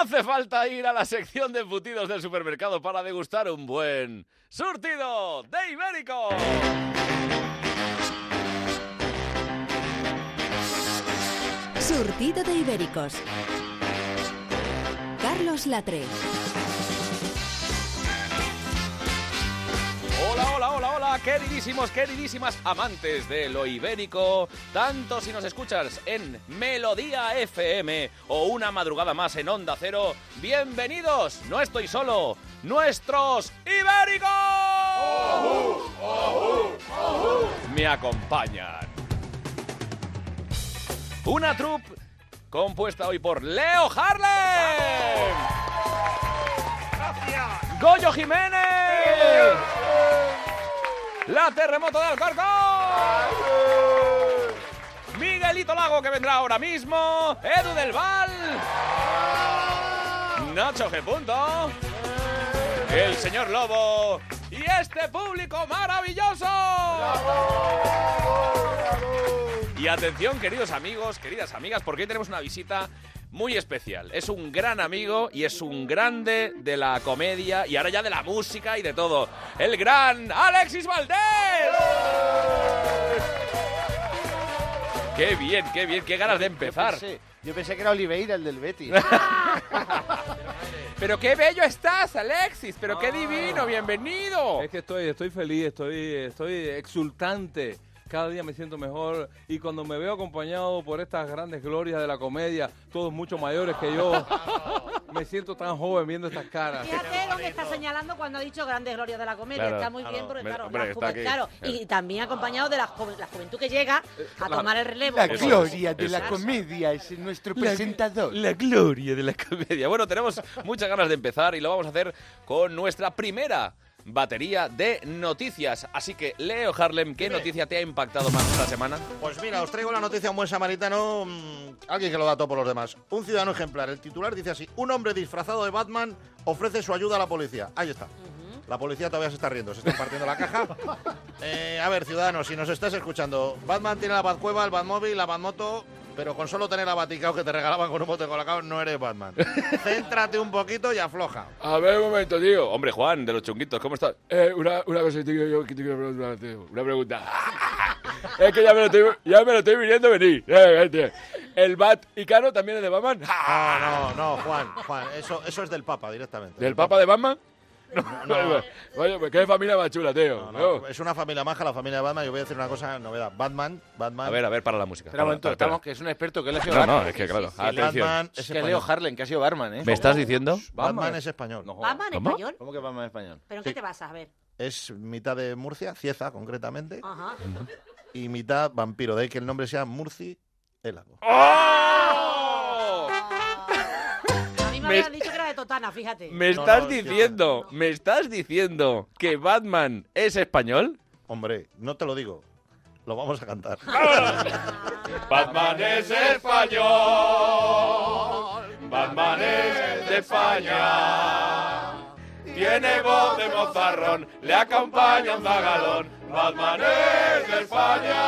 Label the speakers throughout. Speaker 1: hace falta ir a la sección de putidos del supermercado para degustar un buen surtido de Ibérico.
Speaker 2: Surtido de Ibéricos. Carlos Latre.
Speaker 1: Hola, hola, hola, hola, queridísimos, queridísimas amantes de lo ibérico, tanto si nos escuchas en Melodía FM o una madrugada más en Onda Cero, bienvenidos, no estoy solo, nuestros ibéricos. Me acompañan. Una troupe compuesta hoy por Leo Harlem. Goyo Jiménez. La terremoto de Alcorcón. Miguelito Lago que vendrá ahora mismo. Edu del Val. Nacho G. Punto. El señor Lobo. Y este público maravilloso. Y atención, queridos amigos, queridas amigas, porque hoy tenemos una visita muy especial. Es un gran amigo y es un grande de la comedia y ahora ya de la música y de todo. El gran Alexis Valdés. ¡Oh! Qué bien, qué bien, qué ganas de empezar.
Speaker 3: pensé, yo pensé que era Oliveira, el del Betis.
Speaker 1: Pero qué bello estás, Alexis, pero qué divino, bienvenido.
Speaker 4: Ah. Es que estoy, estoy feliz, estoy, estoy exultante. Cada día me siento mejor y cuando me veo acompañado por estas grandes glorias de la comedia, todos mucho mayores que yo, me siento tan joven viendo estas caras.
Speaker 5: Fíjate lo que está señalando cuando ha dicho grandes glorias de la comedia.
Speaker 1: Claro.
Speaker 5: está muy
Speaker 1: Claro.
Speaker 5: bien, porque
Speaker 1: Hombre,
Speaker 5: claro,
Speaker 1: hombre,
Speaker 5: la
Speaker 1: está
Speaker 5: juventud,
Speaker 1: aquí.
Speaker 5: claro, y también acompañado de la, joven- la juventud que llega a
Speaker 4: claro.
Speaker 5: tomar el relevo.
Speaker 3: La
Speaker 1: Eso,
Speaker 3: gloria de
Speaker 1: eso.
Speaker 3: la comedia es nuestro presentador.
Speaker 1: La gloria de la comedia. Bueno, tenemos muchas ganas de empezar y lo vamos a hacer con nuestra primera batería de noticias. Así que, Leo Harlem, ¿qué noticia te ha impactado más esta semana?
Speaker 6: Pues mira, os traigo la noticia de un buen samaritano, mm, alguien que lo da todo por los demás. Un ciudadano ejemplar. El titular dice así: un hombre disfrazado de Batman ofrece su ayuda a la policía. Ahí está. La policía todavía se está riendo, se está partiendo la caja. Eh, a ver, ciudadanos, si nos estás escuchando, Batman tiene la Batcueva, el Batmóvil, la Batmoto, pero con solo tener la Baticao que te regalaban con un bote colacao no eres Batman. Céntrate un poquito y afloja.
Speaker 1: A ver, un momento, tío. Hombre, Juan, de los chunguitos, ¿cómo estás?
Speaker 7: Eh, una, una cosa, tío, yo que te quiero preguntar, tío, una pregunta. Es que ya me lo estoy, ya me lo estoy viniendo venir. Eh, eh, tío. El Bat y Cano también es de Batman. Ja.
Speaker 6: No, no, no, Juan, Juan, eso, eso es del Papa directamente.
Speaker 7: ¿Del Papa de Batman?
Speaker 6: no.
Speaker 7: Oye, pues qué familia más chula, tío.
Speaker 6: No, no,
Speaker 7: ¿no?
Speaker 6: Es una familia maja, la familia de Batman. Yo voy a decir una cosa, novedad. Batman, Batman.
Speaker 1: A ver, a ver, para la música.
Speaker 3: Espera un
Speaker 1: Para,
Speaker 3: momento,
Speaker 1: para,
Speaker 3: estamos, que es un experto, que él ha sido
Speaker 1: espera. No,
Speaker 3: barman.
Speaker 1: no, es que
Speaker 3: Sí,
Speaker 1: claro.
Speaker 3: sí, sí,
Speaker 6: El
Speaker 1: Atención.
Speaker 6: Batman
Speaker 3: Es
Speaker 6: es
Speaker 3: que Leo
Speaker 6: español.
Speaker 3: Harlan, que ha sido barman, ¿eh?
Speaker 1: ¿Me estás diciendo?
Speaker 6: Batman es español.
Speaker 4: No jodas.
Speaker 5: ¿Batman en
Speaker 1: ¿Cómo?
Speaker 5: español?
Speaker 3: ¿Cómo que barman español?
Speaker 5: ¿Pero en qué te vas a ver?
Speaker 6: Es mitad de Murcia, Cieza concretamente,
Speaker 5: Ajá.
Speaker 6: y mitad vampiro. De ahí que el nombre sea Murci Elago.
Speaker 7: ¡Ah!
Speaker 1: ¡Oh!
Speaker 5: A mí me,
Speaker 1: Me-
Speaker 5: habían dicho que era de Totana, fíjate.
Speaker 1: Me
Speaker 6: No,
Speaker 1: estás
Speaker 6: no, es que-
Speaker 1: diciendo, me estás diciendo que Batman es español.
Speaker 6: Hombre, no te lo digo. Lo vamos a cantar.
Speaker 1: Batman es español. Batman es de España. Tiene voz de mozarrón, le acompaña un zagalón. Batman es de España.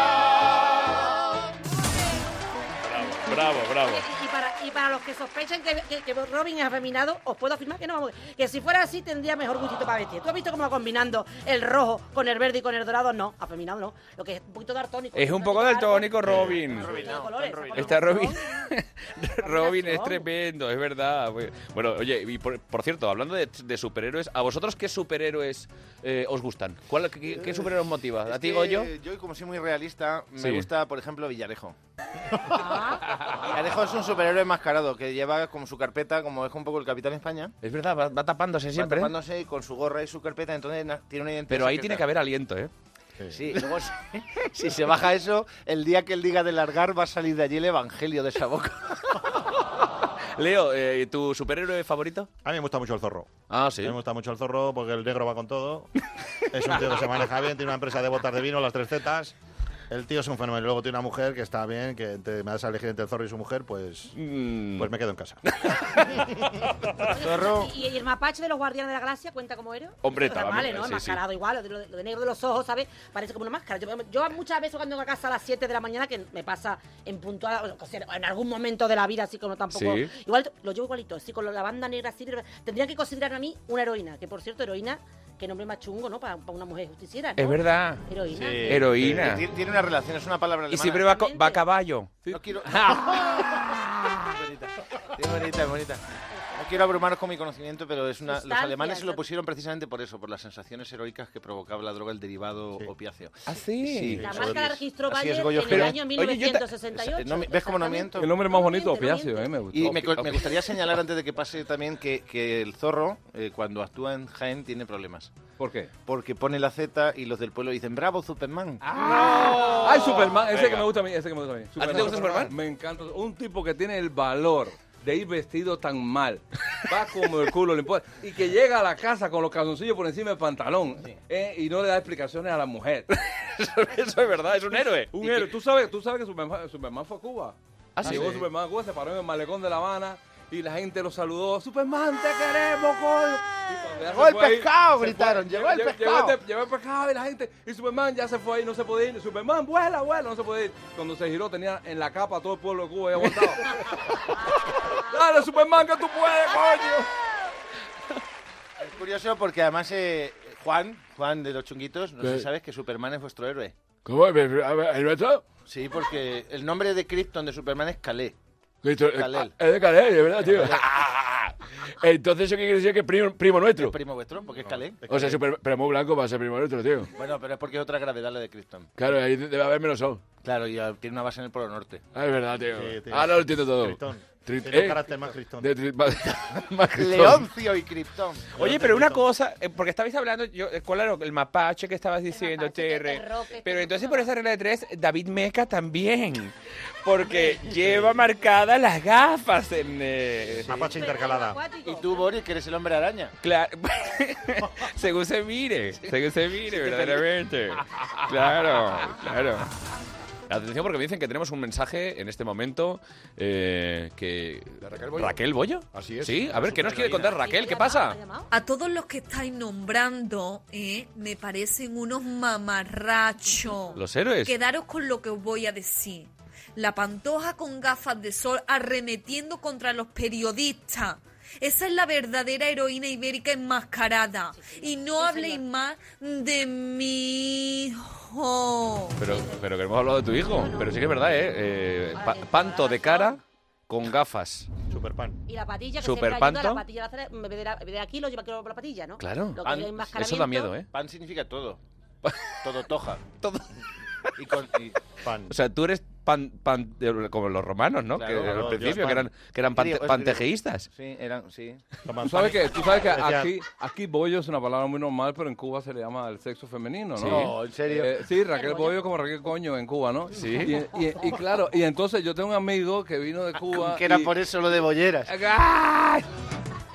Speaker 1: Bravo, bravo, bravo.
Speaker 5: Y para, y para los que sospechen que, que- que Robin es afeminado, os puedo afirmar que no vamos. Que si fuera así, tendría mejor gustito para vestir. ¿Tú has visto cómo va combinando el rojo con el verde y con el dorado? No, afeminado no. Lo que es un poquito daltónico.
Speaker 1: Es un poco daltónico,
Speaker 6: Eh,
Speaker 1: Robin.
Speaker 5: Robin, no, Robin, no.
Speaker 1: Está Robin. Robin es
Speaker 5: Robin.
Speaker 1: tremendo, es verdad. Bueno, oye, y por, por cierto, hablando de, de superhéroes, ¿a vosotros qué superhéroes eh, os gustan? ¿Cuál, qué, qué superhéroe os motiva? ¿A ti,
Speaker 3: Es que
Speaker 1: Goyo?
Speaker 3: Eh, Yo, como soy muy realista, me
Speaker 1: Sí.
Speaker 3: gusta, por ejemplo, Villarejo. Villarejo es un superhéroe enmascarado que lleva como su carpeta, como es un poco el Capitán España.
Speaker 1: Es verdad, va, va tapándose
Speaker 3: va
Speaker 1: siempre. ¿eh?
Speaker 3: Eh, tapándose con su gorra y su carpeta, entonces na- tiene una identidad.
Speaker 1: Pero ahí
Speaker 3: secreta.
Speaker 1: tiene que haber aliento, ¿eh?
Speaker 3: Sí, luego si, si se baja eso, el día que él diga de largar va a salir de allí el evangelio de esa boca.
Speaker 1: Leo, eh, ¿tu superhéroe favorito?
Speaker 6: A mí me gusta mucho el zorro.
Speaker 1: Ah, sí.
Speaker 6: A mí me gusta mucho el zorro porque el negro va con todo. Es un tío que se maneja bien, tiene una empresa de botas de vino, las tres zetas. El tío es un fenómeno. Y luego tiene una mujer que está bien, que te, me das a elegir entre el zorro y su mujer, pues,
Speaker 1: Mm.
Speaker 6: pues me quedo en casa.
Speaker 3: Zorro.
Speaker 5: ¿Y, y el mapache de los guardianes de la galaxia cuenta como héroe?
Speaker 1: Hombre,
Speaker 5: Eso está
Speaker 1: estaba
Speaker 5: mal,
Speaker 1: bien,
Speaker 5: ¿no?
Speaker 1: sí, sí.
Speaker 5: Enmascarado igual, lo de, lo de- lo de negro de los ojos, ¿sabes? Parece como una máscara. Yo, yo muchas veces cuando vengo a casa a las 7 de la mañana, que me pasa en puntual, o sea, en algún momento de la vida, así como tampoco...
Speaker 1: Sí.
Speaker 5: Igual lo llevo igualito, así con la banda negra así. Tendría que considerarme a mí una heroína, que por cierto, heroína, que nombre más chungo, ¿no? Para, una mujer justiciera, ¿no?
Speaker 1: Es verdad.
Speaker 5: Heroína.
Speaker 1: Eh, Heroína.
Speaker 3: Eh, Tiene- Tiene una relación, es una
Speaker 1: Y
Speaker 3: palabra alemana.
Speaker 1: siempre va, co- va a caballo.
Speaker 3: No quiero... Es bonita, es bonita. No quiero abrumaros con mi conocimiento, pero es una... los
Speaker 5: Sustancias,
Speaker 3: alemanes se lo
Speaker 5: ¿no?
Speaker 3: pusieron precisamente por eso, por las sensaciones heroicas que provocaba la droga, el derivado opiáceo.
Speaker 1: Ah, sí.
Speaker 5: La
Speaker 3: Sí,
Speaker 5: marca la registró
Speaker 3: Así es,
Speaker 5: Bayer
Speaker 3: Goyo
Speaker 5: en el
Speaker 3: Pero-
Speaker 5: año
Speaker 1: oye, yo ta-
Speaker 5: 1968.
Speaker 3: no me- ¿ves cómo no miento?
Speaker 4: El nombre más bonito,
Speaker 5: No miente, no
Speaker 4: Opiacio,
Speaker 5: miente.
Speaker 4: eh, me gustó.
Speaker 3: Y
Speaker 1: Opi-
Speaker 3: me, co- me
Speaker 1: opi-
Speaker 3: gustaría señalar antes de que pase también que, que el zorro, eh, cuando actúa en Jaén, tiene problemas.
Speaker 4: ¿Por qué?
Speaker 3: Porque pone la Z y los del pueblo dicen, bravo, Superman.
Speaker 4: Ah.
Speaker 3: ¡Ah!
Speaker 4: ¡Ay, Superman! Ese
Speaker 1: Venga.
Speaker 4: que me gusta a mí, ese que me gusta a mí.
Speaker 1: ¿A ti te gusta Superman?
Speaker 4: Me encanta. Un tipo que tiene el valor de ir vestido tan mal, va como el culo, le importa, y que llega a la casa con los calzoncillos por encima del pantalón eh, y no le da explicaciones a la mujer.
Speaker 1: Eso es verdad, es un héroe.
Speaker 4: Un héroe. ¿Tú sabes, tú sabes que Superman, Superman fue a Cuba.
Speaker 1: Ah, sí.
Speaker 4: Llegó
Speaker 1: Sí.
Speaker 4: Superman a Cuba, se paró en el malecón de La Habana y la gente lo saludó. ¡Superman, te queremos, coño! Y cuando ya se
Speaker 3: Llegó el
Speaker 4: fue ahí,
Speaker 3: pescado,
Speaker 4: se fue.
Speaker 3: gritaron, llegó el pescado.
Speaker 4: este- llegó el pescado y la gente. Y Superman ya se fue ahí, no se podía ir. Superman, vuela, vuela, no se podía ir. Cuando se giró, tenía en la capa a todo el pueblo de Cuba y aguantado. ¡Dale, Superman, que tú puedes, coño!
Speaker 3: Es curioso porque además eh, Juan, Juan de los chunguitos, no sé
Speaker 7: Sí.
Speaker 3: si sabes que Superman es vuestro héroe.
Speaker 7: ¿Cómo? ¿El- ¿El nuestro?
Speaker 3: Sí, porque el nombre de Krypton de Superman es Calé.
Speaker 7: Cristo- eh,
Speaker 3: Kalel.
Speaker 7: ah, Es de Kalel, de verdad, tío. Entonces, ¿eso qué quiere decir que es primo, primo nuestro?
Speaker 3: ¿Es primo vuestro? Porque es Calé.
Speaker 7: O sea, super, pero muy blanco va a ser primo nuestro, tío.
Speaker 3: Bueno, pero es porque es otra gravedad la de Krypton.
Speaker 7: Claro, ahí debe haber menos sol.
Speaker 3: Claro, y ah, tiene una base en el Polo Norte.
Speaker 7: Ah, es verdad, tío.
Speaker 6: Sí, tío.
Speaker 7: Ahora lo entiendo todo.
Speaker 6: Cristón.
Speaker 7: Tri-
Speaker 6: Tiene un
Speaker 7: eh,
Speaker 6: carácter más cristón.
Speaker 7: de tri- más- más Cristón.
Speaker 3: Leoncio y Krypton.
Speaker 1: Oye, pero una cosa, eh, porque estabais hablando, yo, eh, ¿cuál era el mapache que estabas diciendo,
Speaker 5: mapache, que el
Speaker 1: Terre?
Speaker 5: perro, que
Speaker 1: Pero
Speaker 5: todo,
Speaker 1: entonces
Speaker 5: todo.
Speaker 1: por esa regla de tres, David Meca también, porque lleva marcadas las gafas en... eh,
Speaker 6: Mapache intercalada.
Speaker 3: Y tú, Boris, que eres el hombre araña.
Speaker 1: Claro, según se mire, según se mire, verdaderamente. Claro, claro. Atención porque me dicen que tenemos un mensaje en este momento eh, que...
Speaker 6: Raquel Bollo?
Speaker 1: Bollo?
Speaker 6: Así es.
Speaker 1: Sí, a ver, ¿qué nos quiere contar Raquel? ¿Qué pasa?
Speaker 2: A todos los que estáis nombrando, ¿eh? me parecen unos mamarrachos.
Speaker 1: Los héroes.
Speaker 2: Quedaros con lo que os voy a decir. La pantoja con gafas de sol arremetiendo contra los periodistas. Esa es la verdadera heroína ibérica enmascarada. Y no habléis más de mi hijo.
Speaker 1: Pero, pero que hemos hablado de tu hijo. Pero sí que es verdad, ¿eh? Eh, pa- panto de cara con gafas.
Speaker 6: Superpan.
Speaker 5: Y la patilla que
Speaker 1: Super
Speaker 5: siempre ayuda,
Speaker 1: panto.
Speaker 5: la patilla la hace- en vez de, la- en vez de aquí lo lleva creo por la patilla, ¿no?
Speaker 1: Claro. Ah,
Speaker 5: Lo que
Speaker 3: Pan-
Speaker 5: es el
Speaker 1: Eso da miedo, ¿eh?
Speaker 3: Pan significa todo. Todo toja. Todo. Y con, y-
Speaker 6: Pan.
Speaker 1: O sea, tú eres pan, pan- de- como los romanos, ¿no?
Speaker 3: Claro,
Speaker 1: que al
Speaker 6: claro,
Speaker 1: principio
Speaker 6: Dios
Speaker 1: que eran, que eran pante-
Speaker 3: Griego, es
Speaker 1: pantejeístas.
Speaker 3: sí, eran, sí.
Speaker 4: Tú sabes que, tú sabes que
Speaker 6: Decía-
Speaker 4: aquí, aquí bollo es una palabra muy normal, pero en Cuba se le llama el sexo femenino, ¿no?
Speaker 1: Sí.
Speaker 3: No, en serio.
Speaker 4: Eh, sí, Raquel Bollo como Raquel Coño en Cuba, ¿no?
Speaker 1: Sí.
Speaker 4: Y, y- y claro, y entonces yo tengo un amigo que vino de Cuba.
Speaker 3: Que era
Speaker 4: y-
Speaker 3: por eso lo de Bolleras.
Speaker 4: ¡Ay!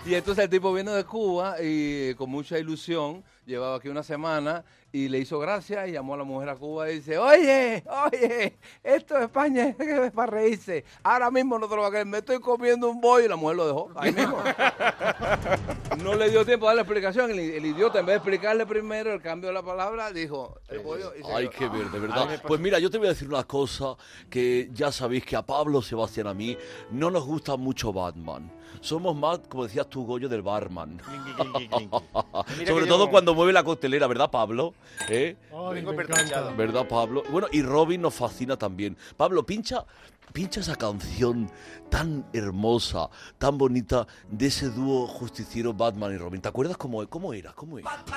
Speaker 4: Y entonces el tipo vino de Cuba y con mucha ilusión, llevaba aquí una semana y le hizo gracia y llamó a la mujer a Cuba y dice, oye, oye, esto de España es para reírse. Ahora mismo no te lo va a creer, me estoy comiendo un bollo y la mujer lo dejó. Ahí mismo. No le dio tiempo a dar la explicación. El, el idiota, en vez de explicarle primero el cambio de la palabra, dijo, el bollo. y se
Speaker 8: Hay
Speaker 4: quedó.
Speaker 8: que ver,
Speaker 3: Ah,
Speaker 8: de verdad. Pues mira, yo te voy a decir una cosa que ya sabéis que a Pablo, Sebastián, a mí no nos gusta mucho Batman. Somos más, como decías tú, Goyo, del barman.
Speaker 6: Clinky, clinky, clinky.
Speaker 8: Sobre
Speaker 3: que
Speaker 8: todo
Speaker 3: yo-
Speaker 8: cuando mueve la costelera, ¿verdad, Pablo? ¿Eh?
Speaker 3: Vengo pertrechado.
Speaker 8: ¿Verdad, Pablo? Bueno, y Robin nos fascina también. Pablo, pincha, pincha esa canción tan hermosa, tan bonita de ese dúo justiciero Batman y Robin. ¿Te acuerdas cómo, cómo era? ¿Cómo era?
Speaker 1: ¿eh?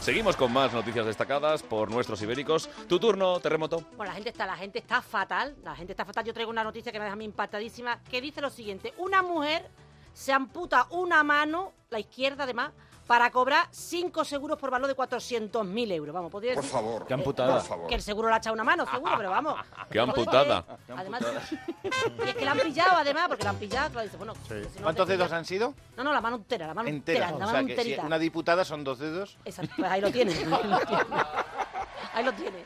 Speaker 1: Seguimos con más noticias destacadas por nuestros ibéricos. Tu turno, terremoto.
Speaker 5: Bueno, Pues la gente está, la gente está fatal, la gente está fatal. Yo traigo una noticia que me deja a mí impactadísima, que dice lo siguiente: una mujer se amputa una mano, la izquierda además, para cobrar cinco seguros por valor de 400.000 euros. Vamos, podría
Speaker 9: Por
Speaker 5: decir
Speaker 9: favor.
Speaker 4: Qué amputada.
Speaker 9: Por favor.
Speaker 5: que el seguro le ha echado una mano, seguro, pero vamos.
Speaker 8: Qué
Speaker 5: Joder,
Speaker 8: amputada.
Speaker 5: eh. Además, y es que la han pillado, además, porque la han pillado. claro, dice, bueno, pues si no
Speaker 3: ¿Cuántos
Speaker 5: te
Speaker 3: dedos
Speaker 5: pillan-
Speaker 3: han sido?
Speaker 5: No, no, la mano entera, la mano entera,
Speaker 3: Enteros.
Speaker 5: la
Speaker 3: O
Speaker 5: mano
Speaker 3: sea, que si
Speaker 5: enterita.
Speaker 3: una diputada son dos dedos,
Speaker 5: Exacto, pues ahí lo tienes. Ahí lo tienes. Ahí lo tienes.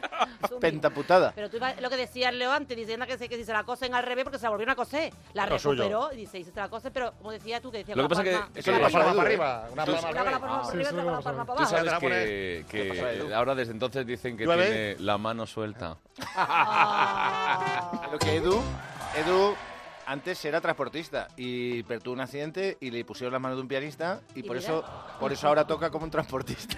Speaker 5: Zumbi.
Speaker 3: pentaputada.
Speaker 5: Pero tú ibas- lo que decía Leo antes, diciendo que, se- que si se la cosen al revés porque se la volvieron a coser. La
Speaker 6: Lo suyo.
Speaker 5: recuperó, y dice, y se la cosen, pero como decía tú, que decía
Speaker 1: Lo que
Speaker 5: con
Speaker 1: pasa
Speaker 5: la
Speaker 1: que-
Speaker 5: palma-
Speaker 1: es
Speaker 6: Una
Speaker 1: que-
Speaker 6: palma
Speaker 3: Tú-
Speaker 6: para arriba, una
Speaker 1: tú-
Speaker 6: palma
Speaker 5: Una con
Speaker 6: para
Speaker 5: la
Speaker 6: arriba.
Speaker 5: palma para arriba,
Speaker 10: sí,
Speaker 5: otra con la
Speaker 10: vamos a
Speaker 5: palma
Speaker 10: ver.
Speaker 5: para
Speaker 1: Tú
Speaker 5: abajo.
Speaker 1: sabes
Speaker 6: la pones.
Speaker 1: que, que
Speaker 3: Te pasa de-
Speaker 1: ahora desde entonces dicen que
Speaker 6: Llueve.
Speaker 1: tiene la mano suelta.
Speaker 5: Ah.
Speaker 3: Lo que Edu, Edu antes era transportista y pertuvo un accidente y le pusieron las manos de un pianista y,
Speaker 5: Y
Speaker 3: por
Speaker 5: mira.
Speaker 3: eso por eso ahora toca como un transportista.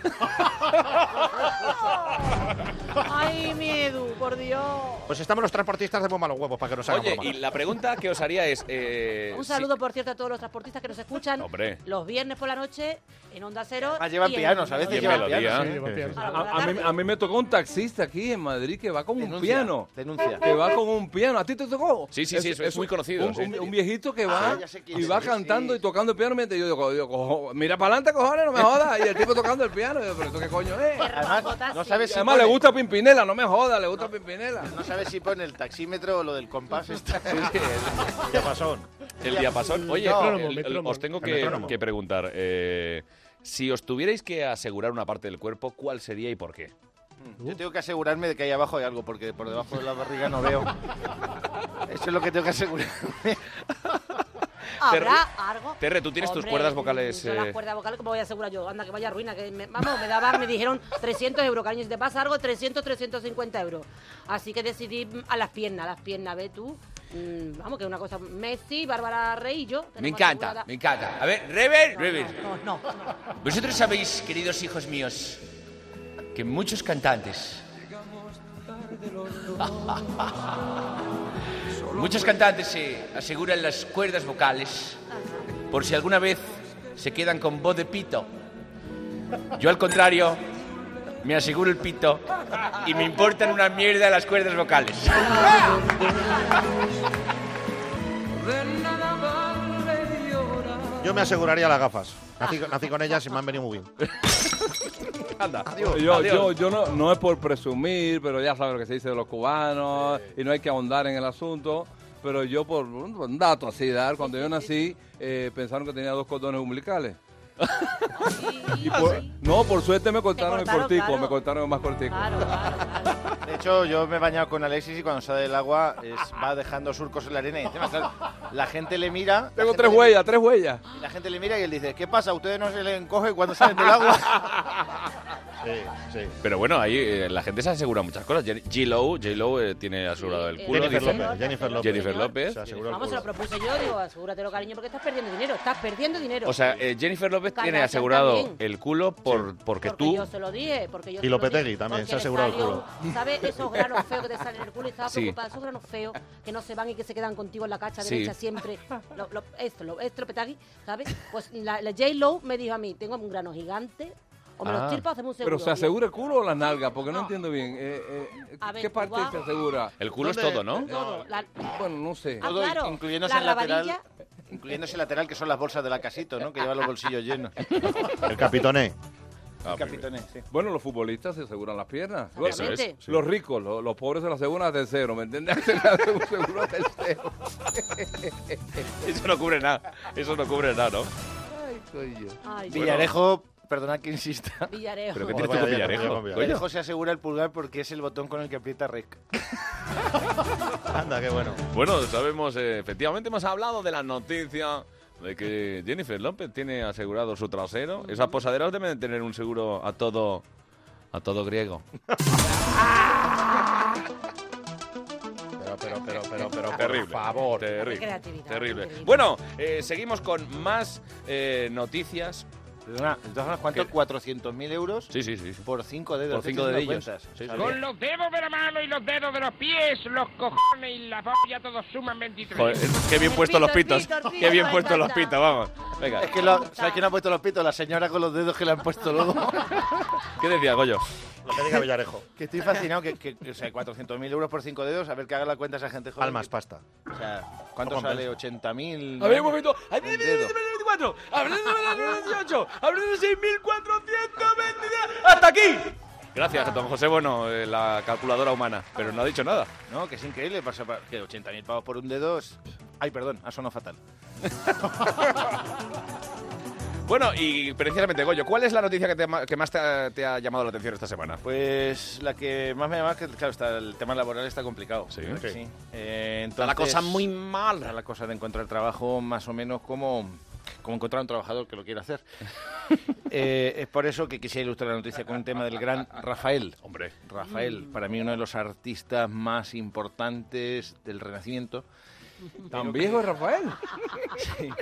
Speaker 5: Ay, mi Edu, por Dios.
Speaker 6: Pues estamos los transportistas de muy malos huevos para que nos hagan
Speaker 1: Oye,
Speaker 6: bromas.
Speaker 1: y la pregunta que os haría es... eh,
Speaker 5: Un
Speaker 1: si-
Speaker 5: saludo, por cierto, a todos los transportistas que nos escuchan
Speaker 1: Hombre.
Speaker 5: los viernes por la noche en Onda Cero.
Speaker 3: Además Ah, llevan
Speaker 5: y en-
Speaker 3: pianos, a
Speaker 1: Y
Speaker 3: veces
Speaker 1: en
Speaker 3: llevan
Speaker 1: melodía.
Speaker 3: pianos.
Speaker 10: Sí, va bien.
Speaker 5: A la
Speaker 4: A, a mí,
Speaker 5: tarde.
Speaker 4: a mí me tocó un taxista aquí en Madrid que va con un
Speaker 3: Denuncia,
Speaker 4: piano.
Speaker 3: Denuncia.
Speaker 4: Que va con un piano. ¿A ti te tocó?
Speaker 1: Sí, sí, sí, es- es muy conocido,
Speaker 4: Un,
Speaker 1: sí.
Speaker 4: un- un viejito que va
Speaker 3: Ah, ya sé quién
Speaker 4: y
Speaker 3: es,
Speaker 4: va
Speaker 3: sí,
Speaker 4: cantando
Speaker 3: sí.
Speaker 4: y tocando el piano mientras yo digo, yo cojo- mira para adelante, cojones, no me jodas. Y el tipo tocando el piano. Y yo, pero esto qué coño es.
Speaker 3: Además, no sabes
Speaker 4: Y
Speaker 3: si
Speaker 4: además le
Speaker 3: pone-
Speaker 4: gusta Pimpinela, no me jodas, le gusta Pimpinela.
Speaker 3: No sabes si pone el taxímetro o lo del compás. este.
Speaker 6: Ya pasó.
Speaker 1: El diapasón. Oye,
Speaker 10: Metrónomo,
Speaker 1: el- el-
Speaker 10: metrónomo.
Speaker 1: os tengo
Speaker 6: El
Speaker 1: que,
Speaker 6: metrónomo.
Speaker 1: que preguntar. eh, si os tuvierais que asegurar una parte del cuerpo, ¿cuál sería y por qué?
Speaker 3: Yo tengo que asegurarme de que ahí abajo hay algo porque por debajo de la barriga no veo. Eso es lo que tengo que asegurarme.
Speaker 5: ¿Habrá algo?
Speaker 1: Terre, tú tienes tus cuerdas vocales,
Speaker 5: Yo
Speaker 1: eh.
Speaker 5: las cuerdas vocales, ¿cómo voy a asegurar yo? Anda, que vaya ruina. Que me, vamos, me daban, me dijeron 300 euros, cariño. Si te pasa algo, 300, 350 euros. Así que decidí mm, a las piernas, a las piernas, ve tú. Mm, vamos, que es una cosa. Messi, Bárbara Rey y yo. tenemos
Speaker 1: Me encanta,
Speaker 5: asegurada-
Speaker 1: me encanta. A ver, Rebel, Rebel.
Speaker 5: No, no, no, no.
Speaker 1: Vosotros sabéis, queridos hijos míos, que muchos cantantes. muchos cantantes se aseguran las cuerdas vocales por si alguna vez se quedan con voz de pito. Yo, al contrario, me aseguro el pito y me importan una mierda las cuerdas vocales.
Speaker 6: Yo me aseguraría las gafas. Nací, nací con ellas y me han venido muy bien.
Speaker 1: Anda,
Speaker 4: Yo, yo, yo no, no es por presumir, pero ya sabes lo que se dice de los cubanos y no hay que ahondar en el asunto. Pero yo, por un un dato así, dar, cuando yo nací, eh, pensaron que tenía dos cordones umbilicales.
Speaker 5: Sí,
Speaker 4: Por-
Speaker 5: sí.
Speaker 4: no, por suerte me cortaron,
Speaker 5: cortaron,
Speaker 4: el cortico,
Speaker 5: claro.
Speaker 4: me cortaron el más cortico.
Speaker 5: Claro, claro, claro.
Speaker 3: De hecho, yo me he bañado con Alexis y cuando sale del agua es- va dejando surcos en la arena y encima, claro, la gente le mira. la
Speaker 4: Tengo
Speaker 3: gente
Speaker 4: tres
Speaker 3: le-
Speaker 4: huellas, tres huellas.
Speaker 3: y La gente le mira y él dice, ¿qué pasa? ¿A ustedes no se les encoge cuando salen del agua?
Speaker 6: Sí, sí.
Speaker 1: Pero bueno, ahí eh, la gente se asegura muchas cosas. Jen- J-Lo J-Lo, eh, tiene asegurado el
Speaker 5: Eh,
Speaker 1: culo.
Speaker 6: Jennifer
Speaker 1: dice.
Speaker 6: López, Jennifer López.
Speaker 1: Jennifer López.
Speaker 6: Se aseguró el
Speaker 5: Vamos, se lo
Speaker 6: culo.
Speaker 5: propuse yo, digo, asegúratelo, cariño, porque estás perdiendo dinero, estás perdiendo dinero.
Speaker 1: O sea, eh, Jennifer López tiene
Speaker 5: Kardashian
Speaker 1: asegurado
Speaker 5: también.
Speaker 1: el culo por, porque,
Speaker 5: porque
Speaker 1: tú...
Speaker 5: yo se lo dije, porque yo
Speaker 6: Y
Speaker 5: se lo
Speaker 6: Lopetegui
Speaker 5: dije,
Speaker 6: también, se
Speaker 5: porque
Speaker 6: ha asegurado
Speaker 5: le salió,
Speaker 6: el
Speaker 5: ¿Sabes esos granos feos que te salen en el culo? Y estaba
Speaker 1: Sí.
Speaker 5: preocupada, esos granos feos que no se van y que se quedan contigo en la cacha
Speaker 1: Sí.
Speaker 5: derecha siempre. Lo- lo- esto, lo, esto, Lopetegui, ¿sabes? Pues la, la J. Lowe me dijo a mí, tengo un grano gigante, o me lo
Speaker 1: Ah.
Speaker 5: estirpa o hacemos un seguro.
Speaker 4: Pero ¿se
Speaker 5: Y-
Speaker 4: asegura el culo o las nalgas? Porque no,
Speaker 5: No.
Speaker 4: entiendo bien. Eh, eh,
Speaker 5: A ver,
Speaker 4: ¿Qué parte
Speaker 5: Cuba-
Speaker 4: se asegura?
Speaker 1: El culo es
Speaker 6: ¿Dónde-
Speaker 1: todo, ¿no?
Speaker 5: Todo, la-
Speaker 4: Bueno, no sé.
Speaker 5: Ah, claro,
Speaker 3: incluyéndose
Speaker 5: la
Speaker 3: el lateral,
Speaker 5: rabadilla.
Speaker 3: incluyéndose el lateral, que son las bolsas de la casito, ¿no? Que lleva los bolsillos llenos.
Speaker 6: El E. capitoné.
Speaker 1: Ah,
Speaker 3: Capitones, sí.
Speaker 4: Bueno, los futbolistas se aseguran las piernas.
Speaker 1: Eso
Speaker 5: Obviamente.
Speaker 1: es.
Speaker 4: Los ricos, lo- los, pobres se la aseguran a tercero, ¿me entiendes? Se la hacen un seguro a tercero.
Speaker 1: Eso no cubre nada. Eso no cubre nada, ¿no?
Speaker 4: Ay, coño.
Speaker 5: Ay,
Speaker 3: Villarejo, perdonad que insista.
Speaker 5: Villarejo.
Speaker 1: Pero ¿qué tienes tú
Speaker 6: Joder,
Speaker 1: con
Speaker 6: vaya día,
Speaker 1: Villarejo?
Speaker 6: vaya
Speaker 1: Coño.
Speaker 6: día.
Speaker 3: Villarejo se asegura el pulgar porque es el botón con el que aprieta Rick.
Speaker 6: Anda, qué bueno.
Speaker 1: Bueno, sabemos, eh, efectivamente hemos hablado de la noticia de que Jennifer López tiene asegurado su trasero. Esas posaderas deben de tener un seguro a todo, a todo griego.
Speaker 6: Pero, pero, pero, pero, pero.
Speaker 1: Terrible.
Speaker 6: Por favor.
Speaker 1: Terrible.
Speaker 5: Qué creatividad,
Speaker 1: terrible.
Speaker 5: qué creatividad.
Speaker 1: Bueno, eh, seguimos con más eh, noticias.
Speaker 3: Perdona, de todas formas, ¿cuánto?
Speaker 1: ¿Qué?
Speaker 3: 400.000 euros
Speaker 1: Sí, sí, sí. sí.
Speaker 3: por 5 dedos.
Speaker 1: Por cinco
Speaker 3: Estoy haciendo
Speaker 1: dedillos.
Speaker 3: cuentas.
Speaker 1: Sí, sí.
Speaker 3: Sabía.
Speaker 11: Los dedos de la mano y los dedos de los pies, los cojones y la polla, todos suman 23.
Speaker 1: Joder, qué bien puestos los
Speaker 5: pito,
Speaker 1: pitos.
Speaker 5: el pito, el
Speaker 1: Qué bien
Speaker 5: pito,
Speaker 1: puestos
Speaker 5: me
Speaker 1: los
Speaker 5: encanta.
Speaker 1: pitos, vamos. Venga,
Speaker 3: Es que lo, ¿sabes quién ha puesto los pitos? La señora con los dedos que le han puesto luego.
Speaker 1: ¿qué decía Goyo?
Speaker 6: Lo que diga Villarejo.
Speaker 3: que estoy fascinado. Que, que, o sea, 400.000 euros por 5 dedos. A ver que haga la cuenta esa gente joven.
Speaker 6: Palmas, pasta.
Speaker 3: O sea, ¿cuánto
Speaker 6: No compensa.
Speaker 3: sale? ¿80.000?
Speaker 4: A ver, un momento. Ay,
Speaker 3: Un dedo.
Speaker 7: 4, abriendo la 98, abriendo 6422. ¡Hasta aquí!
Speaker 1: Gracias a don José Bueno, eh, la calculadora humana, pero no ha dicho nada.
Speaker 3: No, que es increíble. Pasa pa- que 80.000 pavos por un dedo es... Ay, perdón, ha sonado fatal.
Speaker 1: Bueno, y precisamente, Goyo, ¿cuál es la noticia que, te ma- que más te ha, te ha llamado la atención esta semana?
Speaker 3: Pues la que más me llama es que, claro, está, el tema laboral está complicado.
Speaker 1: Sí.
Speaker 3: ¿verdad que
Speaker 1: Sí.
Speaker 3: Eh,
Speaker 1: Está la cosa muy
Speaker 3: mal. la cosa de encontrar trabajo más o menos como, como encontrar un trabajador que lo quiera hacer. Eh, es por eso que quisiera ilustrar la noticia con un tema del gran Rafael.
Speaker 1: Hombre.
Speaker 3: Rafael, para mí uno de los artistas más importantes del Renacimiento.
Speaker 4: ¿Tan viejo es Rafael?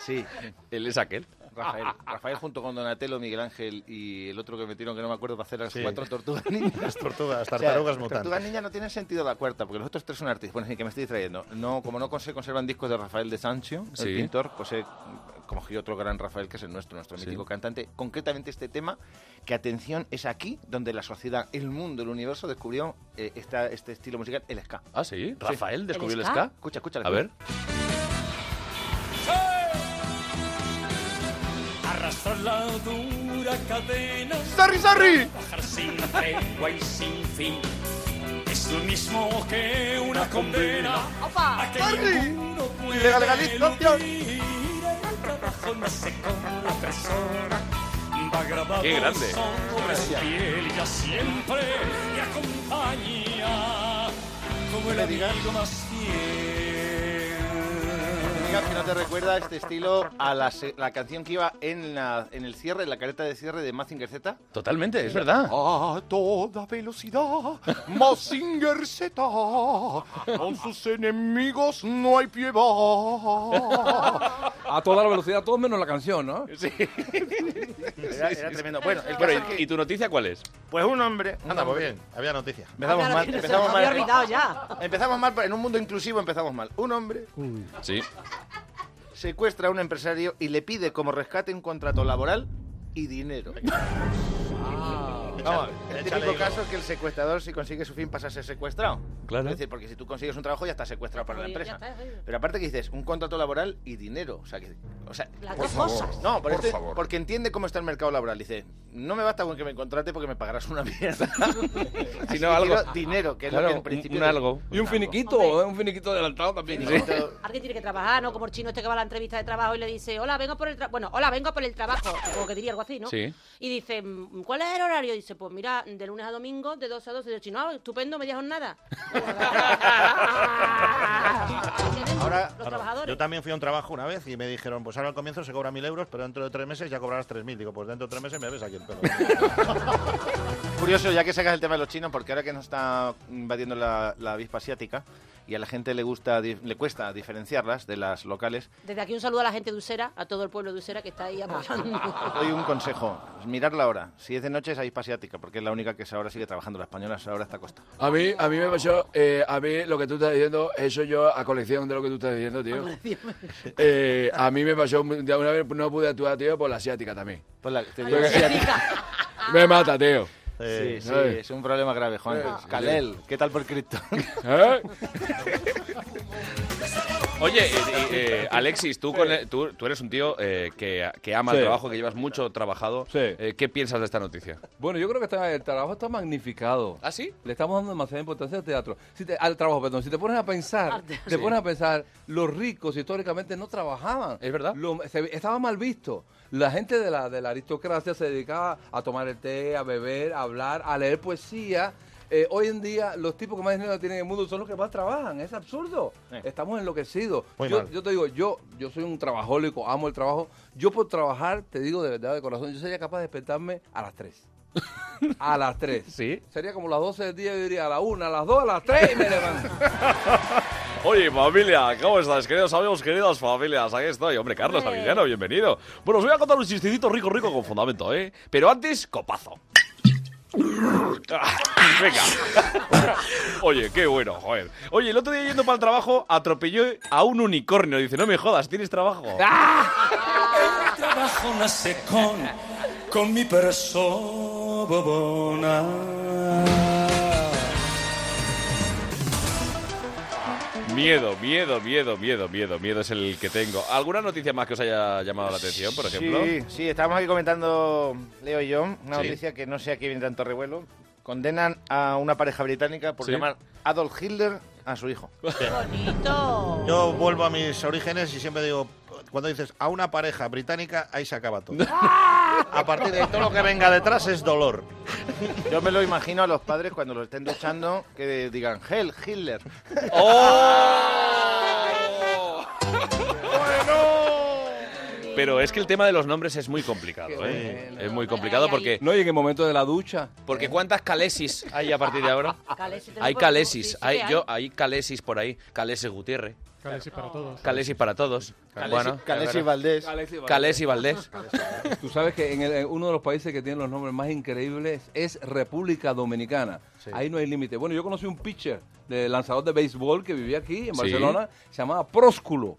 Speaker 3: Sí,
Speaker 1: Él es aquel.
Speaker 3: Rafael. Rafael junto con Donatello, Miguel Ángel y el otro que metieron que no me acuerdo para hacer las cuatro tortugas ninjas.
Speaker 6: Las tortugas,
Speaker 3: O sea,
Speaker 6: tartarugas
Speaker 3: Tortugas
Speaker 6: mutantes.
Speaker 3: Ninja no tiene sentido la cuarta, porque los otros tres son artistas. Bueno, sí, que me estoy distrayendo. No, como no se conservan discos de Rafael de Sancho,
Speaker 1: Sí.
Speaker 3: el pintor, pues he cogido otro gran Rafael, que es el nuestro, nuestro mítico cantante. Concretamente este tema, que atención, es aquí donde la sociedad, el mundo, el universo descubrió eh, esta- este estilo musical, el ska.
Speaker 1: Ah, sí. Rafael descubrió el
Speaker 5: ska?
Speaker 1: ska.
Speaker 3: Escucha, escucha.
Speaker 1: A ver.
Speaker 9: Arrastrar la dura cadena,
Speaker 3: ¡Sorry, sorry!
Speaker 9: bajar sin tregua y sin fin. Es lo mismo que una condena. ¡Opa! ninguno puede
Speaker 3: Ilegalización.
Speaker 9: eludir. El trabajo nace con la persona. Va grabado
Speaker 1: Qué grande.
Speaker 9: sobre su piel y ya siempre le acompaña como el
Speaker 3: Me digas.
Speaker 9: amigo más fiel.
Speaker 3: Diga que no te recuerda este estilo a la, se- la canción que iba en, la- en el cierre, en la careta de cierre de Mazinger Z.
Speaker 1: Totalmente, es verdad.
Speaker 3: A toda velocidad, Mazinger Z, con sus enemigos no hay piedad.
Speaker 4: A toda la velocidad, todos menos la canción, ¿no?
Speaker 1: Sí.
Speaker 3: Era, era tremendo. Bueno, el
Speaker 1: Bueno,
Speaker 3: caso es
Speaker 1: ¿y, y
Speaker 3: que,
Speaker 1: tu noticia cuál es?
Speaker 3: pues un hombre... un
Speaker 6: Anda, pues
Speaker 3: hombre- Ah,
Speaker 6: bien, había noticia.
Speaker 3: Empezamos
Speaker 5: Claro,
Speaker 3: mal,
Speaker 5: que no se
Speaker 3: empezamos
Speaker 5: nos había olvidado
Speaker 3: mal.
Speaker 5: ya.
Speaker 3: Empezamos mal, pero en un mundo inclusivo empezamos mal. Un hombre
Speaker 1: Sí.
Speaker 3: secuestra a un empresario y le pide como rescate un contrato laboral y dinero. Vamos, el
Speaker 6: Ah. Échale
Speaker 3: típico
Speaker 6: hilo.
Speaker 3: caso es que el secuestrador, si consigue su fin, pasa a ser secuestrado.
Speaker 1: Claro.
Speaker 3: Es decir, porque si tú consigues un trabajo, ya estás secuestrado para la
Speaker 5: Ya
Speaker 3: empresa.
Speaker 5: está, oye.
Speaker 3: Pero aparte que dices, un contrato laboral y dinero. O sea, que, o sea
Speaker 5: Las
Speaker 6: Por
Speaker 5: dos
Speaker 6: favor.
Speaker 5: cosas.
Speaker 3: no, pero
Speaker 6: Por
Speaker 3: esto-
Speaker 6: favor.
Speaker 3: porque entiende cómo está el mercado laboral. Dice, no me basta con que me contrate porque me pagarás una mierda. Así que
Speaker 1: algo.
Speaker 3: quiero dinero, que es lo
Speaker 4: Claro,
Speaker 3: que en principio...
Speaker 1: un algo.
Speaker 4: Y un finiquito,
Speaker 5: Hombre.
Speaker 4: ¿eh? un finiquito adelantado también. ¿no?
Speaker 3: Esto-
Speaker 5: Alguien tiene que trabajar, ¿no? Como el chino este que va a la entrevista de trabajo y le dice, hola, vengo por el trabajo. Bueno, hola, vengo por el trabajo. Como que diría algo así, ¿no?
Speaker 1: Sí.
Speaker 5: Y dice, "Mm, ¿cuál es el horario? Dice, pues mira, de lunes a domingo, de 12 a 12. Y el chino, "Ah, estupendo, media jornada. Tenemos
Speaker 3: Ahora-
Speaker 5: los
Speaker 6: Ahora,
Speaker 5: trabajadores.
Speaker 6: Yo también fui a un trabajo una vez y me dijeron, pues ahora al comienzo se cobra mil euros, pero dentro de tres meses ya cobrarás tres mil. Digo, pues dentro de tres meses me ves aquí el pelo.
Speaker 3: Curioso, ya que sacas el tema de los chinos, porque ahora que nos está invadiendo la, la avispa asiática y a la gente le gusta di- le cuesta diferenciarlas de las locales,
Speaker 5: Desde aquí un saludo a la gente de Usera, a todo el pueblo de Usera que está ahí apoyando.
Speaker 3: doy un consejo. Mirar la hora. Si es de noche es avispa asiática, porque es la única que ahora sigue trabajando. La española ahora está costa.
Speaker 7: A mí, a mí me pasó, eh, a mí lo que tú estás diciendo, eso yo a colección de lo que tú estás diciendo, tío. Eh, a mí me pasó, un día- una vez no pude actuar, tío, por la asiática también.
Speaker 3: Pues la- te digo que-
Speaker 5: Chica,
Speaker 7: Me mata, tío.
Speaker 6: Eh,
Speaker 3: Sí, sí,
Speaker 7: Ay.
Speaker 3: es un problema grave, Juan. Kalel, ¿qué tal por cripto?
Speaker 7: ¿Eh?
Speaker 1: Oye, eh, eh, eh, Alexis, tú, con el- tú, tú eres un tío eh, que, que ama el
Speaker 4: Sí.
Speaker 1: trabajo, que llevas mucho trabajado.
Speaker 4: Sí.
Speaker 1: Eh, ¿Qué piensas de esta noticia?
Speaker 4: Bueno, yo creo que está- el trabajo está magnificado.
Speaker 1: ¿Ah, sí?
Speaker 4: Le estamos dando demasiada importancia al teatro. Si te- al trabajo, perdón. Si te pones a pensar, te pones a pensar, los ricos históricamente no trabajaban.
Speaker 1: Es verdad.
Speaker 4: Lo- se- estaba mal visto. La gente de la, de la aristocracia se dedicaba a tomar el té, a beber, a hablar, a leer poesía. Eh, hoy en día, los tipos que más dinero tienen en el mundo son los que más trabajan. Es absurdo.
Speaker 3: Eh.
Speaker 4: Estamos enloquecidos.
Speaker 6: Muy
Speaker 4: yo,
Speaker 6: mal.
Speaker 4: yo te digo, yo, yo soy un trabajólico, amo el trabajo. Yo por trabajar, te digo de verdad, de corazón, yo sería capaz de despertarme a las 3. A las 3.
Speaker 1: Sí.
Speaker 4: Sería como las 12 del día, yo diría a la 1, a las 2, a las 3 y me levanto.
Speaker 1: Oye, familia, ¿cómo estás, queridos amigos, queridas familias? Aquí estoy, hombre, Carlos Tavigliano, bienvenido. Bueno, os voy a contar un chistecito rico, rico con fundamento, ¿eh? Pero antes, copazo. Ah, Venga. Oye, qué bueno, joder. Oye, el otro día yendo para el trabajo atropelló a un unicornio. Dice, no me jodas, tienes trabajo.
Speaker 12: Ah.
Speaker 9: El trabajo nace con, con mi persona.
Speaker 1: Miedo, miedo, miedo, miedo, miedo, miedo es el que tengo. ¿Alguna noticia más que os haya llamado la atención, por ejemplo?
Speaker 3: Sí, sí, estábamos aquí comentando, Leo y yo, una
Speaker 1: Sí.
Speaker 3: noticia que no sé a qué viene tanto revuelo. Condenan a una pareja británica por
Speaker 1: Sí.
Speaker 3: llamar Adolf Hitler a su hijo.
Speaker 5: Bonito.
Speaker 6: Yo vuelvo a mis orígenes y siempre digo, cuando dices a una pareja británica, ahí se acaba todo. a partir de ahí, todo lo que venga detrás es dolor.
Speaker 3: Yo me lo imagino a los padres cuando lo estén duchando que digan, Hell, Hitler.
Speaker 1: ¡Oh! Pero es que el tema de los nombres es muy complicado, ¿eh? Es muy complicado
Speaker 5: Ay, ay,
Speaker 1: porque,
Speaker 4: No, y en el momento de la ducha. Eh.
Speaker 1: porque ¿cuántas calesis hay a partir de ahora?
Speaker 5: Calesis, te lo
Speaker 1: Hay
Speaker 5: puedo- sí,
Speaker 1: calesis,
Speaker 5: sí que
Speaker 1: hay,
Speaker 5: hay.
Speaker 1: yo, hay calesis por ahí, calesis Gutiérrez,
Speaker 10: Calesis para todos.
Speaker 1: calesis para todos. Bueno,
Speaker 3: Calesi Valdés.
Speaker 1: Calesi Valdés.
Speaker 4: Tú sabes que en, el- en uno de los países que tiene los nombres más increíbles es República Dominicana. Ahí no hay límite. Bueno, yo conocí un pitcher de lanzador de béisbol que vivía aquí en
Speaker 1: Sí.
Speaker 4: Barcelona, se llamaba Prósculo.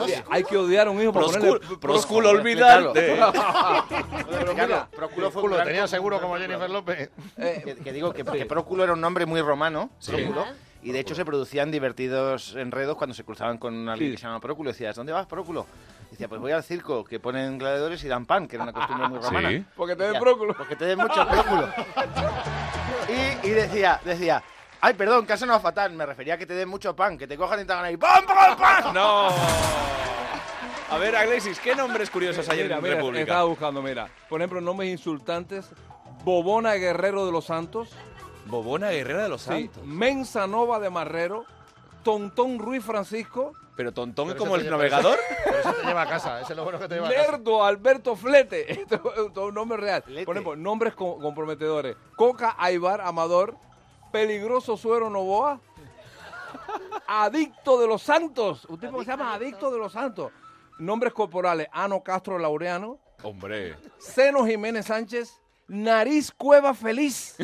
Speaker 4: Oye, hay que odiar a un hijo para ponerle
Speaker 1: Proscul- Prosculo olvidarte.
Speaker 3: Claro, Próculo fue un
Speaker 6: Lo
Speaker 3: gran-
Speaker 6: tenía seguro como Jennifer López.
Speaker 3: que, que digo que, que Próculo era un nombre muy romano, Próculo, y de hecho se producían divertidos enredos cuando se cruzaban con alguien
Speaker 4: Sí.
Speaker 3: que se llamaba Próculo. Decías, ¿dónde vas, Próculo? Decía, pues voy al circo, que ponen gladiadores y dan pan, que era una costumbre muy romana.
Speaker 1: Sí.
Speaker 4: Porque te den
Speaker 3: Decía,
Speaker 4: Próculo.
Speaker 3: Porque te den mucho Próculo. Y, y decía, decía, ay, perdón, que eso no es fatal, me refería a que te den mucho pan, que te cojan y te hagan ahí, ¡pam, pam, pam!
Speaker 1: No. A ver, Aglesis, ¿qué nombres curiosos hay en
Speaker 4: Mira,
Speaker 1: la
Speaker 4: mira, estaba
Speaker 1: República?
Speaker 4: buscando, mira. Por ejemplo, nombres insultantes. Bobona Guerrero de los Santos.
Speaker 1: Bobona Guerrera de los
Speaker 4: Sí.
Speaker 1: Santos.
Speaker 4: Mensa Nova de Marrero. Tontón Ruiz Francisco.
Speaker 1: Pero tontón
Speaker 6: Pero
Speaker 1: como
Speaker 6: ese
Speaker 1: el
Speaker 6: te-
Speaker 1: navegador.
Speaker 6: Pero eso te lleva a casa, eso es lo bueno que te lleva a casa.
Speaker 4: Lerdo Alberto Flete. Esto es un nombre real.
Speaker 3: Flete.
Speaker 4: Por ejemplo, nombres co- comprometedores. Coca Aibar Amador. Peligroso Suero Novoa. Adicto de los Santos. Un tipo que se llama Adicto de los Santos. Nombres corporales. Ano Castro Laureano.
Speaker 1: Hombre.
Speaker 4: Seno Jiménez Sánchez. Nariz Cueva Feliz.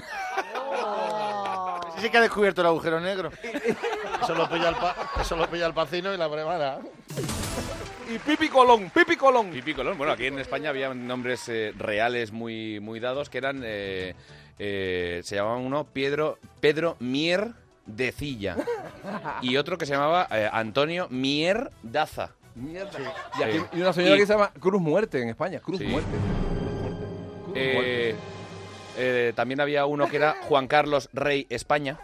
Speaker 3: Sí que ha descubierto el agujero negro.
Speaker 6: Eso lo pilla el, pa- eso lo pilla el pacino y la brevana.
Speaker 4: Y Pipi Colón. Pipi Colón.
Speaker 1: Pipi Colón. Bueno, aquí en España había nombres eh, reales muy, muy dados que eran. eh, eh, se llamaba uno Pedro, Pedro Mier de Cilla. Y otro que se llamaba eh, Antonio Mier Daza.
Speaker 4: Mierda.
Speaker 1: Sí.
Speaker 4: Y, aquí- y una señora
Speaker 1: Y-
Speaker 4: que se llama Cruz Muerte en España. Cruz
Speaker 1: Sí.
Speaker 4: Muerte. Cruz Muerte.
Speaker 1: Eh, eh, también había uno que era Juan Carlos Rey España,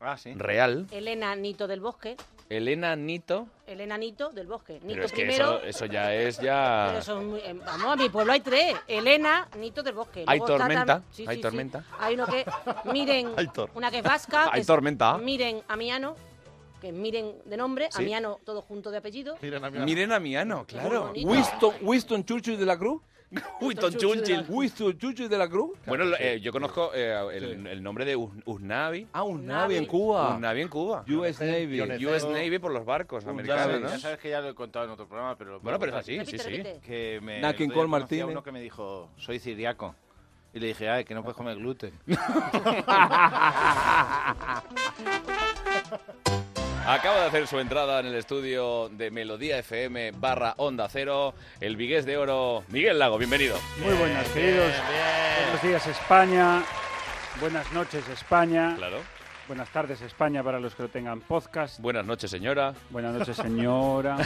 Speaker 3: Ah, sí.
Speaker 1: real.
Speaker 5: Elena Nito del Bosque.
Speaker 1: Elena Nito.
Speaker 5: Elena Nito del Bosque. Nito
Speaker 1: Pero es que
Speaker 5: primero.
Speaker 1: eso, eh, eso ya es ya.
Speaker 5: Pero son muy- eh, vamos, a mi pueblo hay tres. Elena, Nito del Bosque.
Speaker 1: Hay
Speaker 5: Luego está tam-
Speaker 1: tormenta, hay tormenta.
Speaker 5: Hay uno que, miren,
Speaker 6: Hay tor-
Speaker 5: una que es vasca. que
Speaker 1: Hay
Speaker 5: es
Speaker 1: tormenta.
Speaker 5: Miren Amiano, que es miren de nombre,
Speaker 1: Sí.
Speaker 5: Amiano todo junto de apellido.
Speaker 6: Miren a mí.
Speaker 1: Miren a Miano, claro.
Speaker 5: bonito.
Speaker 4: Winston, Winston Churchill de la Cruz.
Speaker 1: Winston Churchill.
Speaker 4: Winston Churchill de la Cruz.
Speaker 1: Bueno, lo- eh, yo conozco eh, el, el nombre de Us- Usnavi.
Speaker 4: Ah, un
Speaker 5: Navy.
Speaker 4: Navy en Cuba.
Speaker 1: Usnavi en Cuba.
Speaker 4: US Navy.
Speaker 1: US Navy por los barcos americanos,
Speaker 3: Ya
Speaker 1: ¿no?
Speaker 3: sabes que ya lo he contado en otro programa, pero... lo
Speaker 1: Bueno, pero es
Speaker 3: puedo
Speaker 1: así, sí,
Speaker 5: Repite,
Speaker 1: sí.
Speaker 5: repite.
Speaker 3: que
Speaker 4: Nada,
Speaker 3: me el otro
Speaker 4: King Cole
Speaker 3: día conocí a
Speaker 4: Martínez.
Speaker 3: uno que me dijo soy ciriaco y le dije ay que no puedes comer gluten
Speaker 1: Acaba de hacer su entrada en el estudio de Melodía FM barra Onda Cero, el Vigués de Oro, Miguel Lago, bienvenido.
Speaker 10: Muy buenas, queridos. Buenos días, España. Buenas noches, España.
Speaker 1: Claro.
Speaker 10: Buenas tardes, España, para los que lo tengan podcast.
Speaker 1: Buenas noches, señora.
Speaker 10: Buenas noches, señora.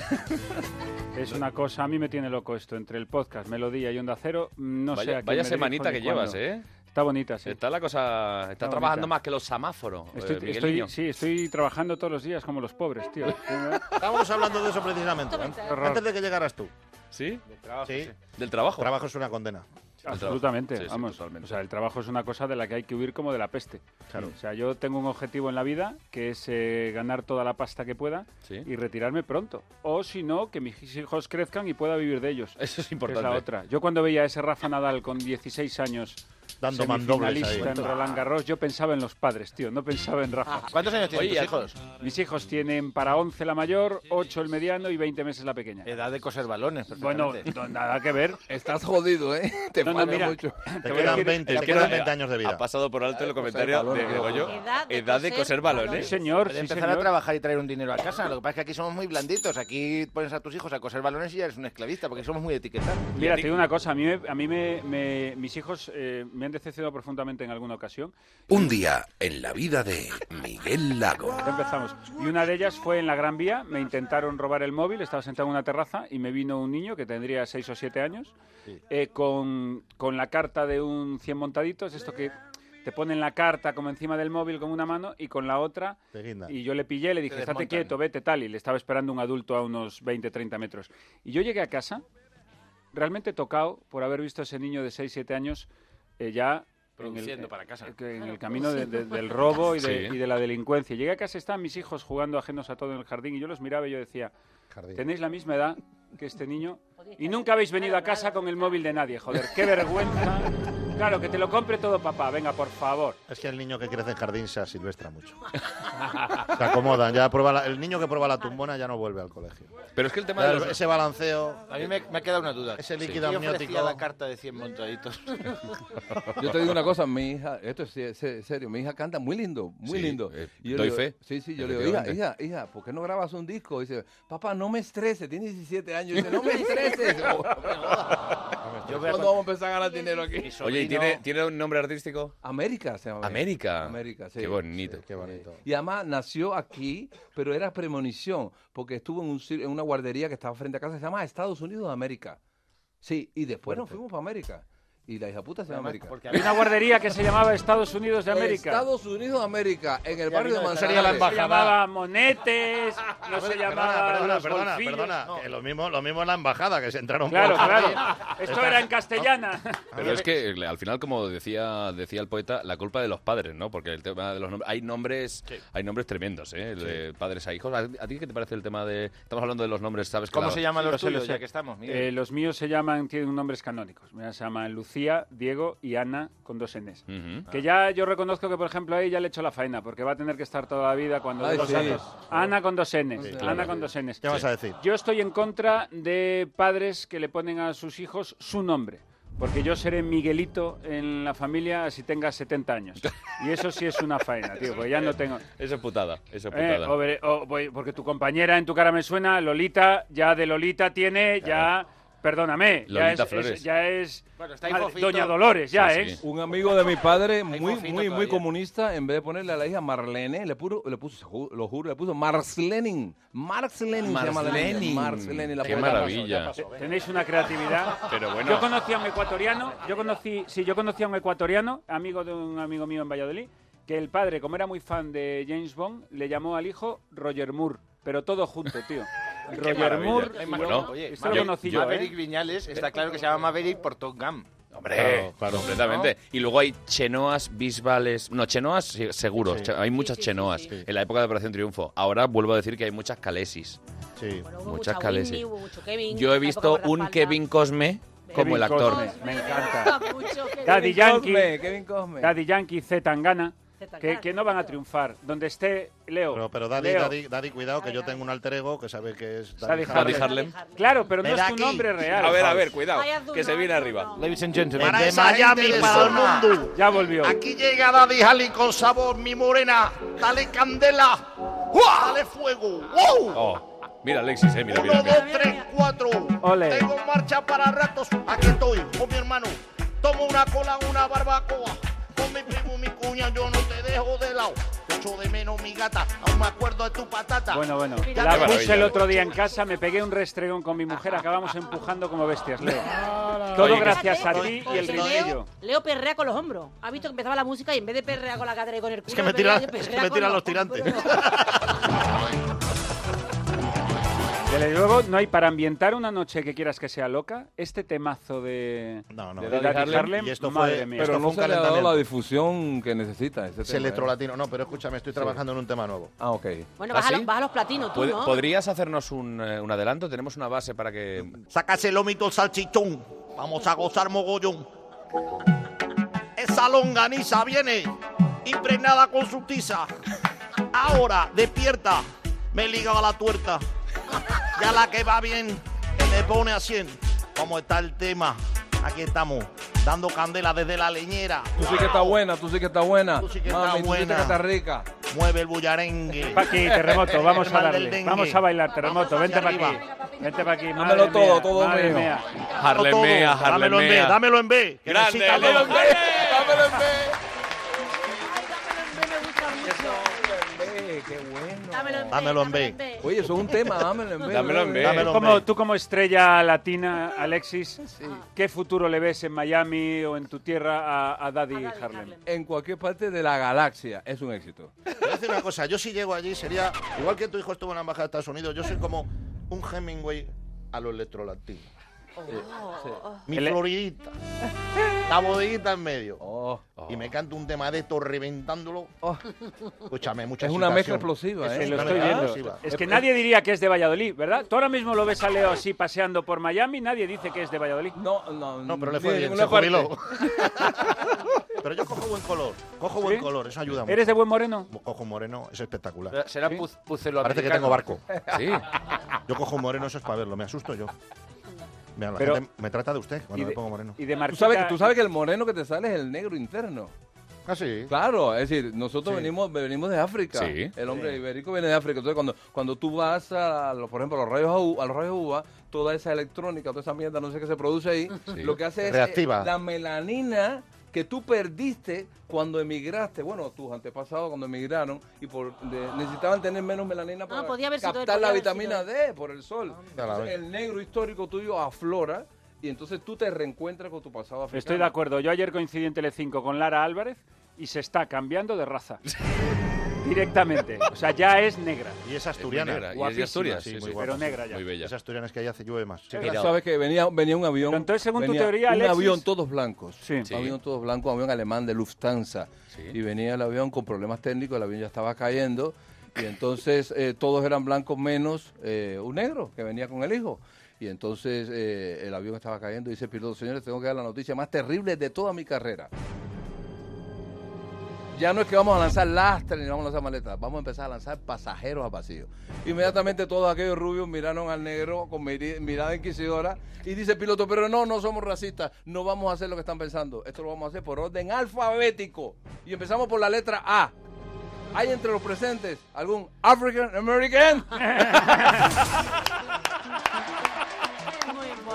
Speaker 10: Es una cosa, a mí me tiene loco esto, entre el podcast, Melodía y Onda Cero, no sé a
Speaker 1: vaya
Speaker 10: quién
Speaker 1: vaya
Speaker 10: me
Speaker 1: semanita que
Speaker 10: dirijo ni
Speaker 1: llevas,
Speaker 10: cuándo.
Speaker 1: ¿eh?
Speaker 10: Está bonita, sí.
Speaker 1: Está la cosa... Está,
Speaker 10: Está
Speaker 1: trabajando
Speaker 10: bonita.
Speaker 1: más que los semáforos, eh,
Speaker 10: Estoy,
Speaker 1: Migueliño.
Speaker 10: estoy, sí, estoy trabajando todos los días como los pobres, tío.
Speaker 6: Estábamos hablando de eso precisamente. an- Antes de que llegaras tú.
Speaker 1: ¿Sí?
Speaker 6: Sí.
Speaker 1: Del trabajo.
Speaker 6: Trabajo es una condena.
Speaker 10: Absolutamente,
Speaker 1: Sí, sí,
Speaker 10: vamos.
Speaker 1: totalmente.
Speaker 10: O sea, el trabajo es una cosa de la que hay que huir como de la peste. Claro. O sea, yo tengo un objetivo en la vida que es eh, ganar toda la pasta que pueda
Speaker 1: Sí.
Speaker 10: y retirarme pronto. O si no, que mis hijos crezcan y pueda vivir de ellos.
Speaker 1: Eso es
Speaker 10: Que
Speaker 1: importante.
Speaker 10: Es la otra. Yo cuando veía a ese Rafa Nadal con 16 años
Speaker 6: Dando mandobles ahí.
Speaker 10: semifinalista en Roland Garros, yo pensaba en los padres, tío, no pensaba en Rafa.
Speaker 3: cuántos años tienen
Speaker 1: Oye,
Speaker 3: tus
Speaker 1: ya-
Speaker 3: hijos
Speaker 10: Mis hijos tienen para 11 la mayor, 8 el mediano y 20 meses la pequeña.
Speaker 3: edad de coser balones
Speaker 10: Bueno,
Speaker 3: perfectamente.
Speaker 10: no- nada que ver.
Speaker 4: Estás jodido, ¿eh? Te
Speaker 10: No, no,
Speaker 4: falta
Speaker 10: mira.
Speaker 4: mucho.
Speaker 6: Te
Speaker 10: voy a
Speaker 6: quedan
Speaker 10: decir-
Speaker 6: 20,
Speaker 1: Es
Speaker 6: te
Speaker 1: que
Speaker 6: quedan
Speaker 1: no-
Speaker 6: 20 años de
Speaker 1: Ha
Speaker 6: vida.
Speaker 1: pasado por alto el comentario de
Speaker 4: balones,
Speaker 1: Begoyo.
Speaker 5: Edad de
Speaker 1: Edad de coser
Speaker 5: coser
Speaker 10: Sí,
Speaker 1: balones.
Speaker 10: señor,
Speaker 3: Puedes
Speaker 10: sí,
Speaker 3: empezar
Speaker 10: señor.
Speaker 3: a trabajar y traer un dinero a casa. Lo que pasa es que aquí somos muy blanditos. Aquí pones a tus hijos a coser balones y ya eres un esclavista, porque somos muy etiquetados.
Speaker 10: Mira, te digo una cosa, a mí, me- a mí me, me- mis hijos eh, me han decepcionado profundamente en alguna ocasión.
Speaker 13: Un día en la vida de Miguel Lago.
Speaker 10: Ya empezamos. Y una de ellas fue en la Gran Vía. Me intentaron robar el móvil. Estaba sentado en una terraza y me vino un niño que tendría 6 o 7 años eh, con, con la carta de un 100 montaditos. Esto que te ponen la carta como encima del móvil con una mano y con la otra.
Speaker 6: Te guinda.
Speaker 10: Y yo le pillé, le dije,
Speaker 6: Te
Speaker 10: estate
Speaker 6: desmontan.
Speaker 10: quieto, vete tal. Y le estaba esperando un adulto a unos 20, 30 metros. Y yo llegué a casa realmente tocado por haber visto a ese niño de 6, 7 años eh, ya... en
Speaker 1: Produciendo
Speaker 10: el,
Speaker 1: para casa.
Speaker 10: eh, que en
Speaker 1: Claro,
Speaker 10: el camino de- de-
Speaker 1: produciendo
Speaker 10: del
Speaker 1: para
Speaker 10: robo y
Speaker 1: casa.
Speaker 10: de,
Speaker 1: Sí.
Speaker 10: y de la delincuencia. Llegué a casa, estaban mis hijos jugando ajenos a todo en el jardín y yo los miraba y yo decía,
Speaker 6: Jardín.
Speaker 10: tenéis la misma edad que este niño y nunca habéis venido a casa con el móvil de nadie, joder, qué vergüenza. Claro, que te lo compre todo papá, venga, por favor.
Speaker 6: Es que el niño que crece en jardín se asilvestra mucho. Se acomodan, ya prueba la- el niño que prueba la tumbona ya no vuelve al colegio.
Speaker 1: Pero es que el tema
Speaker 6: Ya,
Speaker 1: de los-
Speaker 6: Ese balanceo...
Speaker 3: A mí me, me ha quedado una duda.
Speaker 6: Ese
Speaker 3: Sí.
Speaker 6: líquido
Speaker 3: ¿Quién ofrecía
Speaker 6: amniótico?
Speaker 3: la carta de 100 montaditos?
Speaker 4: Yo te digo una cosa, mi hija, esto es se- se- serio, mi hija canta muy lindo, muy
Speaker 1: Sí,
Speaker 4: lindo.
Speaker 1: eh,
Speaker 4: Y yo
Speaker 1: doy
Speaker 4: le digo-
Speaker 1: fe,
Speaker 4: Sí, sí, yo le digo, hija, hija,
Speaker 1: efectivamente.
Speaker 4: hija, ¿por qué no grabas un disco? Y dice, papá, no me estreses, tienes 17 años. Y dice, no me estreses. Oh, no me jodas.
Speaker 1: Yo voy a
Speaker 4: ¿Cuándo
Speaker 1: con-
Speaker 4: vamos a empezar a ganar dinero aquí?
Speaker 1: Oye, ¿y tiene, tiene un nombre artístico?
Speaker 4: América se llama.
Speaker 1: América.
Speaker 4: América, sí.
Speaker 1: Qué bonito.
Speaker 6: qué bonito.
Speaker 4: Y además nació aquí, pero era premonición, porque estuvo en, un, cir- en una guardería que estaba frente a casa, se llama Estados Unidos de América. Sí, y después nos fuimos para América. Y la hija puta se llama
Speaker 10: Además,
Speaker 4: América.
Speaker 10: Hay una guardería que se llamaba Estados Unidos de América.
Speaker 4: Estados Unidos de América, en el barrio de Manzanares.
Speaker 10: Se llamaba Monetes, no se llamaba
Speaker 6: Perdona,
Speaker 10: Los
Speaker 6: perdona,
Speaker 10: Golfillos.
Speaker 6: perdona. que lo, mismo, lo mismo en la embajada, que se entraron
Speaker 10: Claro,
Speaker 6: por-
Speaker 10: claro. Esto era en castellana.
Speaker 1: Pero es que eh, al final, como decía, decía el poeta, la culpa de los padres, ¿no? Porque el tema de los nombres. Hay nombres, hay nombres tremendos, ¿eh? El De padres a hijos. ¿A, a ti qué te parece el tema de.? Estamos hablando de los nombres, ¿sabes?
Speaker 3: ¿Cómo
Speaker 1: Claro.
Speaker 3: se llaman
Speaker 10: Sí,
Speaker 3: los
Speaker 10: sé,
Speaker 3: tuyos
Speaker 10: sé.
Speaker 3: ya que estamos? Miguel?
Speaker 10: Eh, los míos se llaman, tienen nombres canónicos. Mira, se llaman Lucía, Diego y Ana con dos Ns.
Speaker 1: Ujú.
Speaker 10: Que
Speaker 3: Ah.
Speaker 10: ya yo reconozco que, por ejemplo, ahí ya le echo la faena, porque va a tener que estar toda la vida cuando...
Speaker 4: Ay,
Speaker 10: los
Speaker 4: sí.
Speaker 10: datos. Ana con dos Ns.
Speaker 4: Sí,
Speaker 10: Ana
Speaker 4: claro.
Speaker 10: con dos Ns.
Speaker 6: ¿Qué vas a decir?
Speaker 10: Yo estoy en contra de padres que le ponen a sus hijos su nombre. Porque yo seré Miguelito en la familia si tenga 70 años. Y eso sí es una faena, tío, porque ya no tengo...
Speaker 1: Eso es putada. Eso es
Speaker 10: Eh,
Speaker 1: putada.
Speaker 10: o veré- o voy- porque tu compañera en tu cara me suena, Lolita, ya de Lolita tiene, ya, perdóname,
Speaker 1: Lolita
Speaker 10: ya es, es-
Speaker 1: Flores.
Speaker 10: ya es
Speaker 3: Bueno, está ahí
Speaker 10: madre-
Speaker 3: Fofito.
Speaker 10: Doña Dolores, ya ¿eh?
Speaker 1: Sí,
Speaker 10: es.
Speaker 1: sí.
Speaker 4: Un amigo de mi padre, muy,
Speaker 3: mofito
Speaker 4: muy, muy
Speaker 3: todavía.
Speaker 4: comunista, en vez de ponerle a la hija Marlene, le, puro, le puso, ju- lo juro, le puso Marx Lenin. Marx Lenin se llama la niña.
Speaker 1: Marx Lenin.
Speaker 4: Marx Lenin, la
Speaker 1: Qué
Speaker 4: poeta.
Speaker 1: maravilla.
Speaker 10: Tenéis una creatividad.
Speaker 1: Pero bueno.
Speaker 10: Yo conocí a un ecuatoriano, yo conocí, sí, yo conocí a un ecuatoriano, amigo de un amigo mío en Valladolid, que el padre, como era muy fan de James Bond, le llamó al hijo Roger Moore, pero todo junto, tío. Roger
Speaker 1: maravilla.
Speaker 10: Moore,
Speaker 1: Hay
Speaker 10: y
Speaker 1: más-
Speaker 10: luego-
Speaker 1: no,
Speaker 3: oye,
Speaker 10: esto lo conocí yo,
Speaker 3: Maverick
Speaker 10: ¿eh?
Speaker 3: Viñales, está claro que se llama Maverick por Top Gun.
Speaker 1: Hombre,
Speaker 6: Claro, claro.
Speaker 1: completamente. Y luego hay chenoas, bisbales. No, chenoas sí, seguro. che- Hay muchas chenoas. En la época de Operación Triunfo. Ahora vuelvo a decir que hay muchas calesis.
Speaker 6: Sí.
Speaker 5: Bueno, hubo
Speaker 1: Muchas
Speaker 5: mucha
Speaker 1: calesis.
Speaker 5: Whitney, hubo mucho Kevin,
Speaker 1: Yo he
Speaker 5: la
Speaker 1: visto
Speaker 5: época de
Speaker 1: un
Speaker 5: Rafael
Speaker 1: Kevin Cosme
Speaker 10: Kevin
Speaker 1: como el actor.
Speaker 10: Costner, Me encanta.
Speaker 5: Costner. Mucho Kevin.
Speaker 10: Daddy
Speaker 4: Kevin
Speaker 10: Yankee.
Speaker 4: Cosme, Kevin Cosme.
Speaker 10: Daddy Yankee, Z Tangana,
Speaker 5: Zetangana,
Speaker 10: que, que no van a triunfar. Donde esté Leo.
Speaker 6: Pero, pero Daddy,
Speaker 10: Leo.
Speaker 6: Daddy, Daddy, cuidado, que yo tengo un alter ego que sabe que es Daddy
Speaker 10: Daddy
Speaker 1: Daddy
Speaker 6: Harley.
Speaker 1: Harley. Harlem.
Speaker 10: Claro, pero no
Speaker 6: Ven
Speaker 10: es tu
Speaker 6: aquí.
Speaker 10: nombre real.
Speaker 1: A ver, a
Speaker 10: Faust.
Speaker 1: ver, cuidado.
Speaker 5: Ay, haz
Speaker 1: Que se
Speaker 5: una,
Speaker 1: viene
Speaker 5: no,
Speaker 1: arriba.
Speaker 5: no.
Speaker 3: Ladies and gentlemen.
Speaker 6: Desde Miami para el mundo.
Speaker 10: Ya volvió.
Speaker 6: Aquí llega Daddy Harley con sabor, mi morena. Dale candela. Dale fuego. ¡Wow!
Speaker 1: Oh, mira, Alexis, eh, mira, mira.
Speaker 6: Uno,
Speaker 1: mira.
Speaker 6: dos, tres, cuatro.
Speaker 10: Ole.
Speaker 6: Tengo marcha para ratos. Aquí estoy con mi hermano. Tomo una cola, una barbacoa. Con mi primo, mi cuña, yo no te dejo de lado. Te echo de menos mi gata. Aún me acuerdo de tu patata.
Speaker 10: Bueno, bueno.
Speaker 5: Qué
Speaker 10: La
Speaker 1: maravilla.
Speaker 10: puse el otro día en casa, me pegué un restregón con mi mujer, acabamos empujando como bestias, Leo.
Speaker 1: Oye,
Speaker 10: Todo
Speaker 1: que-
Speaker 10: gracias a
Speaker 5: Fíjate,
Speaker 10: ti
Speaker 5: con
Speaker 10: y el
Speaker 5: que Leo,
Speaker 10: rinillo.
Speaker 5: Leo perrea con los hombros. Ha visto que empezaba la música y en vez de perrea con la cadera y con el culo.
Speaker 6: que me
Speaker 5: perrea-
Speaker 6: tira- es que
Speaker 5: perrea
Speaker 6: me
Speaker 5: con
Speaker 6: tiran los
Speaker 5: hombros.
Speaker 6: tirantes.
Speaker 10: Desde luego, no hay para ambientar una noche que quieras que sea loca. Este temazo de,
Speaker 6: No, no.
Speaker 10: de
Speaker 6: Daddy
Speaker 10: Daddy
Speaker 6: Harlem,
Speaker 10: Harlem,
Speaker 6: y esto fue-
Speaker 10: madre mía.
Speaker 6: Esto
Speaker 4: Pero
Speaker 6: fue
Speaker 4: no
Speaker 6: un
Speaker 4: se le ha dado la
Speaker 6: calentamiento.
Speaker 4: difusión que necesita. ese
Speaker 6: Es
Speaker 4: tema, ¿eh?
Speaker 6: electrolatino. No, pero escúchame, estoy trabajando en un tema nuevo.
Speaker 4: Ah, ok.
Speaker 5: Bueno,
Speaker 1: ¿Ah,
Speaker 5: baja,
Speaker 1: sí?
Speaker 5: los, baja los platinos, tú,
Speaker 1: ¿Pod-
Speaker 5: ¿no?
Speaker 1: ¿Podrías hacernos un, eh, un adelanto? Tenemos una base para que...
Speaker 6: Sácase el lomito el salchichón. Vamos a gozar mogollón. Esa longaniza viene impregnada con su tiza. Ahora, despierta. Me liga a la tuerta. Ya la que va bien, me pone a 100. ¿Cómo está el tema? Aquí estamos, dando candela desde la leñera.
Speaker 4: Tú sí que estás buena, tú sí que estás buena.
Speaker 6: Tú sí que
Speaker 4: Mami,
Speaker 6: estás
Speaker 4: tú sí que
Speaker 6: buena.
Speaker 4: estás rica.
Speaker 6: Mueve el bullarengue.
Speaker 10: Paqui, terremoto, vamos a
Speaker 6: Mal del
Speaker 10: darle.
Speaker 6: dengue.
Speaker 10: Vamos a bailar, terremoto, vente para
Speaker 6: arriba.
Speaker 10: aquí. Vente para aquí, madre
Speaker 4: Dámelo todo,
Speaker 10: mía,
Speaker 4: todo
Speaker 10: madre
Speaker 4: mío.
Speaker 10: mía.
Speaker 1: Harlemea,
Speaker 6: Dámelo en B,
Speaker 1: Harlemea.
Speaker 6: dámelo en B. que
Speaker 1: ¡Grande,
Speaker 6: necesitamos-
Speaker 1: León!
Speaker 4: Qué bueno.
Speaker 6: Dámelo en B.
Speaker 4: Oye, eso es un tema, dámelo en B.
Speaker 10: Tú como- tú como estrella latina, Alexis, ¿qué futuro le ves en Miami o en tu tierra a, a Daddy Harlem?
Speaker 4: En cualquier parte de la galaxia es un éxito.
Speaker 6: Voy a decir una cosa, yo si llego allí sería, igual que tu hijo estuvo en la embajada de Estados Unidos, yo soy como un Hemingway a los electrolatinos. Eh, Mi
Speaker 10: Ele-
Speaker 6: floridita, la bodeguita en medio.
Speaker 4: Oh.
Speaker 6: Y me canto un tema de esto reventándolo. Escúchame, mucha
Speaker 4: Es una mezcla
Speaker 6: excitación.
Speaker 4: explosiva,
Speaker 6: Es
Speaker 4: ¿eh?
Speaker 6: una
Speaker 10: Lo estoy
Speaker 6: mezcla
Speaker 10: viendo.
Speaker 6: explosiva.
Speaker 10: Es que nadie diría que es de Valladolid, ¿verdad? Tú ahora mismo lo ves a Leo así paseando por Miami, nadie dice que es de Valladolid.
Speaker 4: No, no,
Speaker 6: No, pero le fue
Speaker 10: ni en
Speaker 6: bien, se
Speaker 10: ninguna parte.
Speaker 6: jubiló. pero yo cojo buen color, cojo buen
Speaker 10: ¿Sí?
Speaker 6: color, eso ayuda mucho.
Speaker 10: ¿Eres de buen moreno?
Speaker 6: Cojo un moreno, es espectacular.
Speaker 3: Será puz- pucelo
Speaker 6: Parece que tengo
Speaker 3: americano.
Speaker 6: barco.
Speaker 3: Sí.
Speaker 6: Yo cojo un moreno, eso es para verlo, me asusto yo. Mira, la
Speaker 4: Pero-
Speaker 6: gente me trata de usted cuando
Speaker 4: y de-
Speaker 6: me pongo moreno.
Speaker 10: y de
Speaker 4: ¿Tú sabes, que- tú sabes que el moreno que te sale es el negro interno.
Speaker 6: Ah, sí.
Speaker 4: Claro, es decir, nosotros
Speaker 6: Sí.
Speaker 4: venimos venimos de África.
Speaker 6: Sí.
Speaker 4: El hombre
Speaker 6: Sí.
Speaker 4: ibérico viene de África. Entonces, cuando, cuando tú vas, a, los- por ejemplo, a los rayos a u- a los rayos uva, toda esa electrónica, toda esa mierda, no sé qué se produce ahí,
Speaker 6: Sí.
Speaker 4: lo que hace es eh,
Speaker 6: Reactiva.
Speaker 4: la melanina que tú perdiste cuando emigraste, bueno, tus antepasados cuando emigraron y por, de- necesitaban tener menos melanina para
Speaker 5: Ah, podía haber sido él,
Speaker 4: captar
Speaker 5: podía
Speaker 4: la
Speaker 5: haber
Speaker 4: vitamina
Speaker 5: sido
Speaker 4: D por el sol.
Speaker 10: la
Speaker 4: Entonces,
Speaker 10: vez.
Speaker 4: el negro histórico tuyo aflora y entonces tú te reencuentras con tu pasado africano.
Speaker 10: Estoy de acuerdo. Yo ayer coincidí en Telecinco con Lara Álvarez y se está cambiando de raza. Directamente. O sea, ya es negra.
Speaker 6: Y es asturiana.
Speaker 10: negra, y es de
Speaker 6: Guapísima,
Speaker 10: Asturias, sí, sí.
Speaker 6: guapa.
Speaker 10: Pero negra ya. Muy
Speaker 6: Esa asturiana es que allá hace llueve más.
Speaker 4: Sí, pero sabes que venía, venía un avión. entonces,
Speaker 10: según tu teoría,
Speaker 4: un
Speaker 10: Alexis-
Speaker 4: avión todos blancos.
Speaker 10: Sí. Sí.
Speaker 4: Un avión todos blancos, un avión alemán de Lufthansa. Y venía el avión con problemas técnicos, el avión ya estaba cayendo. Y entonces eh, todos eran blancos menos eh, un negro que venía con el hijo. Y entonces eh, el avión estaba cayendo. Y dice el piloto, señores, tengo que dar la noticia más terrible de toda mi carrera. Ya no es que vamos a lanzar lastre ni vamos a lanzar maletas, vamos a empezar a lanzar pasajeros a vacío. Inmediatamente todos aquellos rubios miraron al negro con miri- mirada inquisidora y dice el piloto, pero no, no somos racistas, no vamos a hacer lo que están pensando, esto lo vamos a hacer por orden alfabético. Y empezamos por la letra A. ¿Hay entre los presentes algún African American?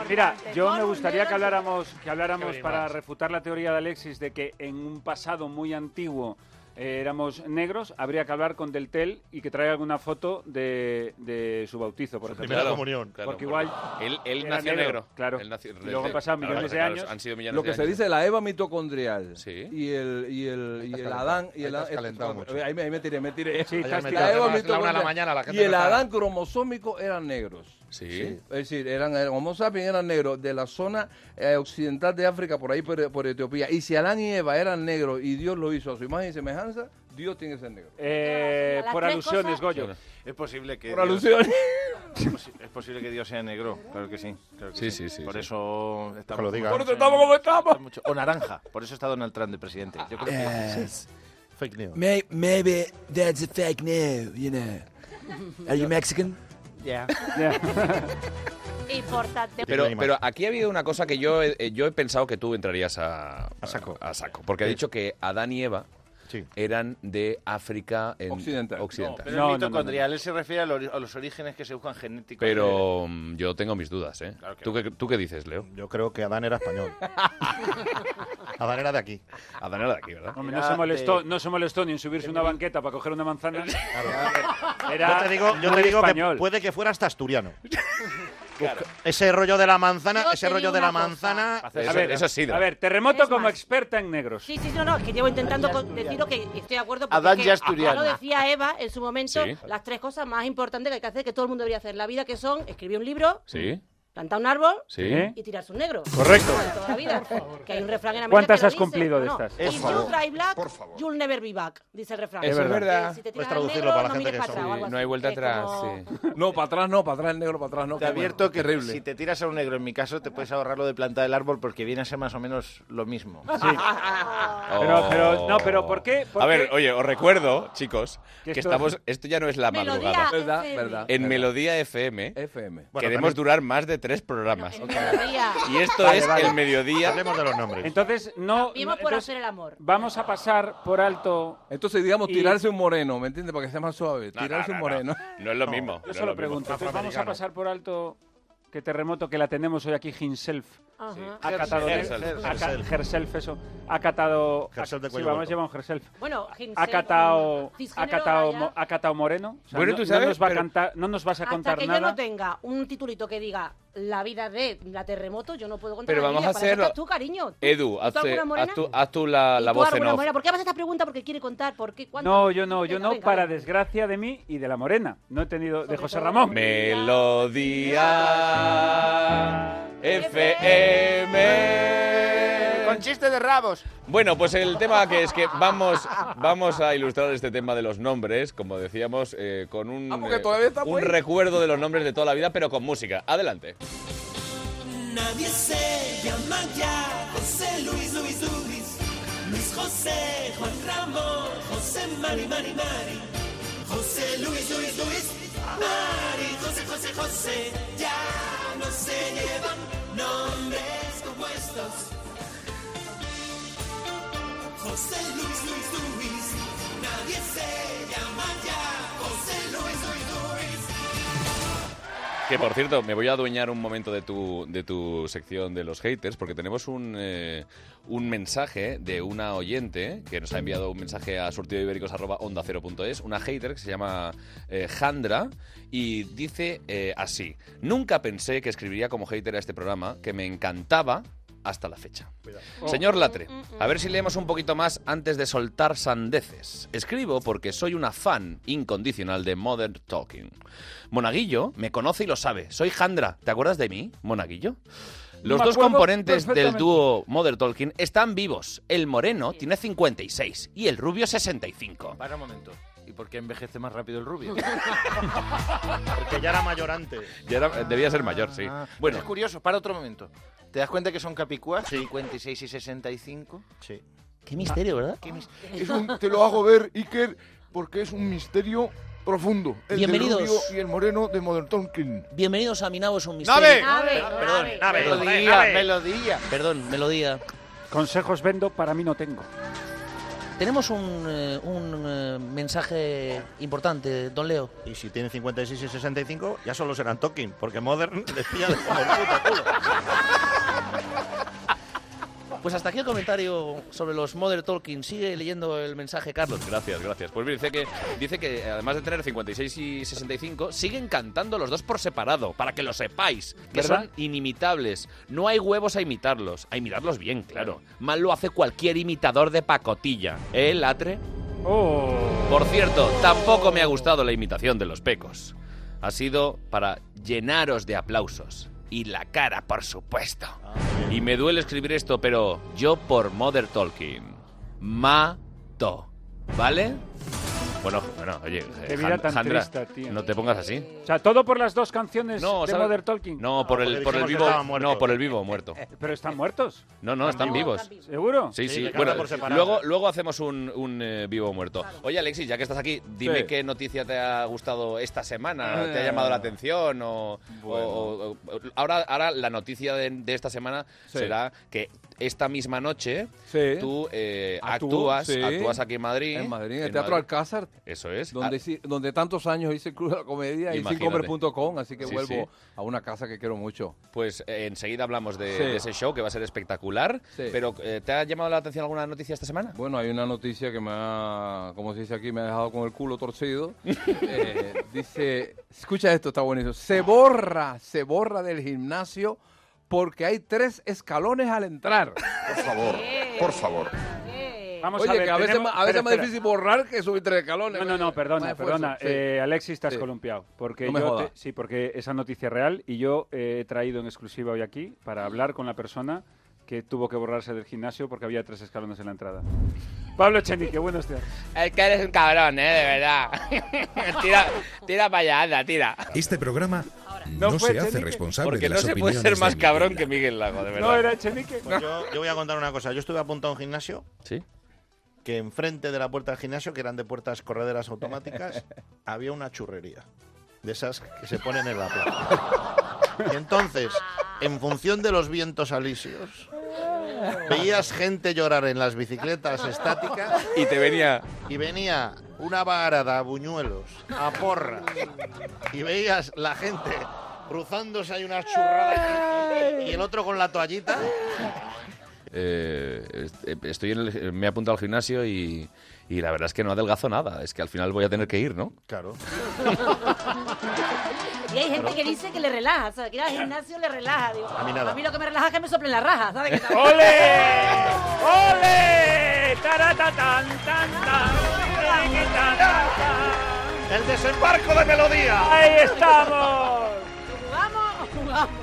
Speaker 10: Mira, yo me
Speaker 4: Con un
Speaker 10: gustaría
Speaker 4: negro
Speaker 10: que habláramos, que habláramos
Speaker 4: Qué
Speaker 10: para
Speaker 4: bribas.
Speaker 10: refutar la teoría de Alexis de que en un pasado muy antiguo eh, éramos negros, habría que hablar con Deltel y que traiga alguna foto de, de su bautizo, por ejemplo.
Speaker 6: primera Claro, comunión. claro,
Speaker 10: porque
Speaker 6: porque
Speaker 10: igual
Speaker 1: él- él
Speaker 10: era
Speaker 1: nació negro,
Speaker 10: Claro.
Speaker 1: él nació-
Speaker 10: y luego han pasado
Speaker 1: claro,
Speaker 10: millones de
Speaker 1: claro,
Speaker 10: años.
Speaker 1: han sido millones
Speaker 4: Lo que
Speaker 1: de
Speaker 4: se
Speaker 1: años.
Speaker 4: dice la Eva mitocondrial.
Speaker 1: Sí.
Speaker 4: Y el, y el, y
Speaker 1: Estás
Speaker 4: el
Speaker 1: calentado.
Speaker 4: Adán. Y el,
Speaker 1: Ahí te has
Speaker 4: eh,
Speaker 1: calentado mucho.
Speaker 4: Ahí me, ahí me tiré, me tiré.
Speaker 1: Sí, Ayer estás me tiré.
Speaker 4: la Eva
Speaker 1: Además, la una de la
Speaker 4: mitocondrial
Speaker 1: mañana, la gente
Speaker 4: y el
Speaker 1: no sabe.
Speaker 4: Adán cromosómico eran negros.
Speaker 1: Sí.
Speaker 4: Es decir, eran, eran- Homo sapiens eran negros de la zona eh, occidental de África, por ahí por, por Etiopía. Y si Adán y Eva eran negros y Dios lo hizo a su imagen y semejanza, Dios tiene que ser negro.
Speaker 10: Eh, por alusiones, Goyo.
Speaker 3: Es posible que.
Speaker 4: Por
Speaker 3: Dios-
Speaker 4: alusiones.
Speaker 3: Es posi- Es posible que Dios sea negro, claro que sí. claro que
Speaker 1: Sí,
Speaker 3: sí.
Speaker 1: sí, sí,
Speaker 3: Por
Speaker 1: sí.
Speaker 3: eso estamos.
Speaker 1: lo diga. Por
Speaker 3: eso
Speaker 1: estamos como
Speaker 3: estamos. mucho. O naranja, por eso está Donald Trump de presidente. Yo creo
Speaker 1: Ah,
Speaker 3: que
Speaker 14: Yes.
Speaker 6: Fake news.
Speaker 14: May, maybe that's a fake news, you know. Are you Mexican?
Speaker 3: Yeah.
Speaker 5: Importante.
Speaker 1: Pero, pero aquí ha habido una cosa que yo he, eh, yo he pensado que tú entrarías a,
Speaker 6: saco.
Speaker 1: a saco, Porque ha dicho que Adán y Eva eran de África en-
Speaker 3: Occidental.
Speaker 1: occidental.
Speaker 3: Pero el mitocondrial él se refiere a, lo- a los orígenes que se buscan genéticos.
Speaker 1: Pero mm, yo tengo mis dudas, ¿eh? ¿Tú, qué, ¿Tú qué dices, Leo?
Speaker 6: Yo creo que Adán era español. Adán era de aquí.
Speaker 1: Adán era de aquí, ¿verdad?
Speaker 10: Hombre, no, se molestó, no se molestó ni en subirse una banqueta para coger una manzana. Era
Speaker 6: yo te digo, yo
Speaker 10: muy
Speaker 6: te digo
Speaker 10: español.
Speaker 6: que puede que fuera hasta asturiano. Ese rollo de la manzana, ese rollo de la manzana.
Speaker 10: a ver, A ver, terremoto como experta en negros.
Speaker 5: Sí, sí, no, no, es que llevo intentando con- deciros que estoy de acuerdo porque
Speaker 10: Adán
Speaker 5: es que,
Speaker 10: ya asturiano.
Speaker 5: ya lo decía Eva en su momento,
Speaker 10: Sí.
Speaker 5: las tres cosas más importantes que hay que hacer, que todo el mundo debería hacer en la vida, que son escribir un libro,
Speaker 1: Sí.
Speaker 5: plantar un árbol
Speaker 1: Sí.
Speaker 5: y tirarse un negro.
Speaker 10: Correcto.
Speaker 5: Eso de toda la vida. Que hay un refrán en América
Speaker 10: ¿Cuántas
Speaker 5: que lo
Speaker 10: has
Speaker 5: dice,
Speaker 10: cumplido de
Speaker 5: no,
Speaker 10: estas?
Speaker 5: If
Speaker 10: Por
Speaker 5: you
Speaker 10: favor.
Speaker 5: try black, you'll never be back, dice el refrán.
Speaker 4: Eso es
Speaker 5: Que
Speaker 4: verdad.
Speaker 5: Si te
Speaker 4: Puedes
Speaker 5: tiras al
Speaker 4: traducirlo
Speaker 5: negro,
Speaker 4: para la
Speaker 5: no
Speaker 4: gente
Speaker 5: mires
Speaker 4: que
Speaker 5: para atrás o algo
Speaker 1: No
Speaker 5: así,
Speaker 1: hay vuelta
Speaker 5: que es
Speaker 1: atrás,
Speaker 5: como-
Speaker 1: sí.
Speaker 4: No, para atrás no, para atrás el negro, para atrás no.
Speaker 3: Te
Speaker 4: qué bueno,
Speaker 3: advierto que
Speaker 4: terrible.
Speaker 3: si te tiras a un negro en mi caso, te puedes ahorrar lo de plantar el árbol porque viene a ser más o menos lo mismo.
Speaker 10: Sí.
Speaker 6: Oh.
Speaker 10: Pero, pero, no, pero ¿por qué? ¿Por
Speaker 1: a
Speaker 10: qué?
Speaker 1: ver, oye, os recuerdo, chicos, que
Speaker 10: Que esto-
Speaker 1: estamos. Esto ya no es la
Speaker 10: Melodía
Speaker 1: madrugada.
Speaker 10: Verdad, FM. verdad,
Speaker 1: En
Speaker 10: verdad.
Speaker 1: Melodía FM.
Speaker 4: FM.
Speaker 1: Queremos durar más de tres programas.
Speaker 5: Melodía.
Speaker 1: Y esto
Speaker 10: Vale,
Speaker 1: es
Speaker 10: vale.
Speaker 1: el mediodía.
Speaker 6: Hablemos de los nombres.
Speaker 10: Entonces, no.
Speaker 5: Vimos por
Speaker 10: entonces
Speaker 5: hacer el amor.
Speaker 10: vamos a pasar por alto.
Speaker 4: Entonces, digamos,
Speaker 10: Y-
Speaker 4: tirarse un moreno, ¿me entiendes? Para que sea más suave. Tirarse
Speaker 1: no,
Speaker 4: un
Speaker 1: no,
Speaker 4: moreno.
Speaker 1: No es lo mismo. no
Speaker 10: Yo
Speaker 1: es
Speaker 10: solo
Speaker 1: lo mismo.
Speaker 10: pregunto. entonces vamos a pasar por alto Qué terremoto que la tenemos hoy aquí, Himself.
Speaker 5: Ajá. Sí.
Speaker 10: Ha catado.
Speaker 5: Herself,
Speaker 10: ha ca-
Speaker 5: Herself.
Speaker 10: Herself, eso. Ha catado.
Speaker 6: Herself de
Speaker 10: sí,
Speaker 6: cuello
Speaker 10: vamos,
Speaker 6: roto.
Speaker 10: lleva un Herself.
Speaker 5: Bueno,
Speaker 10: ha
Speaker 5: Himself,
Speaker 10: catado. Ha
Speaker 5: cisgénero
Speaker 10: catado,
Speaker 5: ahora
Speaker 10: mo- ha catado Moreno. O sea,
Speaker 4: Bueno,
Speaker 10: no,
Speaker 4: tú
Speaker 10: no
Speaker 4: sabes,
Speaker 10: nos va a
Speaker 4: pero-
Speaker 10: cantar, no nos vas a
Speaker 5: Hasta
Speaker 10: contar
Speaker 5: que yo
Speaker 10: nada.
Speaker 5: no tenga un titulito que diga la vida de la terremoto, yo no puedo contar.
Speaker 1: Pero
Speaker 5: la
Speaker 1: vamos
Speaker 5: vida.
Speaker 1: a
Speaker 5: Para eso
Speaker 1: hacerlo.
Speaker 5: estás tú, cariño.
Speaker 1: Edu,
Speaker 5: ¿Tú
Speaker 1: haz,
Speaker 5: alguna morena?
Speaker 1: haz tú, haz tú la,
Speaker 5: ¿Y
Speaker 1: la
Speaker 5: tú
Speaker 1: voz en
Speaker 5: alguna
Speaker 1: off.
Speaker 5: morena? ¿Por qué haces esta pregunta? Porque quiere contar. ¿Por qué? ¿Cuándo?
Speaker 10: No, yo no, yo
Speaker 5: Venga,
Speaker 10: no,
Speaker 5: venga,
Speaker 10: para
Speaker 5: venga.
Speaker 10: desgracia de mí y de la morena. No he tenido. de José Ramón.
Speaker 1: Melodía
Speaker 10: Eh.
Speaker 1: FM.
Speaker 3: Con chiste de rabos.
Speaker 1: Bueno, pues el tema que es que vamos, vamos a ilustrar este tema de los nombres, como decíamos, eh, con un,
Speaker 7: Ah, porque
Speaker 1: eh,
Speaker 7: todavía está
Speaker 1: un
Speaker 7: bueno.
Speaker 1: recuerdo de los nombres de toda la vida, pero con música. Adelante.
Speaker 12: Nadie se llama ya José Luis, Luis, Luis. Luis José, Juan Ramón, José Mari, Mari, Mari. José Luis, Luis, Luis. Mari, José, José, José. Ya no se llevan nombres compuestos. José Luis, Luis, Luis. Nadie se llama ya José Luis, Luis, Luis.
Speaker 1: Que por cierto, me voy a adueñar un momento de tu, de tu sección de los haters, porque tenemos un, eh, un mensaje de una oyente que nos ha enviado un mensaje a surtidoibéricos.onda0.es, una hater que se llama eh, Jandra, y dice eh, así: Nunca pensé que escribiría como hater a este programa, que me encantaba hasta la fecha.
Speaker 12: Oh.
Speaker 1: Señor Latre,
Speaker 12: Mm,
Speaker 1: a ver si leemos un poquito más antes de soltar sandeces. Escribo porque soy una fan incondicional de Modern Talking. Monaguillo me conoce y lo sabe. Soy Jandra. ¿Te acuerdas de mí, Monaguillo? Los
Speaker 10: Me
Speaker 1: dos
Speaker 10: acuerdo
Speaker 1: componentes del
Speaker 10: perfectamente.
Speaker 1: dúo Modern Talking están vivos. El moreno tiene 56 y el rubio 65.
Speaker 3: Para un momento. ¿Y por qué envejece más rápido el rubio?
Speaker 6: Porque ya era Ah. mayorante.
Speaker 1: Ya era- debía ser mayor, sí.
Speaker 3: Bueno.
Speaker 1: Bueno.
Speaker 3: Es curioso, para otro momento. ¿Te das cuenta que son capicúas? 56 y 65.
Speaker 6: Sí.
Speaker 1: Qué
Speaker 3: misterio, ¿verdad?
Speaker 7: Es un- te lo hago ver, Iker, porque es un misterio profundo. El del
Speaker 15: Bienvenidos.
Speaker 7: rubio y el moreno de Modern Tonkin.
Speaker 15: Bienvenidos a Mi Nabo es un misterio.
Speaker 3: ¡Nave!
Speaker 15: Perdón,
Speaker 3: melodía, melodía.
Speaker 15: Perdón, melodía.
Speaker 10: Consejos vendo, para mí no tengo.
Speaker 15: Tenemos un, eh, un, eh, mensaje importante, don Leo.
Speaker 6: Y si tiene 56 y 65, ya solo serán Talking, porque Modern decía como el puto culo.
Speaker 15: Pues hasta aquí el comentario sobre los Modern Talking. Sigue leyendo el mensaje, Carlos.
Speaker 1: Gracias, gracias. Pues dice que, dice que eh, además de tener 56 y 65, siguen cantando los dos por separado, para que lo sepáis, que
Speaker 10: ¿Verdad?
Speaker 1: son inimitables. No hay huevos a imitarlos. A imitarlos bien, claro. Mal lo hace cualquier imitador de pacotilla. ¿Eh, Latre?
Speaker 10: Oh.
Speaker 1: Por cierto, tampoco me ha gustado la imitación de los pecos. Ha sido para llenaros de aplausos. Y la cara, por supuesto.
Speaker 10: Ah,
Speaker 1: Y me duele escribir esto, pero yo por Mother Tolkien. Mato. ¿Vale? Bueno, bueno, oye, eh,
Speaker 10: Qué vida
Speaker 1: Jan-
Speaker 10: tan
Speaker 1: Jandra,
Speaker 10: triste, tío.
Speaker 1: no te pongas así.
Speaker 10: O sea, todo por las dos canciones
Speaker 1: No,
Speaker 10: de
Speaker 1: ¿sabe-
Speaker 10: Mother Talking.
Speaker 1: No, por el,
Speaker 10: porque
Speaker 1: por el
Speaker 10: dijimos que
Speaker 1: vivo.
Speaker 10: estaban muertos.
Speaker 1: No, por el vivo muerto.
Speaker 10: Pero están muertos.
Speaker 1: No, no, están vivos.
Speaker 10: ¿Seguro?
Speaker 1: Sí, sí.
Speaker 10: que
Speaker 1: Bueno,
Speaker 10: cantan por separado.
Speaker 1: luego, luego hacemos un, un, eh, vivo o muerto. Oye, Alexis, ya que estás aquí, dime
Speaker 10: Sí.
Speaker 1: qué noticia te ha gustado esta semana,
Speaker 10: Eh.
Speaker 1: te ha llamado la atención o... o- o- o- ahora, ahora la noticia de, de esta semana
Speaker 4: Sí.
Speaker 1: será que esta misma noche
Speaker 4: Sí.
Speaker 1: tú eh,
Speaker 4: Actúo,
Speaker 1: actúas,
Speaker 4: sí.
Speaker 1: actúas aquí en Madrid.
Speaker 4: En Madrid, en el Teatro
Speaker 1: Madrid.
Speaker 4: Alcázar.
Speaker 1: Eso es.
Speaker 4: Donde,
Speaker 1: Ah.
Speaker 4: sí- donde tantos años hice el Club de la Comedia y
Speaker 1: Imagínate.
Speaker 4: sincomer.com, así que
Speaker 1: Sí,
Speaker 4: vuelvo
Speaker 1: sí.
Speaker 4: a una casa que quiero mucho.
Speaker 1: Pues eh, enseguida hablamos de,
Speaker 4: Sí.
Speaker 1: de ese show que va a ser espectacular.
Speaker 4: Sí.
Speaker 1: Pero eh, ¿te ha llamado la atención alguna noticia esta semana?
Speaker 4: Bueno, hay una noticia que me ha, como se dice aquí, me ha dejado con el culo torcido. Eh, dice, escucha esto, está bonito. Se borra, se borra del gimnasio porque hay tres escalones al entrar.
Speaker 7: Por favor, por favor.
Speaker 10: Vamos
Speaker 4: Oye,
Speaker 10: a ver,
Speaker 4: que a veces,
Speaker 10: tenemos-
Speaker 4: ma- a veces
Speaker 10: espera,
Speaker 4: más
Speaker 10: espera.
Speaker 4: difícil borrar que subir tres escalones.
Speaker 10: No, no, no, perdona,
Speaker 4: ¿eh? Más esfuerzo,
Speaker 10: perdona.
Speaker 4: sí.
Speaker 10: Eh, Alexis, te has
Speaker 4: Sí.
Speaker 10: columpiado. Porque
Speaker 4: No me
Speaker 10: yo
Speaker 4: jodas.
Speaker 10: te- sí, porque esa noticia es real y yo eh, he traído en exclusiva hoy aquí para hablar con la persona que tuvo que borrarse del gimnasio porque había tres escalones en la entrada. Pablo Echenique, buenos días.
Speaker 16: Es que eres un cabrón, ¿eh? De verdad. tira, tira para allá, anda, tira.
Speaker 13: Este programa
Speaker 16: No
Speaker 13: no,
Speaker 16: fue
Speaker 13: se hace
Speaker 16: Echenique.
Speaker 13: responsable
Speaker 1: Porque
Speaker 13: de
Speaker 1: no
Speaker 13: las
Speaker 1: se puede
Speaker 13: opiniones
Speaker 1: ser más
Speaker 13: de Miguel
Speaker 1: cabrón que Miguel Lago, de verdad.
Speaker 10: Echenique.
Speaker 6: Pues yo, yo voy a contar una cosa. Yo estuve apuntado a un gimnasio.
Speaker 1: Sí.
Speaker 6: Que enfrente de la puerta del gimnasio, que eran de puertas correderas automáticas, había una churrería. De esas que se ponen en la plaza. Y entonces, en función de los vientos alisios, veías gente llorar en las bicicletas estáticas.
Speaker 1: Y te venía.
Speaker 6: Y venía una varada a buñuelos, a porra. Y veías la gente cruzándose hay una churrada y el otro con la toallita.
Speaker 1: Eh, est- eh, estoy en el- me he apuntado al gimnasio y, y la verdad es que no adelgazo nada. Es que al final voy a tener que ir, ¿no?
Speaker 6: Claro.
Speaker 5: Y hay gente que dice que le relaja, ¿sabes? Que ir al gimnasio le relaja. Digo,
Speaker 6: A mí nada.
Speaker 5: lo que me relaja es que me soplen la raja, ¿sabes? Que-
Speaker 10: ¡Ole! ¡Ole! ¡Taratatán, tan, tan!
Speaker 6: ¡El desembarco de melodía!
Speaker 10: ¡Ahí estamos!
Speaker 5: ¿Jugamos o jugamos?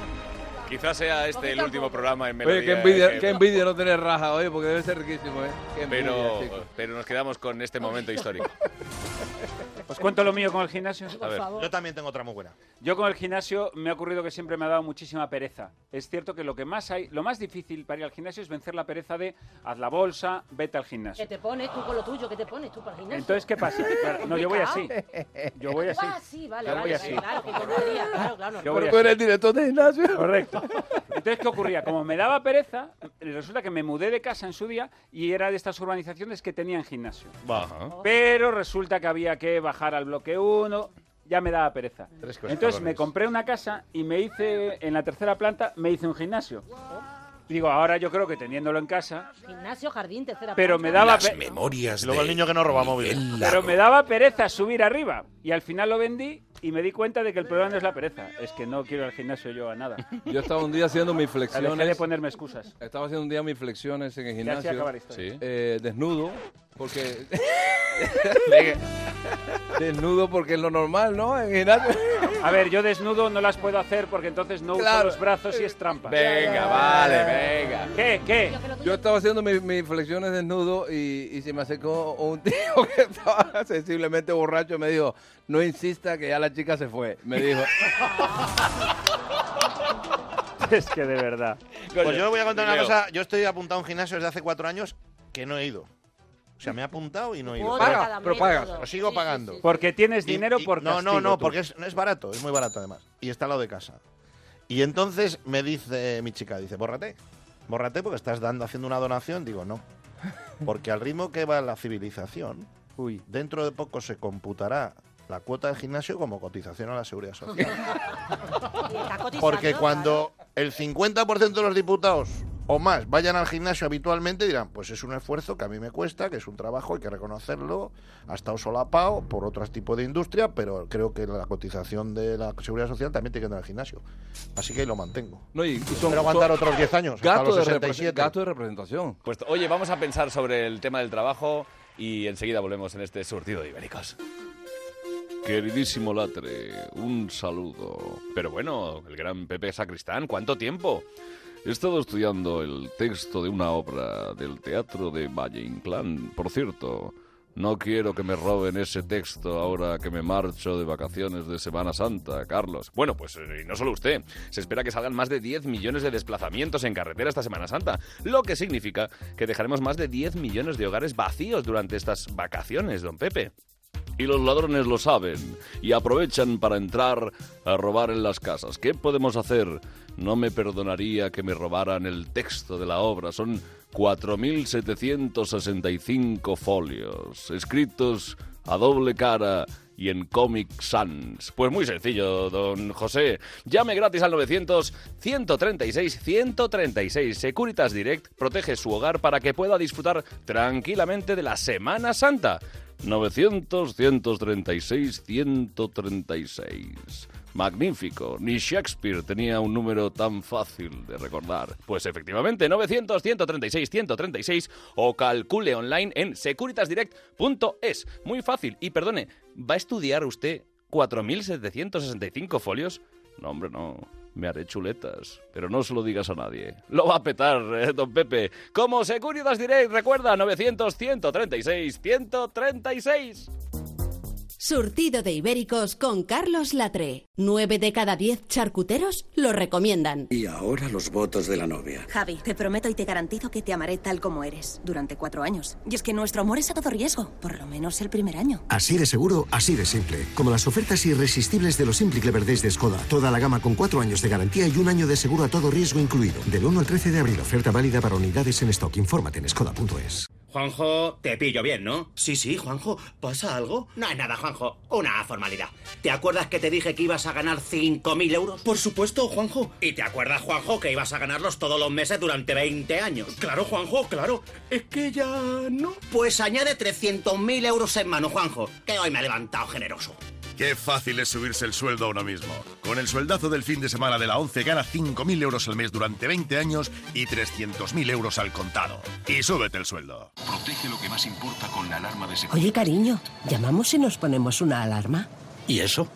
Speaker 1: Quizás sea este el último programa en Melodía. eh,
Speaker 4: Oye, qué envidia,
Speaker 1: FM.
Speaker 4: qué envidia no tener raja, oye, porque debe ser riquísimo, ¿eh? Qué envidia,
Speaker 1: Pero,
Speaker 4: chico.
Speaker 1: pero nos quedamos con este momento histórico.
Speaker 10: Os cuento lo mío con el gimnasio.
Speaker 1: A ver.
Speaker 6: Yo también tengo otra muy buena.
Speaker 10: Yo con el gimnasio me ha ocurrido que siempre me ha dado muchísima pereza. Es cierto que lo que más hay, lo más difícil para ir al gimnasio es vencer la pereza de haz la bolsa, vete al gimnasio.
Speaker 5: ¿Qué te pones tú con lo tuyo? ¿Qué te pones tú para el gimnasio?
Speaker 10: Entonces, ¿qué pasa? Claro, no, yo voy así. Yo voy así.
Speaker 5: Ah, sí, vale,
Speaker 10: Yo
Speaker 5: vale,
Speaker 10: voy
Speaker 5: vale,
Speaker 10: así.
Speaker 5: claro, que yo no haría, claro, claro.
Speaker 10: Yo
Speaker 5: normal.
Speaker 10: voy
Speaker 4: Tú
Speaker 10: así.
Speaker 4: eres director de gimnasio.
Speaker 10: Correcto. Entonces, ¿qué ocurría? Como me daba pereza, resulta que me mudé de casa en su día y era de estas urbanizaciones que tenían gimnasio. Pero resulta que había que bajar al bloque 1, ya me daba pereza. Entonces me compré una casa y me hice, en la tercera planta, me hice un gimnasio. Digo, ahora yo creo que teniéndolo en casa,
Speaker 5: Oh, Gimnasio, jardín, tercera
Speaker 10: pero me
Speaker 5: planta.
Speaker 10: daba...
Speaker 13: Las
Speaker 10: pe-
Speaker 13: memorias
Speaker 6: Luego el
Speaker 13: de
Speaker 6: niño que no roba móviles.
Speaker 13: Miguel
Speaker 10: Pero
Speaker 13: Lago.
Speaker 10: me daba pereza subir arriba y al final lo vendí y me di cuenta de que el problema no es la pereza, es que no quiero ir al gimnasio yo a nada.
Speaker 4: Yo estaba un día haciendo mis
Speaker 10: Dejé de
Speaker 4: flexiones.
Speaker 10: ponerme excusas.
Speaker 4: Estaba haciendo un día mis flexiones en el
Speaker 10: Ya sé
Speaker 4: gimnasio.
Speaker 10: acabar la historia.
Speaker 1: Sí.
Speaker 4: eh, desnudo, porque. desnudo, porque es lo normal, ¿no? En el gimnasio.
Speaker 10: A ver, yo desnudo no las puedo hacer porque entonces no uso
Speaker 4: Claro.
Speaker 10: los brazos y es trampa.
Speaker 1: Venga, vale, venga.
Speaker 10: ¿Qué? ¿Qué?
Speaker 4: Yo estaba haciendo mi- mis flexiones desnudo y, y se me acercó un tío que estaba sensiblemente borracho y me dijo, no insista que ya la chica se fue. Me dijo,
Speaker 10: Es que de verdad.
Speaker 6: Pues yo voy a contar una
Speaker 1: Leo.
Speaker 6: cosa. Yo estoy apuntado a un gimnasio desde hace cuatro años que no he ido. O sea, me he apuntado y no he ido.
Speaker 5: Otra
Speaker 4: Paga,
Speaker 5: cada
Speaker 4: pero
Speaker 5: mes,
Speaker 4: pagas.
Speaker 5: todo.
Speaker 6: Lo sigo
Speaker 5: Sí, sí,
Speaker 6: pagando.
Speaker 5: sí, sí.
Speaker 10: Porque tienes
Speaker 6: Y-
Speaker 10: dinero
Speaker 6: y-
Speaker 10: por
Speaker 6: No,
Speaker 10: castigo,
Speaker 6: no, no,
Speaker 10: tú.
Speaker 6: porque es, no es barato, es muy barato además. Y está al lado de casa. Y entonces me dice mi chica, dice, bórrate, bórrate porque estás dando, haciendo una donación. Digo, no. Porque al ritmo que va la civilización,
Speaker 10: Uy.
Speaker 6: dentro de poco se computará la cuota del gimnasio como cotización a la seguridad social.
Speaker 5: Y está cotizando,
Speaker 6: Porque
Speaker 5: claro.
Speaker 6: cuando el 50% de los diputados o más vayan al gimnasio habitualmente dirán, pues es un esfuerzo que a mí me cuesta, que es un trabajo, hay que reconocerlo, ha estado solapado por otros tipos de industria, pero creo que la cotización de la seguridad social también tiene que entrar al gimnasio. Así que ahí lo mantengo.
Speaker 4: no, y, y son,
Speaker 6: Pero aguantar
Speaker 4: son
Speaker 6: otros 10 años, hasta
Speaker 4: gastos
Speaker 6: los
Speaker 4: de,
Speaker 6: 67.
Speaker 4: repre- gastos de representación.
Speaker 1: Pues oye, vamos a pensar sobre el tema del trabajo y enseguida volvemos en este surtido de ibéricos.
Speaker 8: Queridísimo Latre, un saludo.
Speaker 1: Pero bueno, el gran Pepe Sacristán, ¿cuánto tiempo?
Speaker 8: He estado estudiando el texto de una obra del teatro de Valle Inclán. Por cierto, no quiero que me roben ese texto ahora que me marcho de vacaciones de Semana Santa, Carlos.
Speaker 1: Bueno, pues eh, y no solo usted. Se espera que salgan más de 10 millones de desplazamientos en carretera esta Semana Santa, lo que significa que dejaremos más de 10 millones de hogares vacíos durante estas vacaciones, don Pepe.
Speaker 8: Y los ladrones lo saben y aprovechan para entrar a robar en las casas. ¿Qué podemos hacer? No me perdonaría que me robaran el texto de la obra. Son 4.765 folios, escritos a doble cara y en Comic Sans.
Speaker 1: Pues muy sencillo, don José. Llame gratis al 900 136 136. Securitas Direct protege su hogar para que pueda disfrutar tranquilamente de la Semana Santa.
Speaker 8: 900, 136, 136. Magnífico, ni Shakespeare tenía un número tan fácil de recordar.
Speaker 1: Pues efectivamente, 900 136 136 o calcule online en securitasdirect.es. Muy fácil. Y perdone, ¿va a estudiar usted 4.765 folios?
Speaker 8: No, hombre, no. Me haré chuletas, pero no se lo digas a nadie. Lo va a petar, eh, don Pepe.
Speaker 1: Como Securitas Direct, recuerda, 900 136 136.
Speaker 17: Surtido de ibéricos con Carlos Latre. 9 de cada 10 charcuteros lo recomiendan.
Speaker 18: Y ahora los votos de la novia.
Speaker 19: Javi, te prometo y te garantizo que te amaré tal como eres durante cuatro años. Y es que nuestro amor es a todo riesgo, por lo menos el primer año.
Speaker 20: Así de seguro, así de simple. Como las ofertas irresistibles de los Simply Clever Days de Skoda. Toda la gama con 4 años de garantía y un año de seguro a todo riesgo incluido. Del 1 al 13 de abril, oferta válida para unidades en stock. Infórmate en skoda.es.
Speaker 21: Juanjo, te pillo bien, ¿no? Sí, sí, Juanjo. ¿Pasa algo? No es nada, Juanjo. Una formalidad. ¿Te acuerdas que te dije que ibas a ganar 5.000 euros? Por supuesto, Juanjo. ¿Y te acuerdas, Juanjo, que ibas a ganarlos todos los meses durante 20 años? Claro, Juanjo, claro. Es que ya no. Pues añade 300.000 euros en mano, Juanjo, que hoy me ha levantado generoso.
Speaker 22: Qué fácil es subirse el sueldo a uno mismo. Con el sueldazo del fin de semana de la 11 gana 5.000 euros al mes durante 20 años y 300.000 euros al contado. Y súbete el sueldo.
Speaker 23: Protege lo que más importa con la alarma de
Speaker 24: Oye, cariño, ¿llamamos y nos ponemos una alarma?
Speaker 23: ¿Y eso?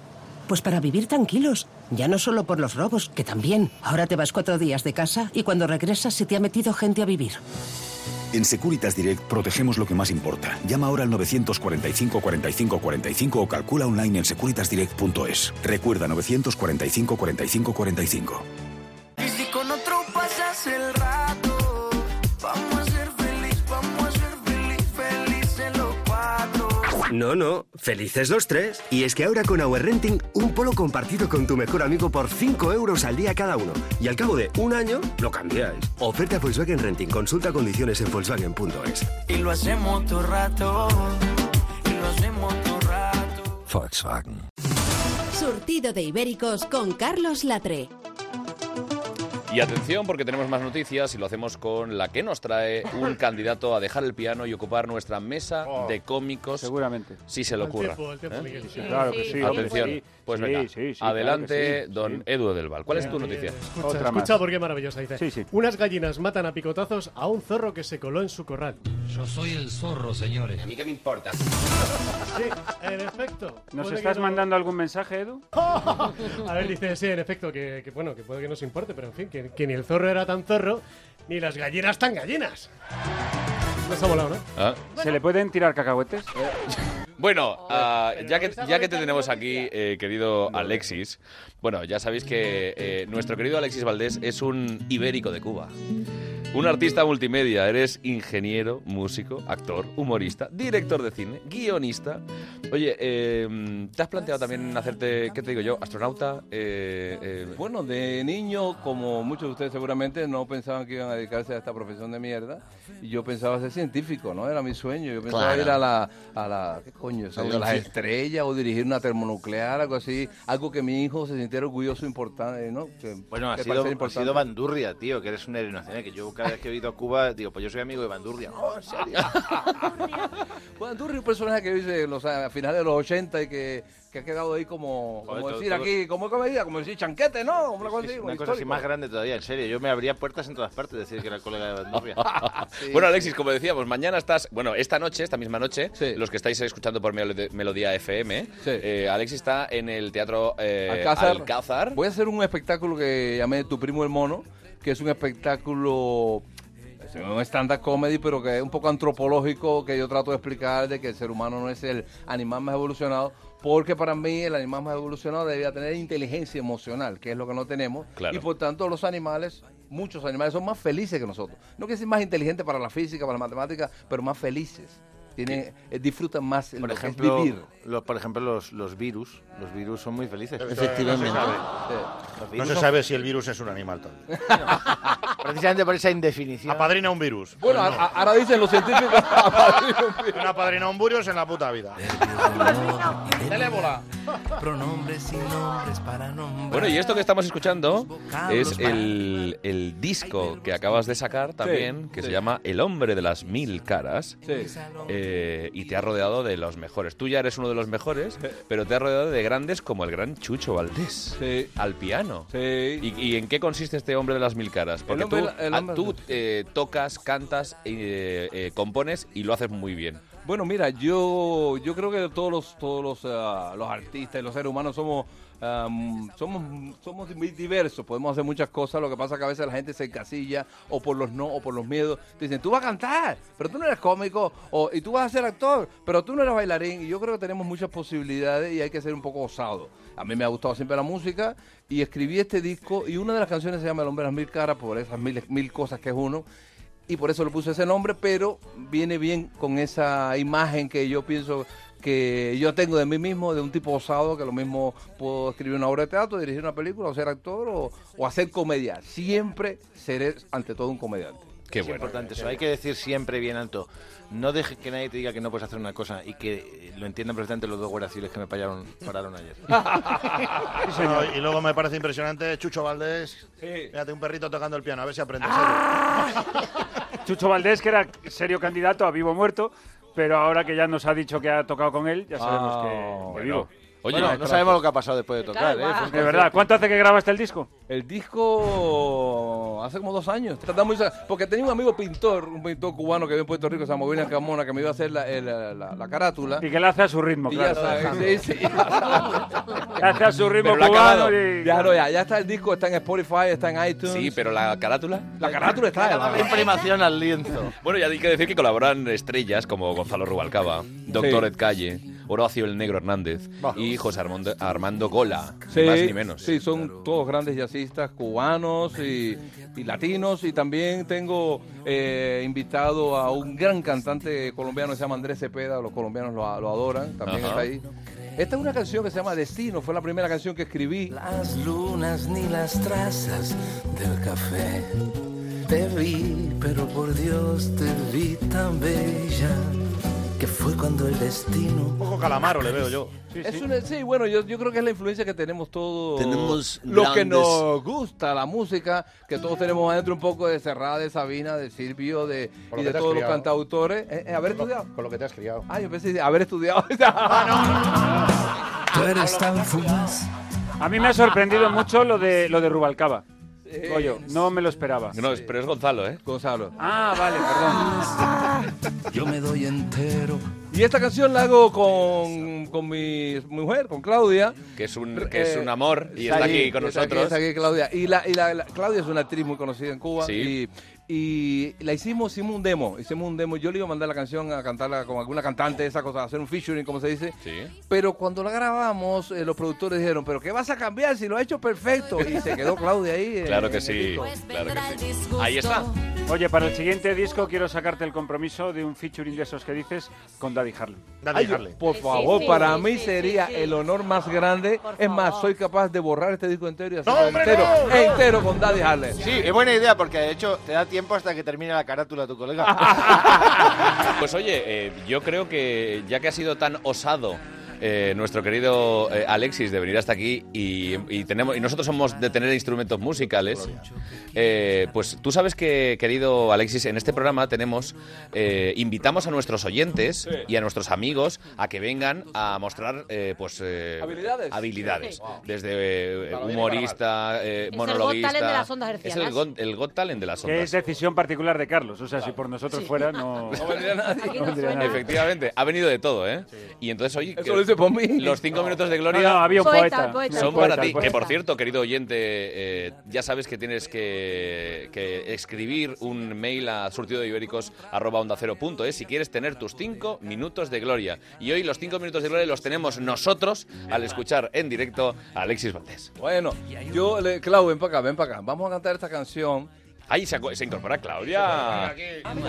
Speaker 24: Pues para vivir tranquilos. Ya no solo por los robos, que también. Ahora te vas cuatro días de casa y cuando regresas se te ha metido gente a vivir.
Speaker 25: En Securitas Direct protegemos lo que más importa. Llama ahora al 945 45 45 o calcula online en securitasdirect.es. Recuerda 945 45 45.
Speaker 12: Y si con otro pasas el rato, vamos a ser feliz, vamos a ser feliz, felices los cuatro.
Speaker 26: No, no, felices los tres. Y es que ahora con Our Renting, un polo compartido con tu mejor amigo por 5 euros al día cada uno. Y al cabo de un año, lo cambiáis. Oferta Volkswagen Renting. Consulta condiciones en Volkswagen.es.
Speaker 12: Y lo hacemos todo el rato, y lo hacemos todo el rato.
Speaker 26: Volkswagen.
Speaker 17: Surtido de Ibéricos con Carlos Latre.
Speaker 1: Y atención porque tenemos más noticias y lo hacemos con la que nos trae un candidato a dejar el piano y ocupar nuestra mesa de cómicos. Seguramente. Si se le
Speaker 10: Al
Speaker 1: ocurra.
Speaker 10: tiempo, al tiempo, Miguel. Oh, Sí,
Speaker 1: Claro que
Speaker 10: sí,
Speaker 1: sí.
Speaker 10: hombre,
Speaker 1: Atenval.
Speaker 10: sí.
Speaker 1: Pues
Speaker 10: Sí,
Speaker 1: venga,
Speaker 10: sí, sí,
Speaker 1: adelante
Speaker 10: claro que sí,
Speaker 1: don
Speaker 10: sí.
Speaker 1: Edu Delval. ¿Cuál es tu
Speaker 10: Bien,
Speaker 1: noticia?
Speaker 10: bien.
Speaker 21: Escucha, escucha porque maravillosa, dice.
Speaker 10: Sí, sí.
Speaker 21: Unas gallinas matan a picotazos a un zorro que se coló en su corral.
Speaker 10: Yo soy el zorro, señores. ¿A mí qué me importa?
Speaker 21: Sí, en efecto.
Speaker 10: ¿Nos
Speaker 21: Puede
Speaker 10: estás
Speaker 21: que no-
Speaker 10: mandando algún mensaje, Edu?
Speaker 21: A ver, dice, sí, en efecto, que, que, bueno, que puede que nos importe, pero en fin, que, que ni el zorro era tan zorro, ni las gallinas tan gallinas. Nos ha volado, ¿no?
Speaker 3: Ah.
Speaker 10: ¿Se le pueden tirar cacahuetes?
Speaker 1: Bueno, ah, ya, que, ya que te tenemos aquí, eh, querido Alexis, bueno, ya sabéis que eh, nuestro querido Alexis Valdés es un ibérico de Cuba. Un artista multimedia, eres ingeniero, músico, actor, humorista, director de cine, guionista. Oye, eh, ¿te has planteado también hacerte, qué te digo yo, astronauta? Eh, eh,
Speaker 4: Bueno, de niño, como muchos de ustedes seguramente, no pensaban que iban a dedicarse a esta profesión de mierda. Y yo pensaba ser científico, ¿no? Era mi sueño. Yo pensaba
Speaker 8: Claro.
Speaker 4: ir a la, a la, ¿qué coño? es?
Speaker 8: A
Speaker 4: A
Speaker 8: la
Speaker 4: las
Speaker 8: infi-
Speaker 4: estrellas o dirigir una termonuclear, algo así. Algo que mi hijo se sintiera orgulloso, importante, ¿no? Que-
Speaker 3: Bueno, ha
Speaker 4: que
Speaker 3: sido,
Speaker 4: pareciera
Speaker 3: ha
Speaker 4: importante.
Speaker 3: sido Bandurria, tío, que eres una nacional que yo cada vez que he ido a Cuba digo, pues yo soy amigo de Bandurria. No, en serio.
Speaker 4: Bueno, tú eres un personaje que dice los, a finales de los 80 y que, que ha quedado ahí como, como
Speaker 3: todo-
Speaker 4: decir
Speaker 3: todo-
Speaker 4: aquí, como comedia, como decir chanquete, ¿no? Como Una cosa así,
Speaker 3: Es
Speaker 4: como
Speaker 3: una cosa así
Speaker 4: histórico.
Speaker 3: más grande todavía, en serio. Yo me abría puertas en todas partes decir que era colega de Bandurria.
Speaker 1: Bueno, Alexis, como decíamos, mañana estás, bueno, esta noche, esta misma noche, los que estáis escuchando por Melo- Melodía FM, eh, Alexis está en el Teatro eh,
Speaker 4: Alcázar.
Speaker 1: Alcázar.
Speaker 4: Voy a hacer un espectáculo que llamé Tu Primo el Mono, que es un espectáculo, es un stand-up comedy, pero que es un poco antropológico, que yo trato de explicar de que el ser humano no es el animal más evolucionado, porque para mí el animal más evolucionado debía tener inteligencia emocional, que es lo que no tenemos,
Speaker 1: Claro.
Speaker 4: y por tanto los animales... Muchos animales son más felices que nosotros. No que sean más inteligentes para la física, para la matemática, pero más felices. Tienen, eh, disfrutan más
Speaker 3: Por
Speaker 4: lo que es
Speaker 3: ejemplo,
Speaker 4: vivir.
Speaker 3: los, por ejemplo los, los virus. Los virus son muy felices.
Speaker 6: Efectivamente.
Speaker 3: No se sabe.
Speaker 6: Sí.
Speaker 3: Los
Speaker 6: No
Speaker 3: virus
Speaker 6: se
Speaker 3: son-
Speaker 6: sabe si el virus es un animal también.
Speaker 3: Precisamente por esa indefinición.
Speaker 6: Apadrina un virus.
Speaker 4: Bueno,
Speaker 6: Pues no.
Speaker 4: a- a- ahora dicen los científicos. apadrina un virus.
Speaker 6: Una apadrina un virus en la puta vida.
Speaker 12: Pronombres y nombres para nombrar.
Speaker 1: Bueno, y esto que estamos escuchando es el, el disco que acabas de sacar también, que
Speaker 12: sí.
Speaker 1: se llama El hombre de las mil caras.
Speaker 12: Sí.
Speaker 1: Eh, y te ha rodeado de los mejores. Tú ya eres uno de los mejores, pero te ha rodeado de grandes como el gran Chucho Valdés. Al piano. ¿Y, y en qué consiste este hombre de las mil caras? Porque
Speaker 4: hombre
Speaker 1: tú,
Speaker 4: de la- el
Speaker 1: ah,
Speaker 4: hombre-
Speaker 1: tú, eh, tocas, cantas, eh, eh, compones y lo haces muy bien.
Speaker 4: Bueno, mira, yo, yo creo que todos los, todos los, ah, los artistas y los seres humanos somos, ah, mm, somos, somos muy diversos, podemos hacer muchas cosas, lo que pasa es que a veces la gente se encasilla o por los no o por los miedos. Te dicen, tú vas a cantar, pero tú no eres cómico, o, y tú vas a ser actor, pero tú no eres bailarín. Y yo creo que tenemos muchas posibilidades y hay que ser un poco osado. A mí me ha gustado siempre la música y escribí este disco y una de las canciones se llama El hombre de las mil caras por esas mil, mil cosas que es uno y por eso le puse ese nombre, pero viene bien con esa imagen que yo pienso que yo tengo de mí mismo, de un tipo osado, que lo mismo puedo escribir una obra de teatro, dirigir una película, o ser actor, o, o hacer comedia. Siempre seré, ante todo, un comediante.
Speaker 2: Qué
Speaker 3: es
Speaker 2: bueno.
Speaker 3: importante eso. Hay que decir siempre bien alto. No dejes que nadie te diga que no puedes hacer una cosa y que eh, lo entiendan perfectamente los dos guardias civiles que me pararon, pararon ayer.
Speaker 6: No, y luego me parece impresionante Chucho Valdés. Fíjate, un perrito tocando el piano, a ver si aprende. en serio.
Speaker 1: Ah.
Speaker 10: Chucho Valdés, que era serio candidato a vivo o muerto, pero ahora que ya nos ha dicho que ha tocado con él, ya sabemos
Speaker 3: Ah,
Speaker 10: que, que
Speaker 3: bueno.
Speaker 10: vivo.
Speaker 3: Oye, Bueno, no sabemos lo que ha pasado después de tocar, ¿eh? Fue un
Speaker 10: De verdad,
Speaker 3: concierto.
Speaker 10: ¿cuánto hace que grabaste el disco?
Speaker 4: El disco hace como dos años. Tardamos mucho- porque tenía un amigo pintor, un pintor cubano que vive en Puerto Rico, San Movina Camona, que me iba a hacer la, el- la- la- la carátula.
Speaker 10: Y que la hace a su ritmo,
Speaker 4: Y
Speaker 10: claro.
Speaker 4: ya sabes, sí, sí.
Speaker 10: hace a su ritmo
Speaker 4: Pero lo ha
Speaker 10: cubano
Speaker 4: acabado.
Speaker 10: y-
Speaker 4: Ya, no, ya, ya está el disco, está en Spotify, está en iTunes.
Speaker 1: Sí, pero la carátula.
Speaker 4: La carátula está. la-
Speaker 3: Imprimación al lienzo.
Speaker 1: Bueno, ya hay que decir que colaboran estrellas como Gonzalo Rubalcaba, Doctor Ed Calle, Horacio el Negro Hernández y José Armando, Armando Gola,
Speaker 4: Sí,
Speaker 1: ni más ni menos.
Speaker 4: Sí, son todos grandes jazzistas cubanos y, y latinos. Y también tengo eh, invitado a un gran cantante colombiano que se llama Andrés Cepeda. Los colombianos lo, a- lo adoran. También
Speaker 7: Ajá.
Speaker 4: está ahí. Esta es una canción que se llama Destino. Fue la primera canción que escribí.
Speaker 7: Las lunas ni las trazas del café. Te vi, pero por Dios te vi tan bella que fue cuando el destino. Un
Speaker 6: poco calamaro le veo yo.
Speaker 4: Es una- sí, bueno, yo, yo creo que es la influencia que tenemos todos.
Speaker 8: Tenemos
Speaker 4: los que
Speaker 8: grandes-
Speaker 4: nos gusta la música, que todos tenemos adentro un poco de Serrat, de Sabina, de Silvio, de,
Speaker 2: Con lo
Speaker 4: y
Speaker 2: que
Speaker 4: de
Speaker 2: te has
Speaker 4: todos los
Speaker 2: criado.
Speaker 4: cantautores. Eh, eh, haber estudiado.
Speaker 2: Con lo que te has criado.
Speaker 4: Ah, yo pensé haber estudiado.
Speaker 10: Tú eres tan A mí me ha sorprendido mucho lo de, lo de Rubalcaba. Coño, no me lo esperaba.
Speaker 1: No, es- pero es Gonzalo, ¿eh?
Speaker 4: Gonzalo.
Speaker 10: Ah, vale, perdón.
Speaker 7: Yo me doy entero.
Speaker 4: Y esta canción la hago con, con mi mujer, con Claudia.
Speaker 1: Que es un,
Speaker 4: Eh,
Speaker 1: que es un amor y está
Speaker 4: allí,
Speaker 1: aquí con
Speaker 4: está aquí,
Speaker 1: nosotros.
Speaker 4: está aquí Claudia. Y, la, y la- la- Claudia es una actriz muy conocida en Cuba. Y,
Speaker 1: Sí.
Speaker 4: y la hicimos, hicimos un demo. Hicimos un demo. Yo le iba a mandar la canción a cantarla con alguna cantante, esa cosa, hacer un featuring, como se dice. Pero cuando la grabamos, eh, los productores dijeron, pero ¿qué vas a cambiar si lo has hecho perfecto? Y se quedó Claudia ahí. eh,
Speaker 1: Claro que
Speaker 4: en el
Speaker 1: sí,
Speaker 4: disco.
Speaker 1: claro que sí. Ahí está.
Speaker 10: Oye, para el siguiente disco quiero sacarte el compromiso de un featuring de esos que dices con Daddy Harley.
Speaker 4: Ay, yo- por favor, para mí sería el honor más grande. es más, soy capaz de borrar este disco entero y hacerlo
Speaker 3: hombre,
Speaker 4: entero,
Speaker 3: no, no.
Speaker 4: entero con Daddy Harley.
Speaker 3: Sí, es buena idea porque de hecho te da tiempo hasta que termine la carátula tu colega.
Speaker 1: Pues oye, eh, yo creo que ya que ha sido tan osado eh, nuestro querido eh, Alexis de venir hasta aquí y, y tenemos y nosotros somos de tener instrumentos musicales, eh, pues tú sabes que querido Alexis en este programa tenemos eh, invitamos a nuestros oyentes y a nuestros amigos a que vengan a mostrar eh, pues eh,
Speaker 4: Habilidades.
Speaker 1: habilidades.
Speaker 4: Sí. Wow.
Speaker 1: desde eh,
Speaker 4: Para bien y para
Speaker 1: humorista, eh,
Speaker 10: el Got Talent
Speaker 1: monologuista,
Speaker 10: de las ondas
Speaker 1: es el
Speaker 10: hercianas.
Speaker 1: Got, el Got Talent de las ondas.
Speaker 10: Que es decisión particular de Carlos. O sea, si por nosotros fuera, no.
Speaker 4: No vendría nadie. Aquí no
Speaker 10: vendría
Speaker 4: suena.
Speaker 10: nadie.
Speaker 1: Efectivamente, ha venido de todo, ¿eh? Y entonces hoy
Speaker 4: Eso lo dice por mí.
Speaker 1: los cinco minutos de gloria
Speaker 10: No, no, había un Poeta, poeta. poeta.
Speaker 1: son
Speaker 10: Un poeta,
Speaker 1: para ti.
Speaker 10: un poeta.
Speaker 1: Que por cierto, querido oyente, eh, ya sabes que tienes que, que escribir un mail a surtido de ibéricos si quieres tener tus cinco minutos de gloria. Y hoy los cinco minutos de gloria los tenemos nosotros al escuchar en directo a Alexis Valdés.
Speaker 4: Bueno, yo, le, Clau, ven para acá, ven para acá. Vamos a cantar esta canción.
Speaker 1: Ahí se, acu- se incorpora Claudia.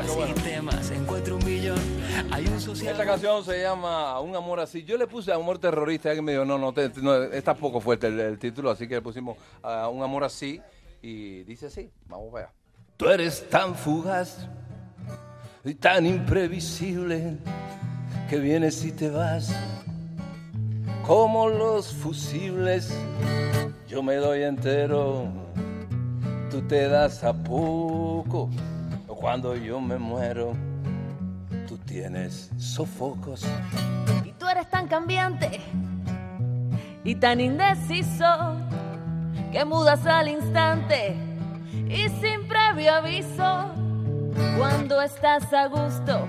Speaker 7: Sistemas, encuentro un millón. Hay un social.
Speaker 4: Esta canción se llama Un amor así. Yo le puse Amor terrorista y alguien me dijo, no, no, te- no, está poco fuerte el, el título, así que le pusimos ah, Un amor así y dice así. Vamos para allá. Tú eres tan fugaz y tan imprevisible que vienes y te vas como los fusibles. Yo me doy entero, tú te das a poco. Cuando yo me muero, tú tienes sofocos.
Speaker 9: Y tú eres tan cambiante y tan indeciso que mudas al instante y sin previo aviso. Cuando estás a gusto,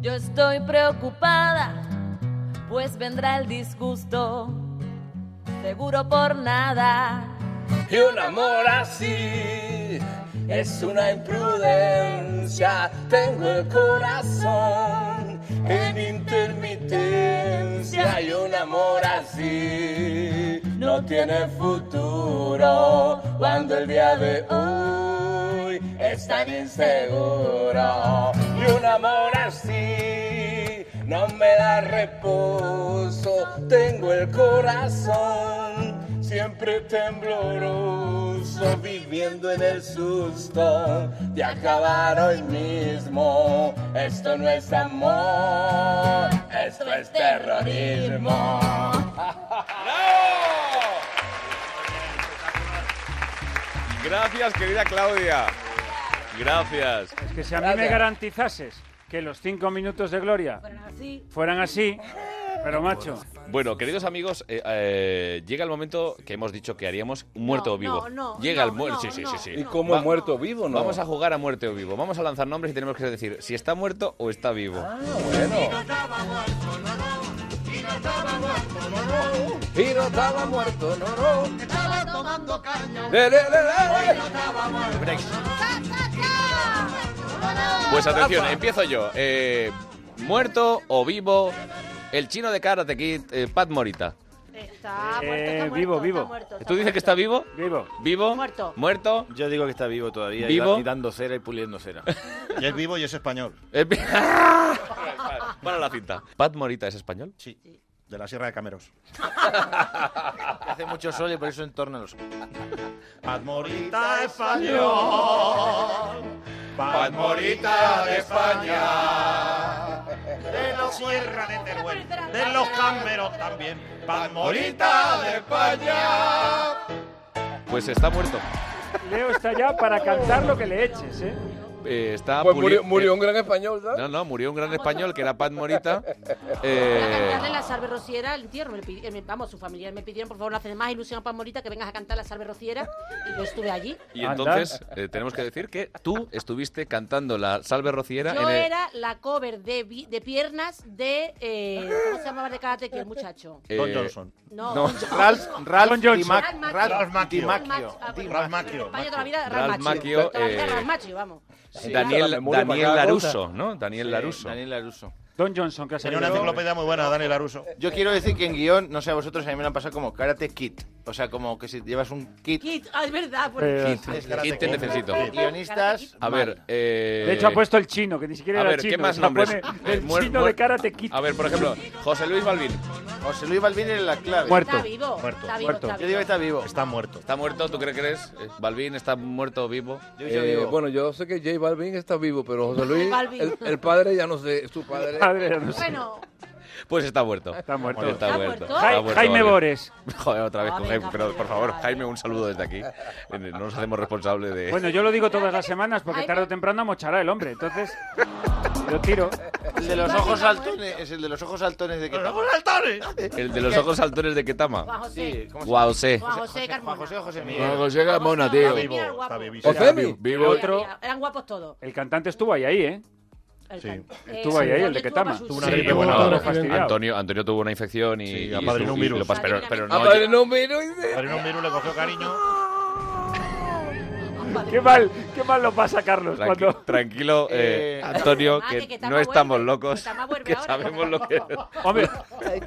Speaker 9: yo estoy preocupada, pues vendrá el disgusto, seguro por nada.
Speaker 4: Y un amor así es una imprudencia. Tengo el corazón en intermitencia. Y un amor así no tiene futuro. Cuando el día de hoy es tan inseguro. Y un amor así no me da reposo. Tengo el corazón.
Speaker 2: siempre tembloroso, viviendo en el susto de acabar hoy mismo. Esto no es amor, esto es terrorismo.
Speaker 1: Gracias, querida Claudia. Gracias.
Speaker 10: Es que si a mí me
Speaker 1: Gracias.
Speaker 10: garantizases que los cinco minutos de gloria
Speaker 5: así.
Speaker 10: fueran así, pero macho.
Speaker 1: Bueno, queridos amigos, eh, eh, llega el momento que hemos dicho que haríamos un muerto
Speaker 10: No,
Speaker 1: o vivo.
Speaker 10: no, no,
Speaker 1: llega
Speaker 10: no,
Speaker 1: el muerto. sí,
Speaker 10: no,
Speaker 1: sí,
Speaker 10: no,
Speaker 1: sí, sí.
Speaker 4: ¿Y cómo
Speaker 1: Va-
Speaker 4: muerto o vivo, no?
Speaker 1: Vamos a jugar a muerte o vivo. Vamos a lanzar nombres y tenemos que decir si está muerto o está vivo.
Speaker 4: Y
Speaker 1: Pues
Speaker 4: no estaba muerto, no, no.
Speaker 12: Estaba tomando caña.
Speaker 4: Le, le, le, le, le.
Speaker 1: Pues atención,
Speaker 12: Rafa.
Speaker 1: empiezo yo. Eh, muerto o vivo, el chino de Karate Kid, eh, Pat Morita.
Speaker 5: Está Ah, muerto, está
Speaker 10: Eh,
Speaker 5: muerto,
Speaker 10: vivo,
Speaker 5: está
Speaker 10: vivo.
Speaker 5: muerto, está
Speaker 1: ¿Tú dices que está vivo?
Speaker 10: Vivo.
Speaker 1: ¿Vivo?
Speaker 5: Muerto.
Speaker 1: ¿Muerto?
Speaker 3: Yo digo que está vivo todavía. y
Speaker 1: ¿Vivo?
Speaker 3: da- Y dando cera y puliendo cera.
Speaker 6: Y es vivo y es español.
Speaker 1: Para la cinta. ¿Pat Morita es español?
Speaker 6: Sí. De la Sierra de Cameros.
Speaker 3: Hace mucho sol y por eso entorna los.
Speaker 6: Pat Morita.
Speaker 12: Está español,
Speaker 6: Pat
Speaker 12: morita de
Speaker 5: Ah,
Speaker 12: España, de la sierra de Teruel, de los cámeros también. Pan morita de España.
Speaker 1: Pues está muerto.
Speaker 10: Leo está ya para cantar lo que le eches, ¿eh?
Speaker 1: Eh, está
Speaker 4: Pues
Speaker 1: puli-
Speaker 4: murió, murió
Speaker 1: eh,
Speaker 4: un gran español, ¿sabes?
Speaker 1: No, no, murió un gran español que era Pat Morita.
Speaker 5: Para
Speaker 1: Eh,
Speaker 5: cantarle la salve rociera al entierro. Me pidi- eh, me- vamos, sus familiares me pidieron, por favor, no haces más ilusión a Pan Morita que vengas a cantar la salve rociera. Y yo estuve allí.
Speaker 1: y entonces eh, tenemos que decir que tú estuviste cantando la Salve Rociera
Speaker 5: Yo
Speaker 1: en el-
Speaker 5: era la cover de, vi- de piernas de. eh, ¿Cómo se llamaba de karate que el muchacho?
Speaker 1: eh,
Speaker 6: Don Johnson.
Speaker 1: no.
Speaker 5: No, Don Johnson.
Speaker 3: Ralph, Ralph,
Speaker 5: Don Johnson.
Speaker 3: Dimac-
Speaker 5: Ralph Macchio.
Speaker 3: Ralph
Speaker 5: Ralph
Speaker 3: Dimacchio.
Speaker 5: Macchio. Ah, bueno,
Speaker 3: Dimacchio.
Speaker 5: En España toda la vida,
Speaker 1: Macchio.
Speaker 5: Ralph Macchio.
Speaker 1: Ralph Macchio,
Speaker 5: Toda la vida,
Speaker 1: eh,
Speaker 5: Ralph Macchio, vamos.
Speaker 1: Sí,
Speaker 5: Claro.
Speaker 1: Daniel,
Speaker 4: la memoria
Speaker 1: Daniel
Speaker 4: para cada
Speaker 1: Laruso,
Speaker 4: cosa.
Speaker 1: ¿no? Daniel
Speaker 3: Sí,
Speaker 1: Laruso.
Speaker 3: Daniel Laruso.
Speaker 10: Don Johnson, que ha
Speaker 6: Tenía
Speaker 10: salido.
Speaker 6: una enciclopedia muy buena, Dani Laruso.
Speaker 3: Yo quiero decir que en guión, no sé a vosotros, a mí me lo han pasado como karate kit. O sea, como que si llevas un kit.
Speaker 5: Kit, ah, es verdad. por-
Speaker 10: Eh,
Speaker 5: Kit.
Speaker 3: es
Speaker 1: Kit te necesito.
Speaker 3: Guionistas.
Speaker 1: A ver, eh,
Speaker 10: De hecho, ha puesto el chino, que ni siquiera
Speaker 1: a
Speaker 10: era
Speaker 1: ver,
Speaker 10: chino.
Speaker 1: ¿qué más
Speaker 10: o sea,
Speaker 1: nombres?
Speaker 10: pone
Speaker 1: Eh,
Speaker 10: El
Speaker 1: muer-
Speaker 10: chino
Speaker 1: muer-
Speaker 10: de Karate Kid.
Speaker 1: A ver, por ejemplo, José Luis Balvin.
Speaker 3: José Luis Balvin es la clave.
Speaker 10: Muerto.
Speaker 5: Está vivo.
Speaker 6: Muerto,
Speaker 5: Está vivo,
Speaker 10: muerto.
Speaker 5: está
Speaker 3: Yo
Speaker 5: vivo.
Speaker 3: digo que está vivo.
Speaker 6: Está muerto.
Speaker 1: ¿Está muerto? ¿Tú crees que eres? Eh, ¿Balvin está muerto o vivo?
Speaker 3: Yo
Speaker 4: Eh,
Speaker 3: yo digo.
Speaker 4: bueno, yo sé que J Balvin está vivo, pero José Luis,
Speaker 5: Balvin.
Speaker 4: el, el padre ya no sé, su padre.
Speaker 10: Padre, ya no sé.
Speaker 5: Bueno,
Speaker 1: Pues está muerto.
Speaker 10: Está muerto.
Speaker 1: Está
Speaker 5: ¿Está
Speaker 1: muerto.
Speaker 5: muerto?
Speaker 1: Está
Speaker 10: Ja-
Speaker 1: muerto,
Speaker 10: Jaime
Speaker 1: Balvin.
Speaker 10: Bores.
Speaker 1: Joder, otra vez.
Speaker 5: Ah,
Speaker 1: con
Speaker 5: venga,
Speaker 1: Jaime, pero, por
Speaker 5: Jaime,
Speaker 1: favor,
Speaker 5: vale.
Speaker 1: Jaime, un saludo desde aquí. Eh, No nos hacemos responsables de...
Speaker 10: Bueno, yo lo digo todas las semanas porque tarde o temprano mochará el hombre. Entonces, lo tiro.
Speaker 3: El de los ojos saltones. Es el de los ojos saltones de que.
Speaker 1: El de los ojos saltones de Ketama.
Speaker 5: Juan José.
Speaker 3: ¿Cómo se
Speaker 1: Guau, sé.
Speaker 5: Juan José Carmona.
Speaker 3: José o José Miguel.
Speaker 5: Juan
Speaker 11: José Carmona, tío.
Speaker 5: José
Speaker 6: Está
Speaker 5: Miguel
Speaker 6: vivo,
Speaker 5: era guapo.
Speaker 6: está vivísimo.
Speaker 4: José Luis.
Speaker 10: Vivo otro.
Speaker 5: Mira, Eran guapos todos.
Speaker 10: El cantante estuvo ahí, ahí, ¿eh?
Speaker 5: El
Speaker 6: Sí.
Speaker 5: can- eh,
Speaker 10: Estuvo ahí, ahí, el de
Speaker 5: Jordi
Speaker 10: Ketama.
Speaker 5: Tuba,
Speaker 6: Tuvo una
Speaker 5: Jesús.
Speaker 6: gripe
Speaker 1: Sí, bueno,
Speaker 6: buena,
Speaker 10: todo fastidiado.
Speaker 1: Antonio, Antonio tuvo una infección y,
Speaker 6: Sí,
Speaker 1: y-
Speaker 6: apadrinó un
Speaker 1: y- y
Speaker 6: virus.
Speaker 1: lo pasó, pero, pero no,
Speaker 4: Padre, no, miro,
Speaker 6: Padrino un virus le cogió cariño.
Speaker 10: Qué mal, qué mal lo pasa, Carlos.
Speaker 1: Tranqui-
Speaker 10: Cuando...
Speaker 1: tranquilo, eh,
Speaker 3: Eh,
Speaker 1: Antonio,
Speaker 5: Ah,
Speaker 1: que,
Speaker 5: que Ketama
Speaker 1: no estamos
Speaker 5: vuelve,
Speaker 1: locos,
Speaker 5: Ketama vuelve
Speaker 1: que
Speaker 5: ahora,
Speaker 1: sabemos
Speaker 5: Ketama
Speaker 1: lo que...
Speaker 10: Hombre,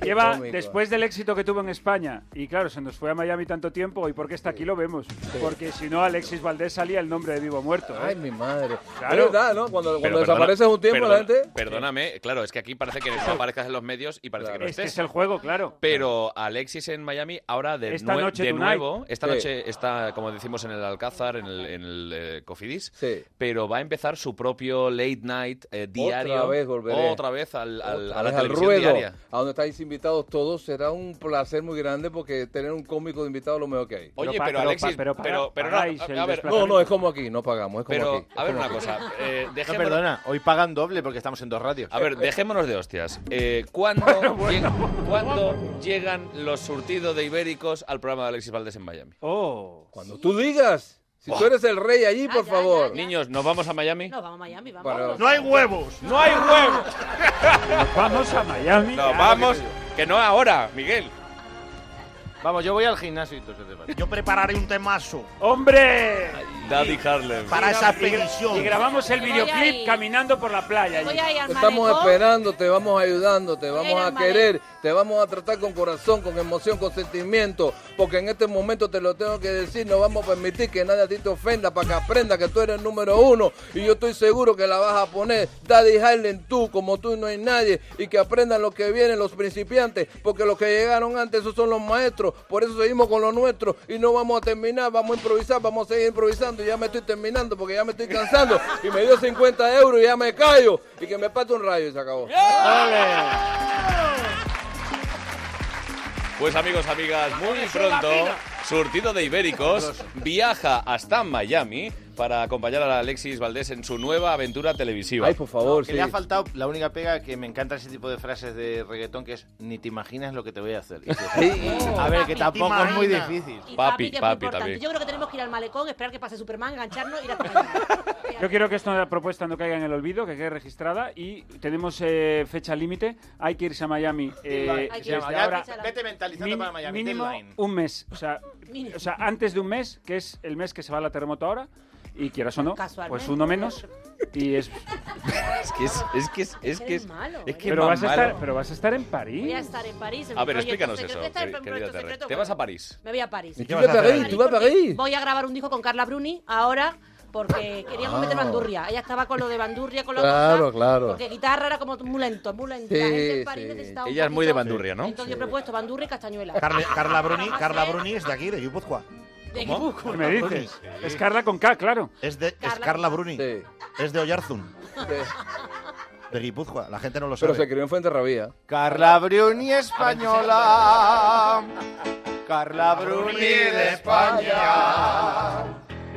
Speaker 10: lleva
Speaker 4: cómico.
Speaker 10: después del éxito que tuvo en España, y claro, se nos fue a Miami tanto tiempo, y porque está aquí lo vemos. Porque si no, Alexis Valdés salía el nombre de vivo o muerto. ¿eh?
Speaker 4: Ay, mi madre.
Speaker 10: Claro.
Speaker 4: Es verdad, ¿no? Cuando, cuando
Speaker 1: Pero perdona-
Speaker 4: desapareces un tiempo,
Speaker 1: perdona-
Speaker 4: la gente.
Speaker 1: Perdóname, claro, es que aquí parece que no aparezcas en los medios y parece que no
Speaker 10: es que
Speaker 1: estés.
Speaker 10: es el juego, claro.
Speaker 1: Pero Alexis en Miami ahora de,
Speaker 10: Esta
Speaker 1: nue-
Speaker 10: noche
Speaker 1: de
Speaker 10: tonight.
Speaker 1: nuevo, esta
Speaker 4: Sí.
Speaker 1: noche está, como decimos, en el Alcázar, en el, en el, eh, Cofidis,
Speaker 4: Sí.
Speaker 1: pero va a empezar su propio late night eh, diario.
Speaker 4: vez volveré.
Speaker 1: Otra vez al, al-
Speaker 4: Otra
Speaker 1: a la
Speaker 4: vez al
Speaker 1: televisión
Speaker 4: ruedo,
Speaker 1: diaria.
Speaker 4: a donde estáis invitados todos, será un placer muy grande porque tener un cómico de invitado es lo mejor que hay.
Speaker 1: Oye,
Speaker 10: pa-
Speaker 1: pero,
Speaker 10: pero
Speaker 1: Alexis,
Speaker 10: pa- pero
Speaker 1: pero,
Speaker 10: pa-
Speaker 1: pero, no,
Speaker 10: pagáis el
Speaker 1: a ver,
Speaker 10: desplazamiento.
Speaker 4: No, no, es como aquí, no pagamos, es como
Speaker 1: pero,
Speaker 4: aquí.
Speaker 1: a ver una cosa, eh,
Speaker 3: No,
Speaker 1: dejémonos-
Speaker 3: perdona, hoy pagan doble porque estamos en dos radios.
Speaker 1: A ver, dejémonos de hostias. Eh, ¿cuándo, lleg- cuándo llegan los surtidos de ibéricos al programa de Alexis Valdés en Miami?
Speaker 10: Oh.
Speaker 4: Cuando tú digas, si tú eres el rey allí, por
Speaker 5: Ah, ya,
Speaker 4: favor.
Speaker 5: ya, ya.
Speaker 1: Niños, ¿nos vamos a Miami?
Speaker 5: Nos vamos a Miami, vamos.
Speaker 4: Para-
Speaker 6: ¡No hay huevos!
Speaker 1: ¡No hay huevos!
Speaker 10: Nos vamos a Miami.
Speaker 1: Nos vamos, que no ahora, Miguel.
Speaker 3: Vamos, yo voy al gimnasio y tú se te va.
Speaker 6: Yo prepararé un temazo.
Speaker 10: ¡Hombre!
Speaker 1: Daddy Harlem.
Speaker 10: Y gra- y gra- Y grabamos el
Speaker 4: Voy
Speaker 10: videoclip caminando por la playa. allí.
Speaker 4: Te estamos esperando, te vamos ayudando, te vamos a querer, te vamos a tratar con corazón, con emoción, con sentimiento, porque en este momento te lo tengo que decir, no vamos a permitir que nadie a ti te ofenda, para que aprenda que tú eres el número uno y yo estoy seguro que la vas a poner, Daddy Harlem tú, como tú no hay nadie, y que aprendan los que vienen, los principiantes, porque los que llegaron antes, esos son los maestros, por eso seguimos con lo nuestro y no vamos a terminar, vamos a improvisar, vamos a seguir improvisando, y ya me estoy terminando porque ya me estoy cansando y me dio 50 euros y ya me callo y que me pate un rayo y se acabó.
Speaker 1: Pues amigos, amigas, muy pronto, surtido de ibéricos, viaja hasta Miami para acompañar a Alexis Valdés en su nueva aventura televisiva.
Speaker 4: Ay, por favor,
Speaker 3: Que le ha faltado la única pega que me encanta ese tipo de frases de reggaetón que es ni te imaginas lo que te voy a hacer. Y dices, a ver, que tampoco es muy difícil.
Speaker 5: Y papi, que es muy importante. Yo creo que tenemos que ir al malecón, esperar que pase Superman, engancharnos y ir a
Speaker 10: Yo quiero que esta propuesta no caiga en el olvido, que quede registrada y tenemos eh, fecha límite. Hay que irse a Miami. eh,
Speaker 3: Hay que irse
Speaker 10: desde
Speaker 3: a Miami.
Speaker 10: ahora,
Speaker 3: Ya, vete mentalizando para Miami,
Speaker 10: Mínimo
Speaker 3: deadline.
Speaker 10: un mes. O sea, o sea, antes de un mes, que es el mes que se va la terremoto ahora, y quieras o no, pues
Speaker 5: Casualmente.
Speaker 10: uno menos. Y es.
Speaker 1: es que es. Es que es. es,
Speaker 5: que es- Eres malo, es que
Speaker 10: pero,
Speaker 1: es
Speaker 10: vas a
Speaker 1: malo.
Speaker 10: estar, pero vas a estar en París.
Speaker 5: Voy a estar en París. en
Speaker 1: A
Speaker 5: mi
Speaker 1: ver,
Speaker 5: proyecto
Speaker 1: explícanos
Speaker 5: secreto.
Speaker 1: eso,
Speaker 5: Está en
Speaker 1: quer-
Speaker 5: proyecto
Speaker 1: querida Terre.
Speaker 5: secreto,
Speaker 1: Te
Speaker 5: bueno,
Speaker 1: vas a París.
Speaker 5: Me voy a París.
Speaker 1: ¿Y qué vas a hacer ahí? ¿Tú vas a París?
Speaker 5: Voy a grabar un disco con Carla Bruni ahora porque queríamos
Speaker 4: Ah.
Speaker 5: meter bandurria. Ella estaba con lo de bandurria, con la
Speaker 4: Claro,
Speaker 5: cosa,
Speaker 4: claro.
Speaker 5: Porque guitarra era como muy lento, muy lento.
Speaker 4: Sí,
Speaker 5: La gente en París
Speaker 4: sí.
Speaker 5: necesitaba un
Speaker 4: Ella es muy de
Speaker 5: poquito-
Speaker 4: bandurria, ¿no?
Speaker 5: Entonces yo he propuesto bandurria y castañuela.
Speaker 6: Carle- Carla Bruni,
Speaker 5: Además,
Speaker 6: Carla
Speaker 5: es
Speaker 6: Bruni es de aquí, de Guipúzcoa.
Speaker 5: de Guipúzcoa.
Speaker 10: ¿Qué me dices? Es Carla con K, claro.
Speaker 6: Es, de, es
Speaker 5: Carla-
Speaker 6: Carla Bruni. Es de Oyarzun. De Guipúzcoa. La gente no lo sabe.
Speaker 4: Pero se crió en Fuenterrabía.
Speaker 3: Carla Bruni española. Carla Bruni de España.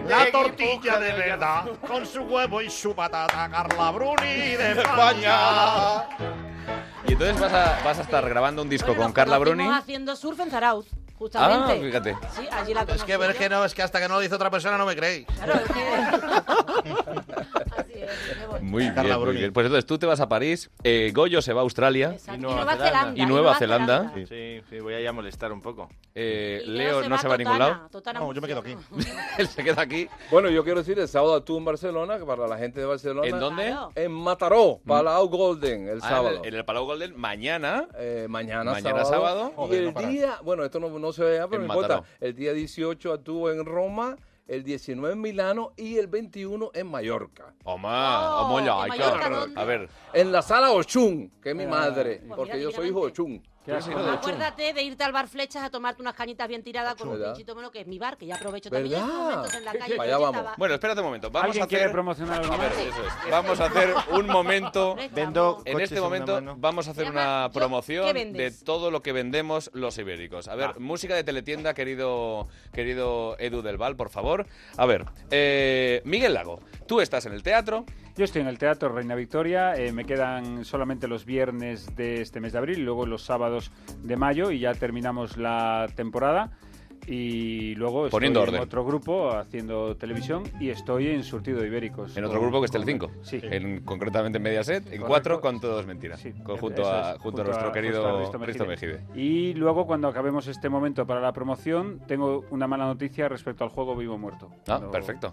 Speaker 6: La tortilla de verdad, con su huevo y su patata, Carla Bruni de
Speaker 3: España.
Speaker 1: Y entonces vas a, vas a estar grabando un disco con Carla
Speaker 5: Nos
Speaker 1: Bruni.
Speaker 5: fuimos haciendo surf en Zarauz, justamente.
Speaker 1: Ah, fíjate.
Speaker 5: Sí, allí la
Speaker 6: Es que, pero es que no, es que hasta que no lo dice otra persona no me creéis.
Speaker 1: Muy bien, muy bien. Pues entonces tú te vas a París, eh, Goyo se va a Australia.
Speaker 5: Y Nueva Nueva Zelanda. Zelanda.
Speaker 1: Y Nueva Zelanda.
Speaker 3: Sí. sí, voy a ir a molestar un poco.
Speaker 1: Eh, Leo no se va a ningún lado.
Speaker 6: No, yo me quedo aquí.
Speaker 1: Él se queda aquí.
Speaker 4: Bueno, yo quiero decir, el sábado actúo en Barcelona, que para la gente de Barcelona.
Speaker 1: ¿En dónde? Claro.
Speaker 4: En Mataró, Palau Golden, el
Speaker 1: Ah,
Speaker 4: sábado. Eh,
Speaker 1: En el, en el Palau Golden, mañana.
Speaker 4: mañana,
Speaker 1: mañana sábado.
Speaker 6: Oh,
Speaker 4: Y el día, bueno, esto no, no se vea, pero
Speaker 1: En
Speaker 4: no importa.
Speaker 1: Mataró.
Speaker 4: El día 18 actúo en Roma, el 19 en Milano y el 21 en Mallorca.
Speaker 1: Home,
Speaker 4: Oh,
Speaker 1: home, allò,
Speaker 4: en
Speaker 1: ai,
Speaker 4: Mallorca,
Speaker 1: clar.
Speaker 4: ¿dónde?
Speaker 1: A ver,
Speaker 4: En la sala Ochun, que es mi
Speaker 1: Ah.
Speaker 4: madre,
Speaker 1: Pues
Speaker 4: porque
Speaker 5: mira,
Speaker 4: yo soy hijo de Ochun. Yo soy hijo
Speaker 6: Ah,
Speaker 4: de Ochun.
Speaker 5: Acuérdate de irte al bar Flechas a tomarte unas cañitas bien tiradas con un
Speaker 4: ¿Verdad?
Speaker 5: pinchito bueno, que es mi bar, que ya aprovecho también en
Speaker 4: ¿Verdad?
Speaker 5: estos momentos en la calle.
Speaker 1: Para allá
Speaker 5: yo
Speaker 1: vamos.
Speaker 5: estaba-
Speaker 1: Bueno, espérate un momento. Vamos
Speaker 10: ¿Alguien
Speaker 1: a hacer...
Speaker 10: quiere promocionar algo
Speaker 1: A ver,
Speaker 10: más?
Speaker 1: eso es. Vamos a hacer un momento...
Speaker 3: Vendo
Speaker 1: En este momento vamos a hacer una promoción de todo lo que vendemos los ibéricos. A ver, música de teletienda, querido, querido Edu del Val, por favor. A ver, eh, Miguel Lago, tú estás en el teatro.
Speaker 10: Yo estoy en el Teatro Reina Victoria, eh, me quedan solamente los viernes de este mes de abril, y luego los sábados de mayo y ya terminamos la temporada. Y luego estoy
Speaker 1: Poniendo
Speaker 10: en
Speaker 1: orden.
Speaker 10: otro grupo haciendo televisión y estoy en Surtido de Ibéricos.
Speaker 1: En otro
Speaker 10: con-
Speaker 1: grupo que es
Speaker 10: con-
Speaker 1: Telecinco.
Speaker 10: Sí.
Speaker 1: En, concretamente en Mediaset, en
Speaker 10: Correcto.
Speaker 1: cuatro con todos mentiras. Con- junto,
Speaker 10: Eso
Speaker 1: a,
Speaker 10: es,
Speaker 1: junto, a nuestro querido
Speaker 10: justo a
Speaker 1: Risto Mejide.
Speaker 10: Y luego, cuando acabemos este momento para la promoción, tengo una mala noticia respecto al juego Vivo o Muerto.
Speaker 1: Ah,
Speaker 10: Cuando-
Speaker 1: perfecto.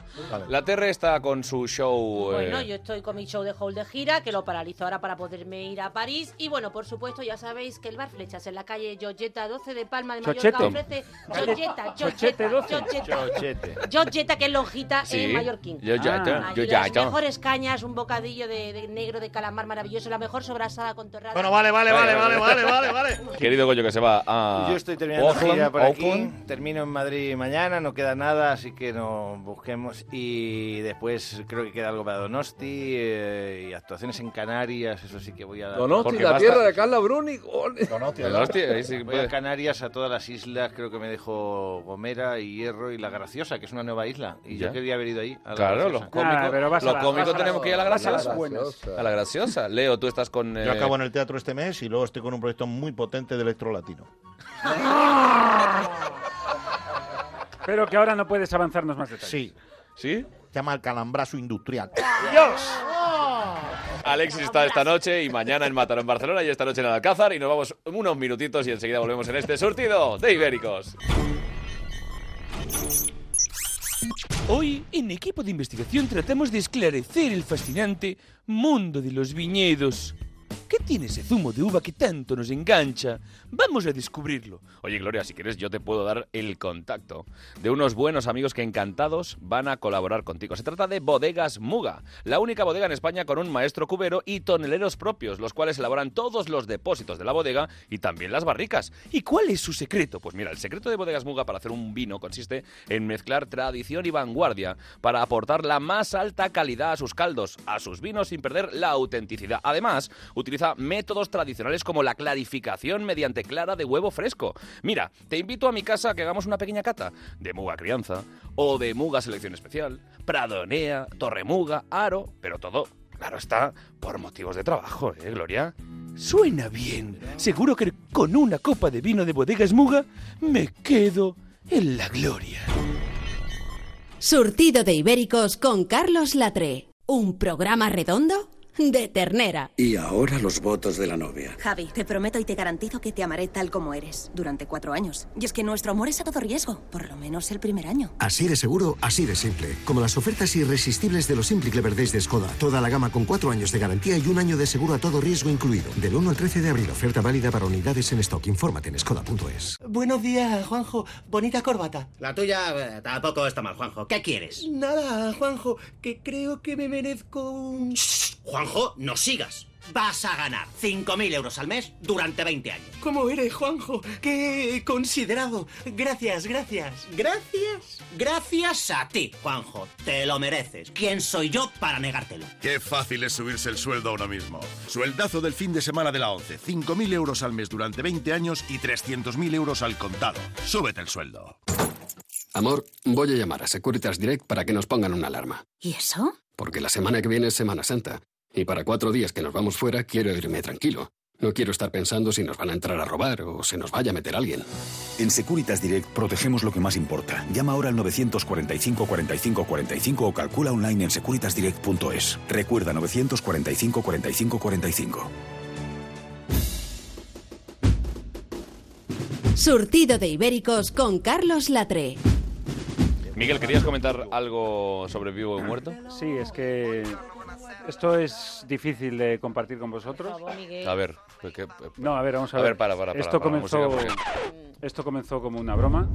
Speaker 1: La Terre está con su show.
Speaker 5: Bueno,
Speaker 1: eh,
Speaker 5: yo estoy con mi show de Hall de gira, que lo paralizo ahora para poderme ir a París. Y bueno, por supuesto, ya sabéis que el bar Flechas en la calle Giorgetta 12 de Palma de Mallorca
Speaker 1: Chocheto.
Speaker 5: ofrece Giorgetta,
Speaker 10: Chochete
Speaker 5: Giorgetta,
Speaker 10: 12.
Speaker 5: Giorgetta. Giorgetta, que es lonjita
Speaker 1: Sí,
Speaker 5: en Mallorquín.
Speaker 1: Giorgetta,
Speaker 5: Allí
Speaker 1: Giorgetta.
Speaker 5: Las mejores cañas, un bocadillo de, de negro de calamar maravilloso, la mejor sobrasada con torrada.
Speaker 6: Bueno, vale, vale, vale, vale, vale, vale, vale.
Speaker 1: Querido Goyo, que se va a.
Speaker 3: Yo estoy terminando
Speaker 1: ah, Auckland,
Speaker 3: gira por aquí,
Speaker 1: Auckland.
Speaker 3: termino en Madrid mañana, no queda nada, así que nos busquemos y después creo que queda algo para Donosti eh, y actuaciones en Canarias, eso sí que voy a dar.
Speaker 4: Donosti, la tierra de Carla Bruni. Donosti,
Speaker 3: Voy a Canarias, a todas las islas, creo que me dejó Gomera y Hierro y La Graciosa, que es una nueva isla, y
Speaker 1: Ya.
Speaker 3: yo quería haber ido ahí. a La
Speaker 1: Claro,
Speaker 3: Graciosa.
Speaker 1: los cómicos, los cómicos tenemos que ir a la graciosa. A la graciosa. Leo, tú estás con. eh,
Speaker 6: Yo acabo en el teatro este mes y luego estoy con un proyecto muy potente de electro latino.
Speaker 10: Pero que ahora no puedes avanzarnos más detalles.
Speaker 6: Sí.
Speaker 1: ¿Sí?
Speaker 6: Se llama el calambrazo industrial.
Speaker 10: ¡Dios!
Speaker 1: Alexis está esta noche y mañana en Mataró en Barcelona y esta noche en Alcázar. Y nos vamos unos minutitos y enseguida volvemos en este surtido de Ibéricos.
Speaker 11: Hoy, en Equipo de Investigación, tratamos de esclarecer el fascinante mundo de los viñedos. ¿Qué tiene ese zumo de uva que tanto nos engancha? Vamos a descubrirlo.
Speaker 1: Oye, Gloria, si quieres, yo te puedo dar el contacto de unos buenos amigos que encantados van a colaborar contigo. Se trata de Bodegas Muga, la única bodega en España con un maestro cubero y toneleros propios, los cuales elaboran todos los depósitos de la bodega y también las barricas. ¿Y cuál es su secreto? Pues mira, el secreto de Bodegas Muga para hacer un vino consiste en mezclar tradición y vanguardia para aportar la más alta calidad a sus caldos, a sus vinos sin perder la autenticidad. Además, utiliza métodos tradicionales como la clarificación mediante clara de huevo fresco. Mira, te invito a mi casa a que hagamos una pequeña cata de muga crianza o de muga selección especial, pradonea, torremuga, aro, pero todo, claro está, por motivos de trabajo, ¿eh, Gloria?
Speaker 11: Suena bien. Seguro que con una copa de vino de bodegas Muga me quedo en la gloria.
Speaker 17: Surtido de Ibéricos con Carlos Latré. Un programa redondo de ternera.
Speaker 13: Y ahora los votos de la novia.
Speaker 19: Javi, te prometo y te garantizo que te amaré tal como eres durante cuatro años. Y es que nuestro amor es a todo riesgo, por lo menos el primer año.
Speaker 20: Así de seguro, así de simple. Como las ofertas irresistibles de los Simple Verdes de Skoda. Toda la gama con cuatro años de garantía y un año de seguro a todo riesgo incluido. Del 1 al 13 de abril, oferta válida para unidades en stock. Infórmate en skoda.es.
Speaker 14: Buenos días, Juanjo. Bonita corbata.
Speaker 21: La tuya eh, tampoco está mal, Juanjo. ¿Qué quieres?
Speaker 14: Nada, Juanjo, que creo que me merezco un...
Speaker 21: Juanjo, no sigas. Vas a ganar 5.000 euros al mes durante 20 años.
Speaker 14: ¿Cómo eres, Juanjo? ¡Qué considerado! Gracias, gracias. ¿Gracias?
Speaker 21: Gracias a ti, Juanjo. Te lo mereces. ¿Quién soy yo para negártelo?
Speaker 22: Qué fácil es subirse el sueldo a uno mismo. Sueldazo del fin de semana de la 11. 5.000 euros al mes durante 20 años y 300.000 euros al contado. Súbete el sueldo.
Speaker 15: Amor, voy a llamar a Securitas Direct para que nos pongan una alarma.
Speaker 19: ¿Y eso?
Speaker 15: Porque la semana que viene es Semana Santa. Y para cuatro días que nos vamos fuera, quiero irme tranquilo. No quiero estar pensando si nos van a entrar a robar o se nos vaya a meter alguien.
Speaker 25: En Securitas Direct protegemos lo que más importa. Llama ahora al 945 45 45 o calcula online en securitasdirect.es. Recuerda 945 45 45.
Speaker 17: Surtido de Ibéricos con Carlos Latré.
Speaker 1: Miguel, ¿querías comentar algo sobre vivo o muerto?
Speaker 10: Sí, es que esto es difícil de compartir con vosotros.
Speaker 1: A ver. pues que-
Speaker 10: No, a ver, vamos a,
Speaker 1: A ver, para, para, para,
Speaker 10: Esto
Speaker 1: para,
Speaker 10: comenzó,
Speaker 1: música,
Speaker 10: esto comenzó como una broma,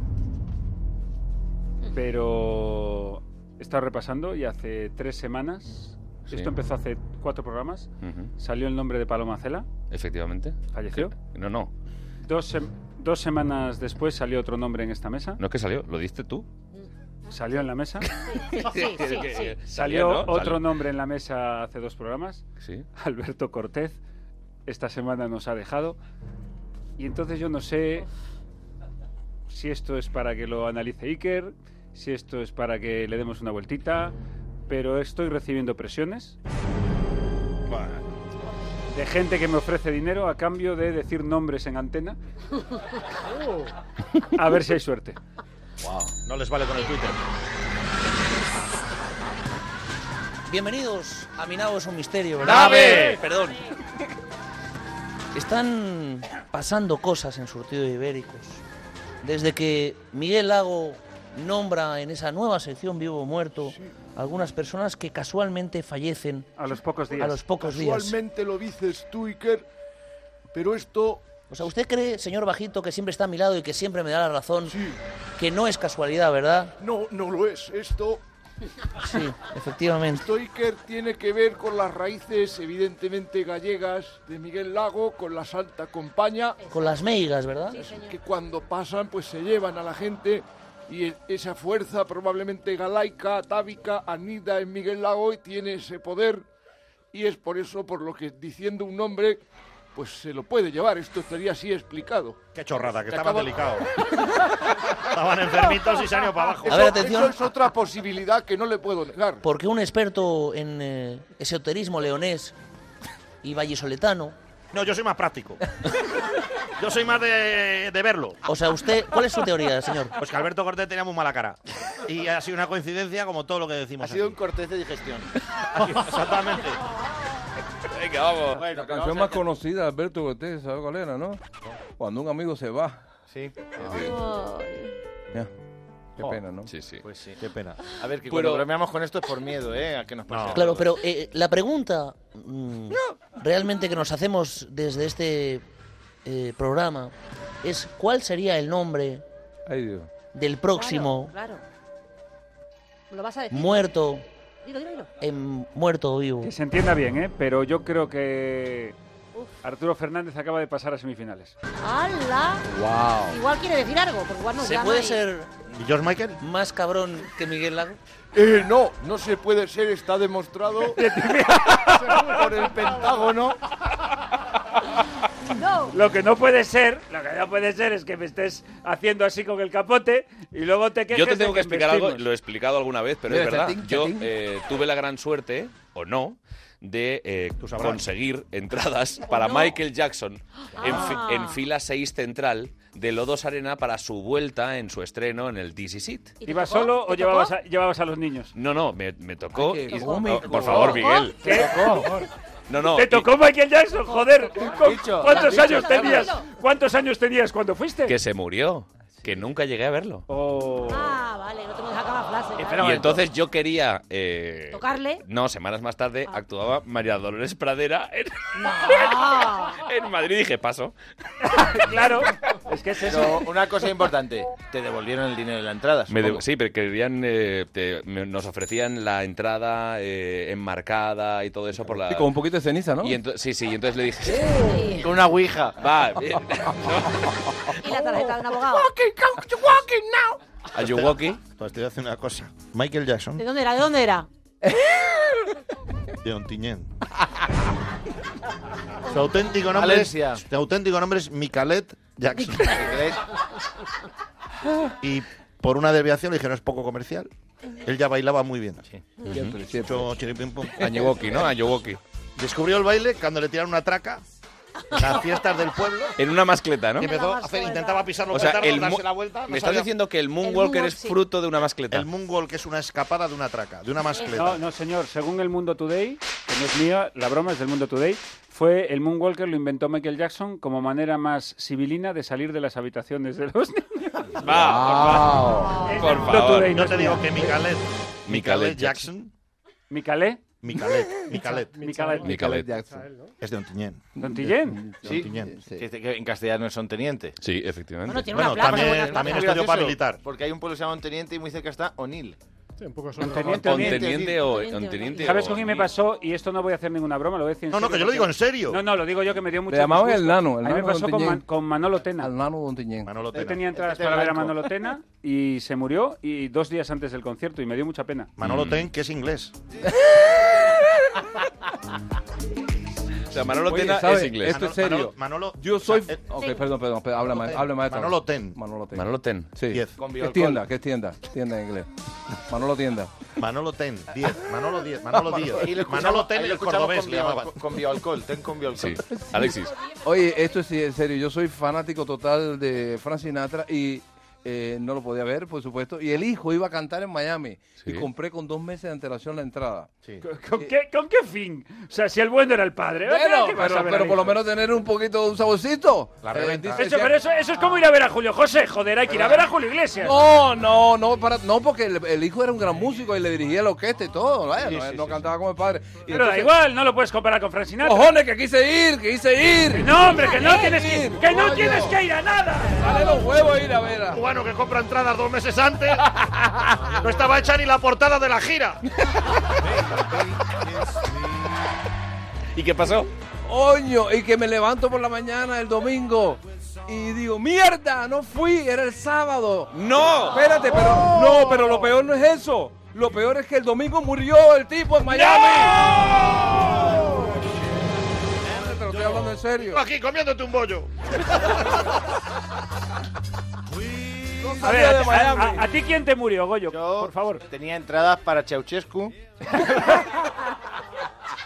Speaker 10: pero he estado repasando y hace tres semanas,
Speaker 1: Sí.
Speaker 10: esto empezó hace cuatro programas,
Speaker 1: Ujú.
Speaker 10: salió el nombre de Paloma Cela,
Speaker 1: Efectivamente.
Speaker 10: falleció.
Speaker 1: No, no.
Speaker 10: Dos, sem- dos semanas después salió otro nombre en esta mesa.
Speaker 1: No es que salió, lo diste tú.
Speaker 10: Salió en la mesa.
Speaker 1: sí, sí, sí.
Speaker 10: Salió
Speaker 1: Salió, ¿no?
Speaker 10: otro
Speaker 1: Salió.
Speaker 10: nombre en la mesa hace dos programas.
Speaker 1: Sí.
Speaker 10: Alberto Cortez. Esta semana nos ha dejado. Y entonces yo no sé si esto es para que lo analice Iker, si esto es para que le demos una vueltita, pero estoy recibiendo presiones de gente que me ofrece dinero a cambio de decir nombres en antena,
Speaker 21: Uh,
Speaker 10: a ver si hay suerte.
Speaker 6: No les vale con el Twitter.
Speaker 11: Bienvenidos a Mi Nabo es un Misterio.
Speaker 6: ¡Nave!
Speaker 11: Perdón. Están pasando cosas en Surtido de Ibéricos. Desde que Miguel Lago nombra en esa nueva sección Vivo o Muerto algunas personas que casualmente fallecen
Speaker 10: a los pocos
Speaker 11: A los pocos días.
Speaker 16: Casualmente lo dices tú, Iker, pero esto...
Speaker 11: O sea, ¿usted cree, señor Bajito, que siempre está a mi lado y que siempre me da la razón, que no es casualidad, verdad?
Speaker 16: No, no lo es. Esto,
Speaker 11: Sí, efectivamente.
Speaker 16: esto, Iker, tiene que ver con las raíces, evidentemente, gallegas de Miguel Lago, con la Santa Compaña.
Speaker 11: Con las meigas, ¿verdad?
Speaker 16: Que cuando pasan, pues se llevan a la gente y e- esa fuerza probablemente galaica, atávica, anida en Miguel Lago y tiene ese poder. Y es por eso por lo que diciendo un nombre, pues se lo puede llevar. Esto estaría así explicado.
Speaker 6: Qué chorrada, que
Speaker 16: Te
Speaker 6: estaban
Speaker 16: acabo-
Speaker 6: delicados. estaban enfermitos y se han ido para abajo.
Speaker 16: Eso- eso es otra posibilidad que no le puedo negar.
Speaker 11: Porque un experto en eh, esoterismo leonés y vallisoletano.
Speaker 6: No, yo soy más práctico. Yo soy más de, de verlo.
Speaker 11: O sea, usted, ¿cuál es su teoría, señor?
Speaker 6: Pues que Alberto Cortés tenía muy mala cara. Y ha sido una coincidencia como todo lo que decimos. Ha sido
Speaker 3: un cortés de digestión.
Speaker 6: Exactamente.
Speaker 1: Venga, vamos.
Speaker 4: La canción más conocida de Alberto Cortés, ¿sabes cuál era, no? Cuando un amigo se va.
Speaker 6: Sí.
Speaker 4: Ya. Qué
Speaker 6: Oh.
Speaker 10: Ah,
Speaker 4: pena, ¿no?
Speaker 1: Sí, sí.
Speaker 3: Pues sí.
Speaker 6: Qué pena.
Speaker 3: A ver, que
Speaker 4: Pero-
Speaker 3: cuando bromeamos con esto es por miedo, ¿eh? A que nos pase.
Speaker 11: Claro, pero eh, la pregunta mm, realmente que nos hacemos desde este eh, programa es ¿cuál sería el nombre del próximo
Speaker 5: Claro. ¿Lo vas a decir?
Speaker 11: muerto
Speaker 5: Dilo, dilo, dilo.
Speaker 11: en muerto o vivo?
Speaker 10: Que se entienda bien, ¿eh? Pero yo creo que Arturo Fernández acaba de pasar a semifinales.
Speaker 5: ¡Hala!
Speaker 10: ¡Wow!
Speaker 5: Igual quiere decir algo, porque igual nos
Speaker 11: ¿Se
Speaker 5: llama
Speaker 11: puede
Speaker 5: y-
Speaker 11: ser
Speaker 6: George Michael?
Speaker 11: más cabrón que Miguel Lago?
Speaker 16: Eh, no, no se puede ser, está demostrado por el Pentágono.
Speaker 10: Lo que no puede ser, lo que no puede ser es que me estés haciendo así con el capote y luego te quejes
Speaker 1: Yo te
Speaker 10: de
Speaker 1: tengo que explicar algo,
Speaker 10: investimos.
Speaker 1: lo he explicado alguna vez, pero es
Speaker 10: Mira,
Speaker 1: verdad.
Speaker 10: chatín,
Speaker 1: Yo
Speaker 10: chatín.
Speaker 1: eh, tuve la gran suerte, o no, de eh,
Speaker 10: sabrás.
Speaker 1: conseguir entradas para
Speaker 10: Pues no.
Speaker 1: Michael Jackson en, fi-
Speaker 10: Ah.
Speaker 1: en fila 6 central de Lodos Arena para su vuelta en su estreno en el DC Seat.
Speaker 10: ¿Y te ¿Ibas tocó? solo o ¿Te llevabas tocó? llevabas a los niños?
Speaker 1: No, no, me, me tocó.
Speaker 10: Ay, qué
Speaker 1: y-
Speaker 10: cómico.
Speaker 1: oh, por favor,
Speaker 10: ¿Te
Speaker 1: Miguel.
Speaker 10: tocó? ¿Qué?
Speaker 1: No, no.
Speaker 10: ¿Eh? Te
Speaker 1: y-
Speaker 10: tocó Michael Jackson, joder. ¿Cu-
Speaker 1: Dicho,
Speaker 10: ¿Cuántos
Speaker 1: dicho,
Speaker 10: años
Speaker 1: está
Speaker 10: tenías?
Speaker 1: bueno.
Speaker 10: ¿Cuántos años tenías cuando fuiste?
Speaker 1: que se murió, que nunca llegué a verlo.
Speaker 5: Ah, vale, no te hemos dejado acabar la frase.
Speaker 1: y
Speaker 10: Ah.
Speaker 5: vale.
Speaker 1: entonces yo quería... eh,
Speaker 5: ¿Tocarle?
Speaker 1: No, semanas más
Speaker 6: Ah.
Speaker 1: tarde actuaba María Dolores Pradera en,
Speaker 5: No.
Speaker 1: en Madrid. Dije, paso.
Speaker 10: claro, es que es
Speaker 3: Pero una cosa importante, te devolvieron el dinero de la entrada.
Speaker 1: Me
Speaker 3: supongo.
Speaker 1: de- sí, pero querían, eh, te- me- nos ofrecían la entrada eh, enmarcada y todo eso por la...
Speaker 4: Sí, con un poquito de ceniza, ¿no?
Speaker 1: Y ento- sí, sí, y entonces le dije...
Speaker 3: Con una ouija.
Speaker 1: Va, eh,
Speaker 5: Y la tarjeta de un abogado.
Speaker 1: ¿A Yuwoki?
Speaker 6: Pues te voy a decir una cosa. Michael Jackson
Speaker 5: ¿De dónde era? ¿De dónde era?
Speaker 6: de Ontinyent. Su auténtico nombre
Speaker 3: Valencia.
Speaker 6: es... Su auténtico nombre es Micalet Jackson. y por una desviación le dijeron, es poco comercial. Él ya bailaba muy bien. Sí.
Speaker 1: Siempre, Añewoki,
Speaker 6: Añewoki,
Speaker 1: ¿no? Añewoki.
Speaker 6: Descubrió el baile cuando le tiraron una traca en las fiestas del pueblo.
Speaker 1: En una mascleta, ¿no?
Speaker 6: Y empezó a hacer, intentaba pisarlo,
Speaker 1: O sea,
Speaker 6: petarlo,
Speaker 1: el
Speaker 6: darse
Speaker 1: mu-
Speaker 6: la vuelta. no
Speaker 1: me estás
Speaker 6: sabía.
Speaker 1: diciendo que el moonwalker es fruto de una mascleta.
Speaker 6: El moonwalk es una escapada de una traca, de una mascleta.
Speaker 10: No, no, señor. Según el Mundo Today, que no es mía, la broma es del Mundo Today, fue el Moonwalker lo inventó Michael Jackson como manera más civilina de salir de las habitaciones de los niños.
Speaker 1: Va,
Speaker 10: Es del
Speaker 1: por
Speaker 10: Mundo
Speaker 1: favor.
Speaker 10: Today, no
Speaker 6: Yo
Speaker 10: es
Speaker 6: te digo
Speaker 10: mío.
Speaker 6: que Micalet.
Speaker 1: Micalet
Speaker 6: Jackson.
Speaker 10: ¿Micalé?
Speaker 6: Micalet. Micalet.
Speaker 10: Micalet.
Speaker 1: Micalet
Speaker 6: Es de Ontinyent.
Speaker 10: ¿Dontillén?
Speaker 3: Sí,
Speaker 6: Ontinyent, sí.
Speaker 3: que- que en castellano es onteniente.
Speaker 1: Sí, efectivamente.
Speaker 6: Bueno, tiene una Bueno, plaza, también- tiene una plaza. también
Speaker 3: Es muy
Speaker 6: estudió para
Speaker 3: gracioso,
Speaker 6: militar.
Speaker 3: Porque hay un pueblo que se llama onteniente y muy cerca está O'Neill.
Speaker 7: Sí, un poco
Speaker 3: son-
Speaker 10: Onteniente,
Speaker 1: Onteniente o-
Speaker 10: Onteniente,
Speaker 1: onteniente
Speaker 10: ¿Sabes
Speaker 1: o
Speaker 10: con quién me pasó? Y esto no voy a hacer ninguna broma, lo voy a decir en
Speaker 6: No, no,
Speaker 10: serio,
Speaker 6: que yo lo digo
Speaker 10: porque-
Speaker 6: en serio.
Speaker 10: No, no, lo digo yo que me dio mucho
Speaker 4: Le llamaban
Speaker 10: disgusto.
Speaker 4: el nano, el
Speaker 10: A mí
Speaker 4: nano
Speaker 10: me pasó con,
Speaker 4: Ontinyent.
Speaker 10: Man- con Manolo Tena.
Speaker 4: Al nano Dontiñén.
Speaker 6: Manolo
Speaker 10: Yo tenía entradas
Speaker 4: Este
Speaker 10: para ver a
Speaker 4: blanco.
Speaker 10: Manolo Tena y se murió y dos días antes del concierto y me dio mucha pena.
Speaker 6: Manolo
Speaker 4: Mm.
Speaker 6: Ten, que es inglés.
Speaker 4: Eh,
Speaker 1: O sea, Manolo
Speaker 4: Oye,
Speaker 1: Tena
Speaker 4: ¿sabe?
Speaker 1: es inglés.
Speaker 4: Esto es serio.
Speaker 6: Manolo,
Speaker 4: Yo soy.
Speaker 6: sea, eh,
Speaker 4: ok,
Speaker 6: sí.
Speaker 4: perdón, perdón. pero háblame,
Speaker 6: Ten.
Speaker 4: háblame de esto.
Speaker 6: Manolo Ten.
Speaker 4: Manolo Ten.
Speaker 1: Manolo Ten.
Speaker 4: Sí.
Speaker 6: Diez. Con
Speaker 4: ¿Qué
Speaker 6: biolcol.
Speaker 4: tienda? ¿Qué tienda? Tienda en inglés. Manolo Tienda.
Speaker 6: Manolo Ten, 10. Manolo 10. Manolo 10.
Speaker 3: Ahí lo escuchamos-
Speaker 6: Manolo Ten,
Speaker 3: ahí lo
Speaker 6: el
Speaker 3: escuchamos
Speaker 6: cordobés
Speaker 3: con
Speaker 6: le
Speaker 3: bio-
Speaker 6: llamaban.
Speaker 3: Con bioalcohol, ten con bioalcohol.
Speaker 1: Alexis.
Speaker 4: Oye, esto sí es serio. Yo soy fanático total de Frank Sinatra y eh, no lo podía ver, por supuesto. Y el hijo iba a cantar en Miami
Speaker 1: Sí.
Speaker 4: y compré con dos meses de antelación la entrada.
Speaker 10: ¿Con, con qué, con qué fin? O sea, si el bueno era el padre.
Speaker 4: Bueno,
Speaker 10: ¿qué vas a
Speaker 4: pero,
Speaker 10: ver
Speaker 4: pero
Speaker 10: al
Speaker 4: por lo
Speaker 10: hijo?
Speaker 4: menos tener un poquito de un saborcito. Eh, La
Speaker 10: Eso, pero eso, eso es como ir a ver a Julio José, joder, hay que ir a ver a Julio Iglesias.
Speaker 4: No, no, no, para, no, porque el, el hijo era un gran músico y le dirigía la orquesta y todo, vaya, no, no cantaba como el padre. Y
Speaker 10: Pero da
Speaker 4: entonces-
Speaker 10: igual, no lo puedes comparar con Frank Sinatra.
Speaker 4: ¡Cojones, que quise ir, que quise ir!
Speaker 10: No, hombre, que no
Speaker 4: Quise
Speaker 10: tienes que,
Speaker 4: ir,
Speaker 10: que no
Speaker 4: coño.
Speaker 10: tienes que ir a nada.
Speaker 4: Dale los huevos ir a ver a...
Speaker 6: Bueno, que compra entradas dos meses antes. No estaba hecha ni la portada de la gira.
Speaker 1: ¿Y qué pasó?
Speaker 4: Oño, y que me levanto por la mañana el domingo y digo, mierda, no fui, era el sábado.
Speaker 1: ¡No!
Speaker 4: Espérate, pero no, pero lo peor no es eso. Lo peor es que el domingo murió el tipo en Miami. Hombre, Pero estoy hablando en serio.
Speaker 6: Aquí comiéndote un bollo.
Speaker 10: A ver, a, a- a ti quién te murió, Goyo,
Speaker 3: Yo
Speaker 10: por favor.
Speaker 3: Tenía entradas para Ceausescu,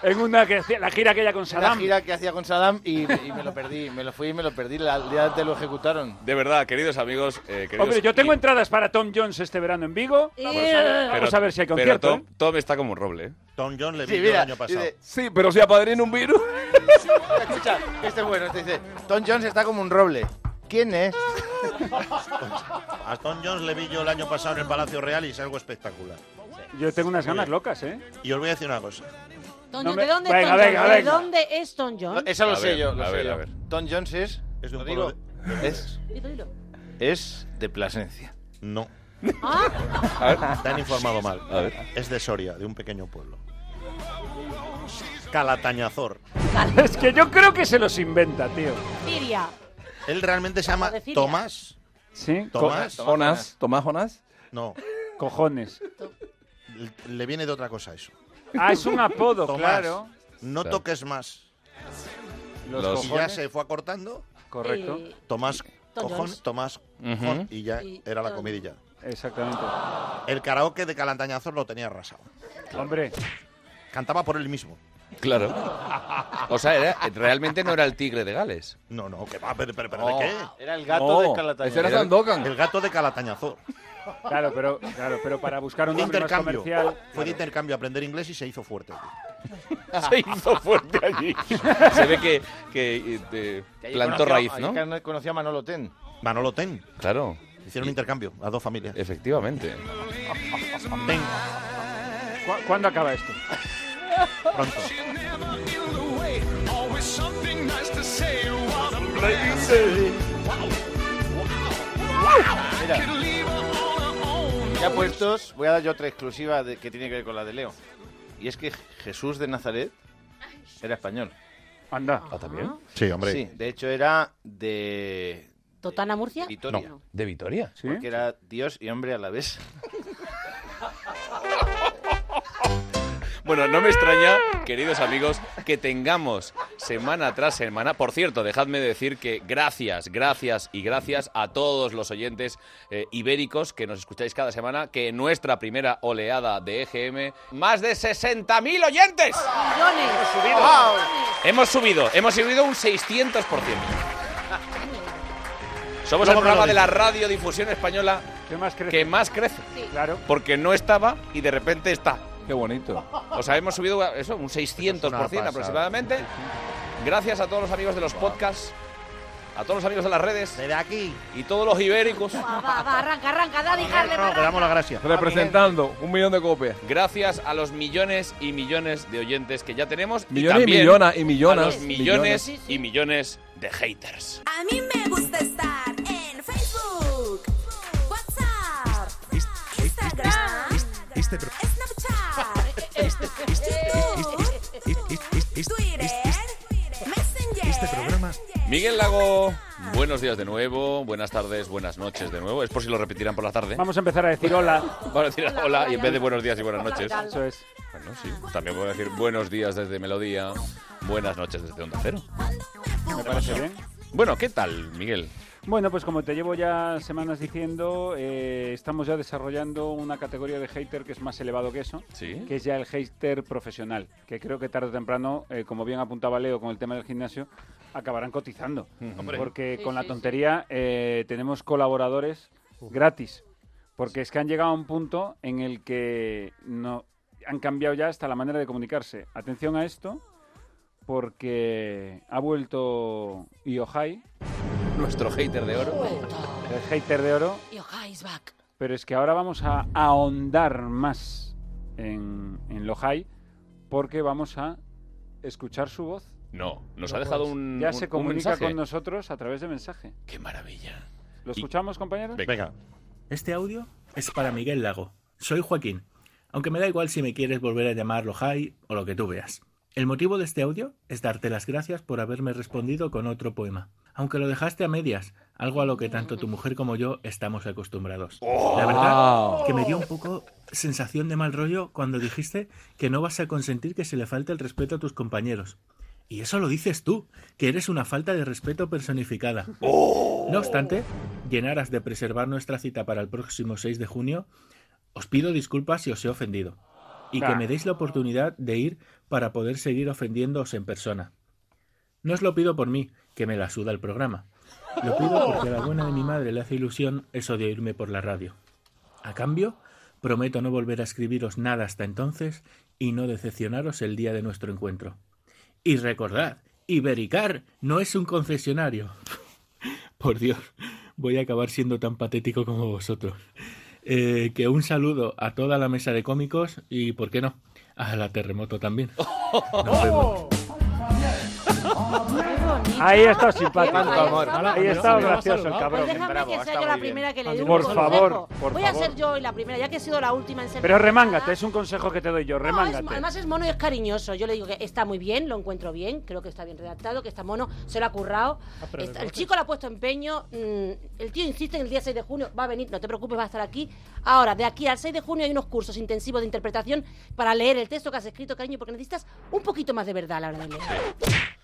Speaker 10: En una que hacía- la gira aquella con
Speaker 3: la
Speaker 10: Saddam.
Speaker 3: gira que hacía con Saddam y, y me lo perdí, me lo fui y me lo perdí, la- el día antes lo ejecutaron.
Speaker 1: De verdad, queridos amigos, eh, queridos...
Speaker 10: Hombre, yo tengo entradas para Tom Jones este verano en Vigo. Vamos a ver,
Speaker 1: Pero-
Speaker 10: vamos a ver si hay
Speaker 1: pero
Speaker 10: concierto. ¿eh?
Speaker 1: Tom, Tom está como un roble. ¿eh?
Speaker 6: Tom John le
Speaker 3: Sí,
Speaker 6: vi yo
Speaker 3: mira,
Speaker 6: el año pasado.
Speaker 3: dice-
Speaker 4: Sí, pero si apadrina un virus.
Speaker 3: Escucha, este es bueno, este dice, Tom Jones está como un roble. ¿Quién es?
Speaker 6: A Stone Jones le vi yo el año pasado en el Palacio Real y es algo espectacular.
Speaker 10: Yo tengo unas ganas locas, ¿eh?
Speaker 6: Y os voy a decir una cosa.
Speaker 5: Tom
Speaker 10: No
Speaker 5: Jones,
Speaker 10: me-
Speaker 5: ¿De dónde
Speaker 10: Venga,
Speaker 5: es Tom
Speaker 10: venga,
Speaker 5: Jones? ¿De
Speaker 10: venga.
Speaker 5: dónde es Tom Jones?
Speaker 3: Eso lo
Speaker 6: A
Speaker 3: sé
Speaker 6: ver,
Speaker 3: yo, lo
Speaker 6: a
Speaker 3: sé
Speaker 6: ver,
Speaker 3: yo.
Speaker 6: a ver.
Speaker 3: Tom Jones es...
Speaker 6: Es de un
Speaker 3: ¿lo digo?
Speaker 6: pueblo de-
Speaker 3: Es,
Speaker 5: Dilo, dilo.
Speaker 3: es de Plasencia.
Speaker 6: No.
Speaker 5: Ah,
Speaker 6: Te han informado mal. Es de Soria, de un pequeño pueblo. Calatañazor.
Speaker 10: Es que yo creo que se los inventa, tío.
Speaker 5: Siria.
Speaker 6: Él realmente se llama
Speaker 5: de Siria.
Speaker 6: Tomás.
Speaker 10: ¿Sí?
Speaker 6: Tomás.
Speaker 10: Co- Jonás.
Speaker 4: ¿Tomás Jonás?
Speaker 6: No.
Speaker 10: Cojones.
Speaker 6: Le viene de otra cosa eso.
Speaker 10: Ah, es un apodo,
Speaker 6: Tomás,
Speaker 10: claro.
Speaker 6: No
Speaker 10: Claro.
Speaker 6: toques más.
Speaker 10: Los
Speaker 6: Y ya
Speaker 10: cojones.
Speaker 6: se fue acortando.
Speaker 10: Correcto.
Speaker 5: Eh,
Speaker 6: Tomás
Speaker 5: Tom
Speaker 6: cojón,
Speaker 5: Jones.
Speaker 6: Tomás
Speaker 10: Ujú.
Speaker 6: cojón, y ya
Speaker 5: Y
Speaker 6: era la
Speaker 5: Tom-
Speaker 6: comidilla.
Speaker 10: Exactamente.
Speaker 6: El karaoke de Calatañazor lo tenía arrasado.
Speaker 10: Hombre.
Speaker 6: Cantaba por él mismo.
Speaker 1: Claro. O sea, era- realmente no era el tigre de Gales.
Speaker 6: No, no, que va, pero, pero, pero
Speaker 3: No,
Speaker 10: Oh.
Speaker 6: ¿de qué?
Speaker 3: Era el gato
Speaker 1: No,
Speaker 3: de Calatañazor.
Speaker 1: ese era Sandokan.
Speaker 6: El gato de Calatañazor.
Speaker 10: Claro, pero, claro, pero para buscar un
Speaker 6: Fue
Speaker 10: nombre más
Speaker 6: intercambio.
Speaker 10: comercial.
Speaker 6: Fue de
Speaker 10: claro.
Speaker 6: intercambio, aprender inglés y se hizo fuerte.
Speaker 1: Se hizo fuerte allí. Se ve que, que, eh, eh,
Speaker 3: Ahí
Speaker 1: plantó
Speaker 3: conoció-
Speaker 1: raíz, ¿no?
Speaker 3: ahí can- Conoció a Manolo Ten.
Speaker 6: Manolo Ten.
Speaker 1: Claro.
Speaker 6: Hicieron un intercambio, las dos familias.
Speaker 1: Efectivamente.
Speaker 6: Ten,
Speaker 10: ¿Cu- ¿Cuándo acaba esto?
Speaker 6: pronto.
Speaker 3: Ya puestos, voy a dar yo otra exclusiva de- que tiene que ver con la de Leo. Y es que Jesús de Nazaret era español.
Speaker 10: Anda.
Speaker 1: Ah, también.
Speaker 6: Sí, hombre.
Speaker 3: Sí, de hecho era de
Speaker 5: ¿Totana Murcia?
Speaker 3: Vitoria.
Speaker 5: No.
Speaker 1: ¿De Vitoria?
Speaker 10: ¿Sí?
Speaker 3: Porque era Dios y hombre a la vez.
Speaker 1: Bueno, no me extraña, queridos amigos, que tengamos semana tras semana. Por cierto, dejadme decir que gracias, gracias y gracias a todos los oyentes eh, ibéricos que nos escucháis cada semana, que en nuestra primera oleada de EGM, más de 60.000 oyentes.
Speaker 5: Millones.
Speaker 1: Hemos subido, hemos subido un 600%. Somos el
Speaker 10: Luego me lo
Speaker 1: programa de la
Speaker 10: dices.
Speaker 1: radiodifusión española
Speaker 10: ¿Qué más crees?
Speaker 1: que más crece.
Speaker 10: Claro.
Speaker 1: Porque no estaba y de repente está.
Speaker 4: Qué bonito.
Speaker 1: O sea, hemos subido eso, un 600%
Speaker 6: pasada.
Speaker 1: aproximadamente. Gracias a todos los amigos de los podcasts, a todos los amigos de las redes
Speaker 6: Desde aquí.
Speaker 1: y todos los ibéricos.
Speaker 5: Va, va, va, arranca, arranca, Daddy, Harlem,
Speaker 6: No, que
Speaker 5: arranca.
Speaker 6: damos la gracia.
Speaker 4: Representando un millón de copias.
Speaker 1: Gracias a los millones y millones de oyentes que ya tenemos.
Speaker 4: Millones y
Speaker 1: y, también
Speaker 4: millonas y millonas,
Speaker 1: A los millones,
Speaker 4: millones.
Speaker 1: y millones de haters.
Speaker 12: A mí me gusta estar en Facebook, WhatsApp, Instagram,
Speaker 13: Este, pro-
Speaker 12: Snapchat, Twitter,
Speaker 13: este
Speaker 12: Messenger.
Speaker 13: programa
Speaker 1: Miguel Lago, buenos días de nuevo, buenas tardes, buenas noches de nuevo. Es por si lo repetirán por la tarde.
Speaker 10: Vamos a empezar a decir hola.
Speaker 1: Vamos a decir
Speaker 5: Hola,
Speaker 1: hola
Speaker 5: hola,
Speaker 1: y en
Speaker 5: ya.
Speaker 1: vez de buenos días y buenas
Speaker 5: Hola, ¿qué
Speaker 1: noches.
Speaker 5: tal?
Speaker 10: Eso es.
Speaker 1: Bueno, sí. También puedo decir buenos días desde Melodía, buenas noches desde Onda Cero.
Speaker 10: Me parece bien.
Speaker 1: Bueno, ¿qué tal, Miguel?
Speaker 10: Bueno, pues como te llevo ya semanas diciendo, eh, estamos ya desarrollando una categoría de hater que es más elevado que eso,
Speaker 1: Sí.
Speaker 10: que es ya el hater profesional, que creo que tarde o temprano, eh, como bien apuntaba Leo con el tema del gimnasio, acabarán cotizando. Porque
Speaker 5: Sí,
Speaker 10: con la
Speaker 5: sí, sí.
Speaker 10: tontería eh, tenemos colaboradores gratis, porque es que han llegado a un punto en el que no han cambiado ya hasta la manera de comunicarse. Atención a esto, porque ha vuelto Iohai,
Speaker 1: Nuestro hater de oro.
Speaker 10: el hater de oro,
Speaker 5: Yo, guys, back.
Speaker 10: pero es que ahora vamos a ahondar más en, en lo high porque vamos a escuchar su voz.
Speaker 1: No, nos
Speaker 10: No
Speaker 1: ha dejado
Speaker 10: puedes.
Speaker 1: un,
Speaker 10: Ya
Speaker 1: un-
Speaker 10: se
Speaker 1: un
Speaker 10: comunica
Speaker 1: mensaje.
Speaker 10: con nosotros a través de mensaje.
Speaker 1: Qué maravilla.
Speaker 10: ¿Lo
Speaker 1: Y-
Speaker 10: escuchamos, compañeros?
Speaker 1: Venga.
Speaker 6: Venga.
Speaker 7: Este audio es para Miguel Lago. Soy Joaquín, aunque me da igual si me quieres volver a llamarlo Jai o lo que tú veas. El motivo de este audio es darte las gracias por haberme respondido con otro poema, aunque lo dejaste a medias, algo a lo que tanto tu mujer como yo estamos acostumbrados. La verdad que me dio un poco sensación de mal rollo cuando dijiste que no vas a consentir que se le falte el respeto a tus compañeros. Y eso lo dices tú, que eres una falta de respeto personificada. No obstante, llenaras de preservar nuestra cita para el próximo 6 de junio, os pido disculpas si os he ofendido y que
Speaker 10: Ah.
Speaker 7: me deis la oportunidad de ir para poder seguir ofendiéndoos en persona. No os lo pido por mí, que me la suda el programa. Lo pido porque a la buena de mi madre le hace ilusión eso de oírme por la radio. A cambio, prometo no volver a escribiros nada hasta entonces y no decepcionaros el día de nuestro encuentro. Y recordad, Ibericar no es un concesionario. Por Dios, voy a acabar siendo tan patético como vosotros. Eh, que un saludo a toda la mesa de cómicos y, ¿por qué no? A la terremoto también. Nos vemos.
Speaker 10: Ahí está simpático.
Speaker 5: Tanto amor.
Speaker 10: Ahí está
Speaker 5: Déjame
Speaker 10: gracioso el cabrón.
Speaker 5: Pues Déjame que sea yo la primera que le dé un
Speaker 10: Por
Speaker 5: consejo.
Speaker 10: favor, por
Speaker 5: Voy a
Speaker 10: favor.
Speaker 5: ser yo hoy la primera, ya que he sido la última en ser
Speaker 10: Pero
Speaker 5: primera.
Speaker 10: remángate, es un consejo que te doy yo,
Speaker 5: No, es-
Speaker 10: remángate.
Speaker 5: además es mono y es cariñoso. Yo le digo que está muy bien, lo encuentro bien, creo que está bien redactado, que está mono, se lo ha currado.
Speaker 10: Ah, pero
Speaker 5: Está-
Speaker 10: de
Speaker 5: el chico le ha puesto empeño. mm, el tío insiste en el día 6 de junio, va a venir, no te preocupes, va a estar aquí. Ahora, de aquí al 6 de junio hay unos cursos intensivos de interpretación para leer el texto que has escrito, cariño, porque necesitas un poquito más de verdad a la hora de leer.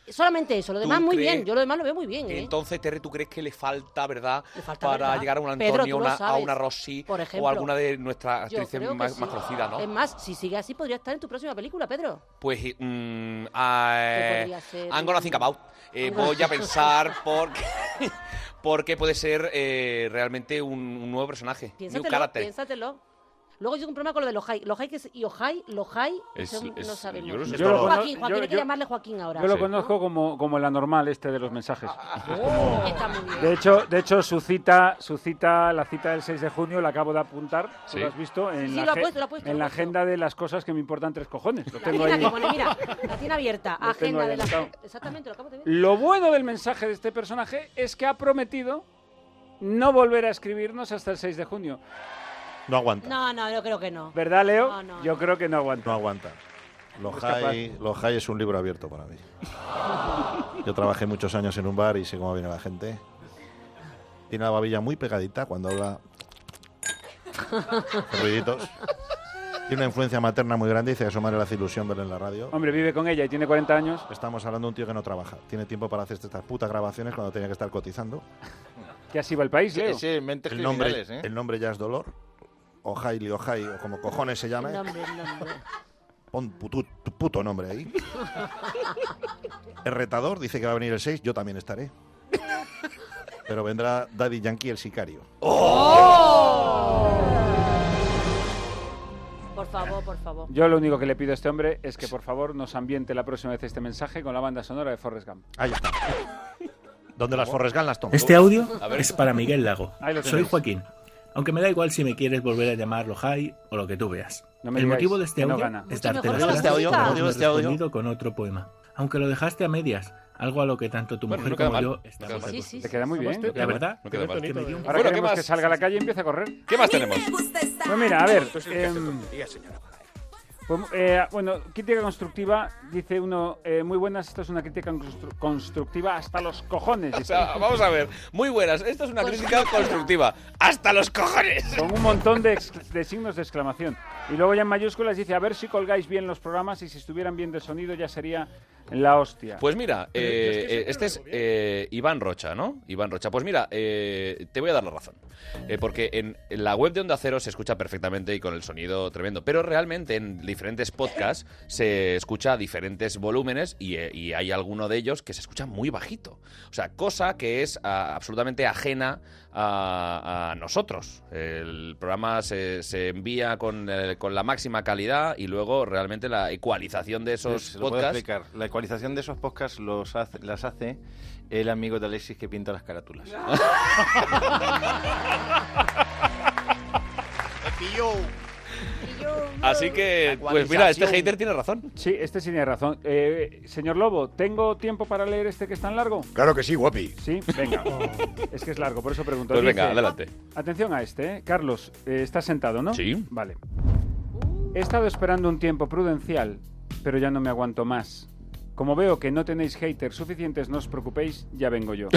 Speaker 5: Solamente eso, lo demás muy
Speaker 1: crees
Speaker 5: bien, yo lo demás lo veo muy bien. ¿eh?
Speaker 1: Entonces, Terry, ¿tú crees que le falta, verdad,
Speaker 5: falta
Speaker 1: para
Speaker 5: verdad.
Speaker 1: llegar a un
Speaker 5: Pedro,
Speaker 1: Antonio,
Speaker 5: tú lo
Speaker 1: una- a
Speaker 5: sabes.
Speaker 1: una Rossi
Speaker 5: Por ejemplo.
Speaker 1: o alguna de nuestras
Speaker 5: Yo
Speaker 1: actrices
Speaker 5: creo que
Speaker 1: más,
Speaker 5: sí. Em,
Speaker 1: más conocidas, ¿no?
Speaker 5: Es más, si sigue así, podría estar en tu próxima película, Pedro.
Speaker 1: Pues, eh, mm, eh,
Speaker 5: ¿Qué podría ser?
Speaker 1: I'm gonna think about. Eh,
Speaker 5: I'm gonna-
Speaker 1: voy a pensar porque, porque puede ser eh, realmente un, un nuevo personaje. New
Speaker 5: Piénsatelo,
Speaker 1: character.
Speaker 5: piénsatelo. Luego yo tengo un problema con lo de los hay. Los hay que es, y ojai, los hay,
Speaker 1: Es-
Speaker 5: son-
Speaker 1: es-
Speaker 5: no sabemos.
Speaker 1: yo creo que es
Speaker 10: Yo lo todo.
Speaker 5: Joaquín,
Speaker 10: conozco-
Speaker 5: Joaquín,
Speaker 10: yo-
Speaker 5: hay que
Speaker 10: yo-
Speaker 5: llamarle Joaquín ahora.
Speaker 10: Yo lo conozco como, como el anormal este de los mensajes.
Speaker 5: Ah,
Speaker 1: Ah.
Speaker 10: Es como-
Speaker 5: Está muy bien.
Speaker 10: De hecho, de hecho su cita, su cita, la cita del 6 de junio la acabo de apuntar, tú
Speaker 5: Sí.
Speaker 10: lo has visto, en,
Speaker 5: Sí,
Speaker 10: la,
Speaker 5: lo ha
Speaker 10: agen-
Speaker 5: puesto, lo ha puesto,
Speaker 10: en
Speaker 5: lo
Speaker 10: la
Speaker 5: ha puesto.
Speaker 10: agenda de las cosas que me importan tres cojones. Lo tengo
Speaker 5: Mira,
Speaker 10: ahí.
Speaker 5: que pone, mira, la tiene abierta.
Speaker 10: Lo tengo
Speaker 5: agenda
Speaker 10: ahí
Speaker 5: de la
Speaker 10: anotado.
Speaker 5: Exactamente, lo acabo de ver.
Speaker 10: Lo bueno del mensaje de este personaje es que ha prometido no volver a escribirnos hasta el 6 de junio.
Speaker 6: No aguanta.
Speaker 5: No, no, yo creo que no.
Speaker 10: ¿Verdad, Leo?
Speaker 5: No, no,
Speaker 10: Yo creo que no aguanta.
Speaker 6: No aguanta. Los
Speaker 10: Es capaz.
Speaker 6: high, los high es un libro abierto para mí. Yo trabajé muchos años en un bar y sé cómo viene la gente. Tiene la babilla muy pegadita cuando habla. Ruiditos. Tiene una influencia materna muy grande y dice que a su madre le hace ilusión verla en la radio.
Speaker 10: Hombre, vive con ella y tiene 40 años.
Speaker 6: Estamos hablando de un tío que no trabaja. Tiene tiempo para hacer estas putas grabaciones cuando tenía que estar cotizando.
Speaker 10: Que así va el país, Leo.
Speaker 6: el nombre, el nombre ya es dolor. Ojaili, Ojai, o como cojones se llama.
Speaker 5: El nombre, el nombre.
Speaker 6: Pon putu- tu puto nombre ahí. El retador dice que va a venir el 6, yo también estaré. Pero vendrá Daddy Yankee el sicario.
Speaker 5: ¡Oh! Por favor, por favor.
Speaker 10: Yo lo único que le pido a este hombre es que por favor nos ambiente la próxima vez este mensaje con la banda sonora de Forrest Gump.
Speaker 6: Ahí está. Donde las Forrest Gump las tomo.
Speaker 7: Este audio es para Miguel Lago.
Speaker 10: Ahí lo
Speaker 7: Soy
Speaker 10: tenéis.
Speaker 7: Joaquín. Aunque me da igual si me quieres volver a llamarlo Jai o lo que tú veas.
Speaker 10: No me
Speaker 7: el
Speaker 10: digáis,
Speaker 7: motivo de este
Speaker 10: que no
Speaker 7: audio
Speaker 10: gana.
Speaker 7: es
Speaker 10: Mucho
Speaker 7: darte
Speaker 10: mejor
Speaker 7: las
Speaker 10: que
Speaker 7: gracias
Speaker 10: este audio,
Speaker 7: por
Speaker 10: audio,
Speaker 7: haberme
Speaker 10: este audio.
Speaker 7: respondido con otro poema. Aunque lo dejaste a medias, algo a lo que tanto tu
Speaker 10: Bueno,
Speaker 7: mujer
Speaker 10: no queda
Speaker 7: como
Speaker 10: mal,
Speaker 7: yo
Speaker 10: no queda
Speaker 7: estamos
Speaker 10: mal.
Speaker 7: de
Speaker 10: Sí,
Speaker 7: acuerdo.
Speaker 10: sí, Te queda muy bien, no
Speaker 7: La
Speaker 10: queda mal,
Speaker 7: verdad, ¿eh?
Speaker 10: no queda mal.
Speaker 7: que me dio
Speaker 10: Ahora
Speaker 7: un-
Speaker 1: Bueno, ¿qué
Speaker 10: queremos
Speaker 1: más?
Speaker 10: que salga a la calle y empiece a correr.
Speaker 1: ¿Qué más tenemos?
Speaker 10: Pues mira, a ver.
Speaker 1: Esto es el
Speaker 10: em, pues, eh, bueno, crítica constructiva, dice uno, eh, muy buenas, esto es una crítica constru- constructiva hasta los cojones.
Speaker 1: O sea, vamos a ver. Muy buenas. Esto es una
Speaker 5: Pues
Speaker 1: crítica constructiva. ¡Hasta los cojones!
Speaker 10: Con un montón de, ex- de signos de exclamación. Y luego ya en mayúsculas dice, a ver si colgáis bien los programas y si estuvieran bien de sonido ya sería la hostia.
Speaker 1: Pues mira, eh, eh, este es eh, Iván Rocha, ¿no? Iván Rocha. Pues mira, eh, te voy a dar la razón. Eh, porque en, en la web de Onda Cero se escucha perfectamente y con el sonido tremendo. Pero realmente en diferentes podcasts se escucha a diferentes volúmenes y, eh, y hay alguno de ellos que se escucha muy bajito. O sea, cosa que es ah, absolutamente ajena a, a nosotros. El programa se, se envía con, eh, con la máxima calidad y luego realmente la ecualización de esos
Speaker 3: Se lo puedo
Speaker 1: podcasts
Speaker 3: explicar. La ecualización de esos podcasts los hace- las hace el amigo de Alexis que pinta las carátulas.
Speaker 1: Así que, pues mira, este hater tiene razón.
Speaker 10: Sí, este sí tiene razón. Eh, señor Lobo, ¿tengo tiempo para leer este que es tan largo?
Speaker 25: Claro que sí, guapi.
Speaker 10: Sí, venga. es que es largo, por eso pregunto.
Speaker 1: Pues venga,
Speaker 10: Dice-
Speaker 1: adelante.
Speaker 10: Atención a este, ¿eh? Carlos, eh, estás sentado, ¿no?
Speaker 1: Sí.
Speaker 10: Vale. He estado esperando un tiempo prudencial, pero ya no me aguanto más. Como veo que no tenéis haters suficientes, no os preocupéis, ya vengo yo.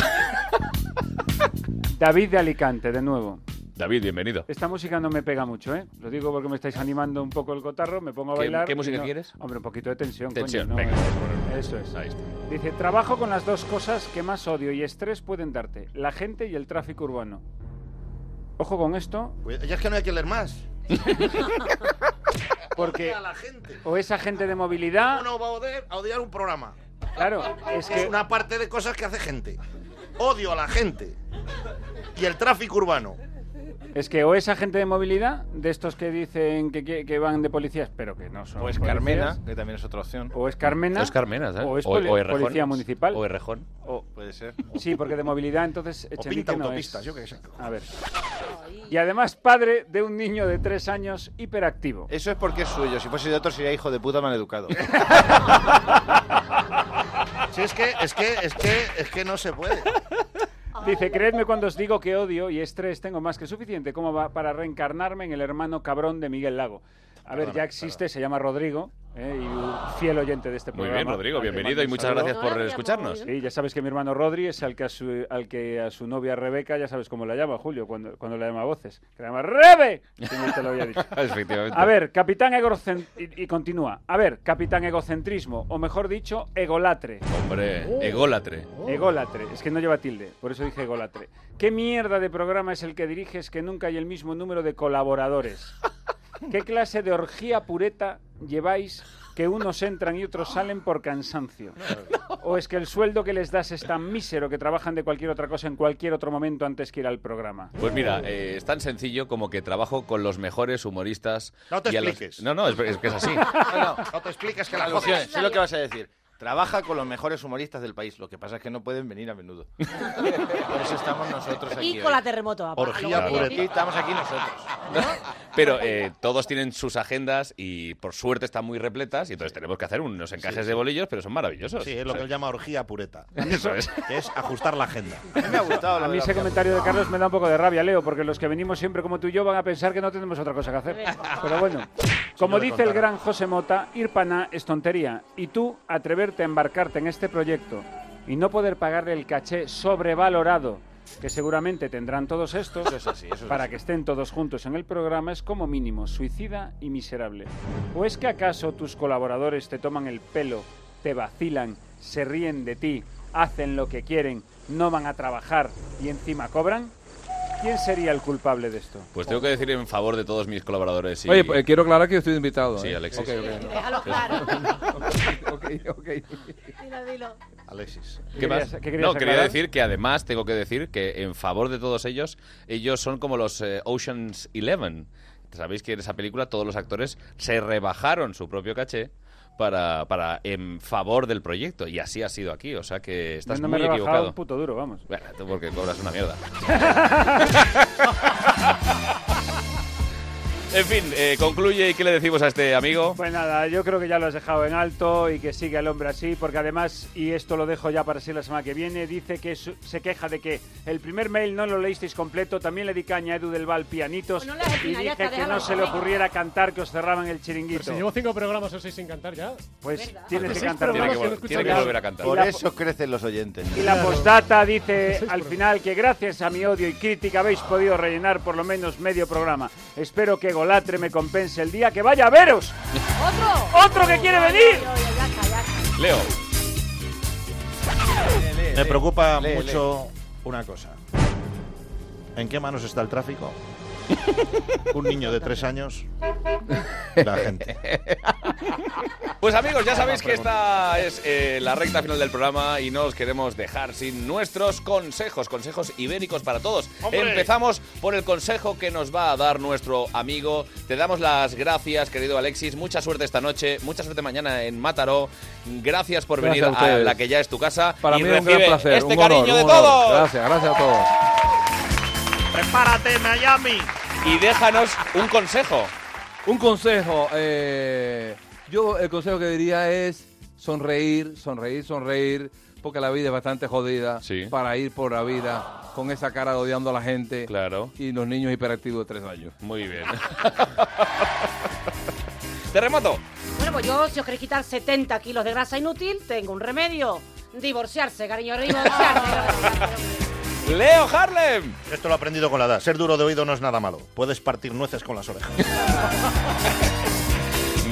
Speaker 10: David de Alicante, de nuevo.
Speaker 1: David, bienvenido.
Speaker 10: Esta música no me pega mucho, ¿eh? Lo digo porque me estáis animando un poco el cotarro, me pongo a
Speaker 1: ¿Qué-
Speaker 10: bailar.
Speaker 1: qué
Speaker 10: y
Speaker 1: música
Speaker 10: no-
Speaker 1: quieres?
Speaker 10: Hombre, un poquito de tensión. coño,
Speaker 1: Tensión,
Speaker 10: no,
Speaker 1: venga.
Speaker 10: eh, Eso es. Dice, trabajo con las dos cosas que más odio y estrés pueden darte, la gente y el tráfico urbano. Ojo con esto,
Speaker 6: Cuida- Pues, Ya es que no hay que leer más.
Speaker 10: porque
Speaker 6: A la gente.
Speaker 10: o es agente de
Speaker 5: Ah.
Speaker 10: movilidad,
Speaker 6: Uno va a odiar, a odiar un programa.
Speaker 10: claro, es que
Speaker 6: una parte de cosas que hace gente. Odio a la gente. Y el tráfico urbano.
Speaker 10: Es que o es agente de movilidad, de estos que dicen que, que- que van de policías, pero que no son.
Speaker 3: O es
Speaker 10: policías,
Speaker 3: Carmena, que también es otra opción.
Speaker 10: O es Carmena.
Speaker 1: O es Carmena, ¿sabes?
Speaker 10: O es
Speaker 1: O-
Speaker 10: poli-
Speaker 1: o Errejón.
Speaker 10: policía municipal.
Speaker 1: O Errejón.
Speaker 3: Puede ser.
Speaker 10: Sí, porque de movilidad entonces Echenique
Speaker 6: pinta
Speaker 10: no
Speaker 6: autopistas,
Speaker 10: es.
Speaker 6: yo qué sé.
Speaker 10: A ver. Y además padre de un niño de tres años hiperactivo.
Speaker 3: Eso es porque es suyo. Pues Si fuese de otro sería hijo de puta maleducado.
Speaker 6: Sí, es que, es que, es que, es que no se puede.
Speaker 10: Dice, creedme cuando os digo que odio y estrés tengo más que suficiente como va para reencarnarme en el hermano cabrón de Miguel Lago. A ver,
Speaker 1: Perdona,
Speaker 10: ya existe, se llama Rodrigo, ¿eh? y un fiel oyente de este
Speaker 1: Muy
Speaker 10: programa.
Speaker 1: bien, Rodrigo,
Speaker 10: Al que
Speaker 1: bienvenido
Speaker 10: mando
Speaker 1: y
Speaker 10: un
Speaker 1: muchas
Speaker 10: saludo.
Speaker 1: gracias por Hola, escucharnos.
Speaker 10: Sí, ya sabes que mi hermano Rodri es al que a su, al que a su novia Rebeca, ya sabes cómo la llama, Julio, cuando, cuando la llama a voces. Que la llama ¡Rebe! Como te lo había dicho.
Speaker 1: Efectivamente.
Speaker 10: A ver, capitán egocentrismo. Y, y continúa. A ver, capitán egocentrismo, o mejor dicho, egolatre.
Speaker 1: Hombre,
Speaker 10: Uh.
Speaker 1: ególatre.
Speaker 10: Ególatre, es que no lleva tilde, por eso dije ególatre. ¿Qué mierda de programa es el que diriges que nunca hay el mismo número de colaboradores? ¿Qué clase de orgía pureta lleváis que unos entran y otros salen por cansancio? ¿O es que el sueldo que les das es tan mísero que trabajan de cualquier otra cosa en cualquier otro momento antes que ir al programa?
Speaker 1: Pues mira, eh, es tan sencillo como que trabajo con los mejores humoristas.
Speaker 6: No te
Speaker 1: y a los-
Speaker 6: expliques.
Speaker 1: No, no, es, es que es así.
Speaker 3: No, no,
Speaker 6: No te expliques que la
Speaker 3: alusiones.
Speaker 6: jodes.
Speaker 3: Sé lo que vas a decir. Trabaja con los mejores humoristas del país. Lo que pasa es que no pueden venir a menudo. Por eso estamos nosotros aquí.
Speaker 5: Y con la
Speaker 3: hoy.
Speaker 5: terremoto. apa.
Speaker 1: Orgía
Speaker 5: Lo-
Speaker 1: pura.
Speaker 3: Y estamos aquí nosotros.
Speaker 1: Pero eh, todos tienen sus agendas y por suerte están muy repletas y entonces tenemos que hacer unos encajes de bolillos, pero son maravillosos.
Speaker 6: Sí, es lo que él llama orgía pureta.
Speaker 1: Eso es.
Speaker 6: que es ajustar la agenda.
Speaker 10: A mí ese comentario de Carlos me da un poco de rabia, Leo, porque los que venimos siempre como tú y yo van a pensar que no tenemos otra cosa que hacer. Pero bueno, como
Speaker 6: le
Speaker 10: dice el
Speaker 6: contara.
Speaker 10: gran José Mota, ir pana es tontería. Y tú, atreverte a embarcarte en este proyecto y no poder pagarle el caché sobrevalorado que seguramente tendrán todos estos para que estén todos juntos en el programa es como mínimo suicida y miserable. ¿O es que acaso tus colaboradores te toman el pelo, te vacilan, se ríen de ti, hacen lo que quieren, no van a trabajar y encima cobran? ¿Quién sería el culpable de esto? Oh,
Speaker 1: Pues tengo que decir en favor de todos mis colaboradores. Y...
Speaker 4: Oye, pues, eh, quiero aclarar que yo estoy invitado.
Speaker 1: Sí,
Speaker 4: ¿eh?
Speaker 1: Alexis.
Speaker 4: Ok, ok.
Speaker 5: Déjalo claro.
Speaker 4: Ok, ok.
Speaker 5: Dilo, dilo.
Speaker 6: Alexis.
Speaker 1: ¿Qué más?
Speaker 10: querías- qué querías
Speaker 1: no, quería
Speaker 10: aclarar?
Speaker 1: decir que además tengo que decir que en favor de todos ellos, ellos son como los eh, Ocean's Eleven. Sabéis que en esa película todos los actores se rebajaron su propio caché para, para en favor del proyecto y así ha sido aquí. O sea que estás
Speaker 10: no me
Speaker 1: muy
Speaker 10: he rebajado
Speaker 1: equivocado.
Speaker 10: un puto duro, vamos.
Speaker 1: Bueno, tú porque cobras una mierda. en fin, eh, concluye y qué le decimos a este amigo.
Speaker 10: Pues nada, yo creo que ya lo has dejado en alto y que siga el hombre así, porque además, y esto lo dejo ya para sí la semana que viene, dice que su- se queja de que el primer mail no lo leísteis completo, también le di caña a Edu del Val Pianitos
Speaker 27: Pues no le hagas
Speaker 10: y
Speaker 27: caña, ya
Speaker 10: dije
Speaker 27: está,
Speaker 10: que
Speaker 27: déjalo,
Speaker 10: no se le
Speaker 27: venga.
Speaker 10: ocurriera cantar que os cerraban el
Speaker 27: Pero si
Speaker 10: chiringuito.
Speaker 27: llevo cinco programas o seis sin cantar ya.
Speaker 10: Pues
Speaker 27: Hace
Speaker 10: tienes que
Speaker 27: seis
Speaker 10: cantar.
Speaker 27: programas no escucho nada.
Speaker 3: Por
Speaker 10: Y la-
Speaker 3: eso crecen los oyentes.
Speaker 10: Y la postdata dice al final que gracias a mi odio y crítica habéis podido rellenar por lo menos medio programa. Espero que Golatre me compense el día que vaya a veros.
Speaker 5: ¡Otro!
Speaker 10: ¡Otro que quiere
Speaker 5: Oye,
Speaker 10: venir!
Speaker 5: oye, oye, ya está, ya está.
Speaker 1: Leo.
Speaker 6: Me preocupa
Speaker 3: Lee,
Speaker 6: mucho una cosa. ¿En qué manos está el tráfico? Un niño de tres años. La gente.
Speaker 1: Pues amigos, ya sabéis que esta es eh, la recta final del programa y no os queremos dejar sin nuestros consejos, consejos ibéricos para todos.
Speaker 28: ¡Hombre!
Speaker 1: Empezamos por el consejo que nos va a dar nuestro amigo. Te damos las gracias, querido Alexis. Mucha suerte esta noche, mucha suerte mañana en Mátaro. Gracias por
Speaker 4: Gracias
Speaker 1: venir
Speaker 4: a
Speaker 1: a,
Speaker 4: ustedes.
Speaker 1: la que ya es tu casa.
Speaker 4: Para
Speaker 1: y
Speaker 4: mí es un
Speaker 1: recibe
Speaker 4: gran placer.
Speaker 1: este
Speaker 4: un honor,
Speaker 1: cariño de
Speaker 4: un honor.
Speaker 1: todos.
Speaker 4: Gracias, gracias a todos.
Speaker 6: ¡Prepárate, Miami!
Speaker 1: Y déjanos un consejo.
Speaker 4: Un consejo. eh, yo el consejo que diría es sonreír, sonreír, sonreír, porque la vida es bastante jodida para ir por la vida con esa cara de odiando a la gente.
Speaker 1: Claro.
Speaker 4: Y los niños hiperactivos de tres años.
Speaker 1: Muy bien. Terremoto.
Speaker 5: Bueno, pues yo, si os queréis quitar 70 kilos de grasa inútil, tengo un remedio. Divorciarse, cariño, divorciarse.
Speaker 1: Leo Harlem.
Speaker 6: Esto lo he aprendido con la edad. Ser duro de oído no es nada malo. Puedes partir nueces con las orejas.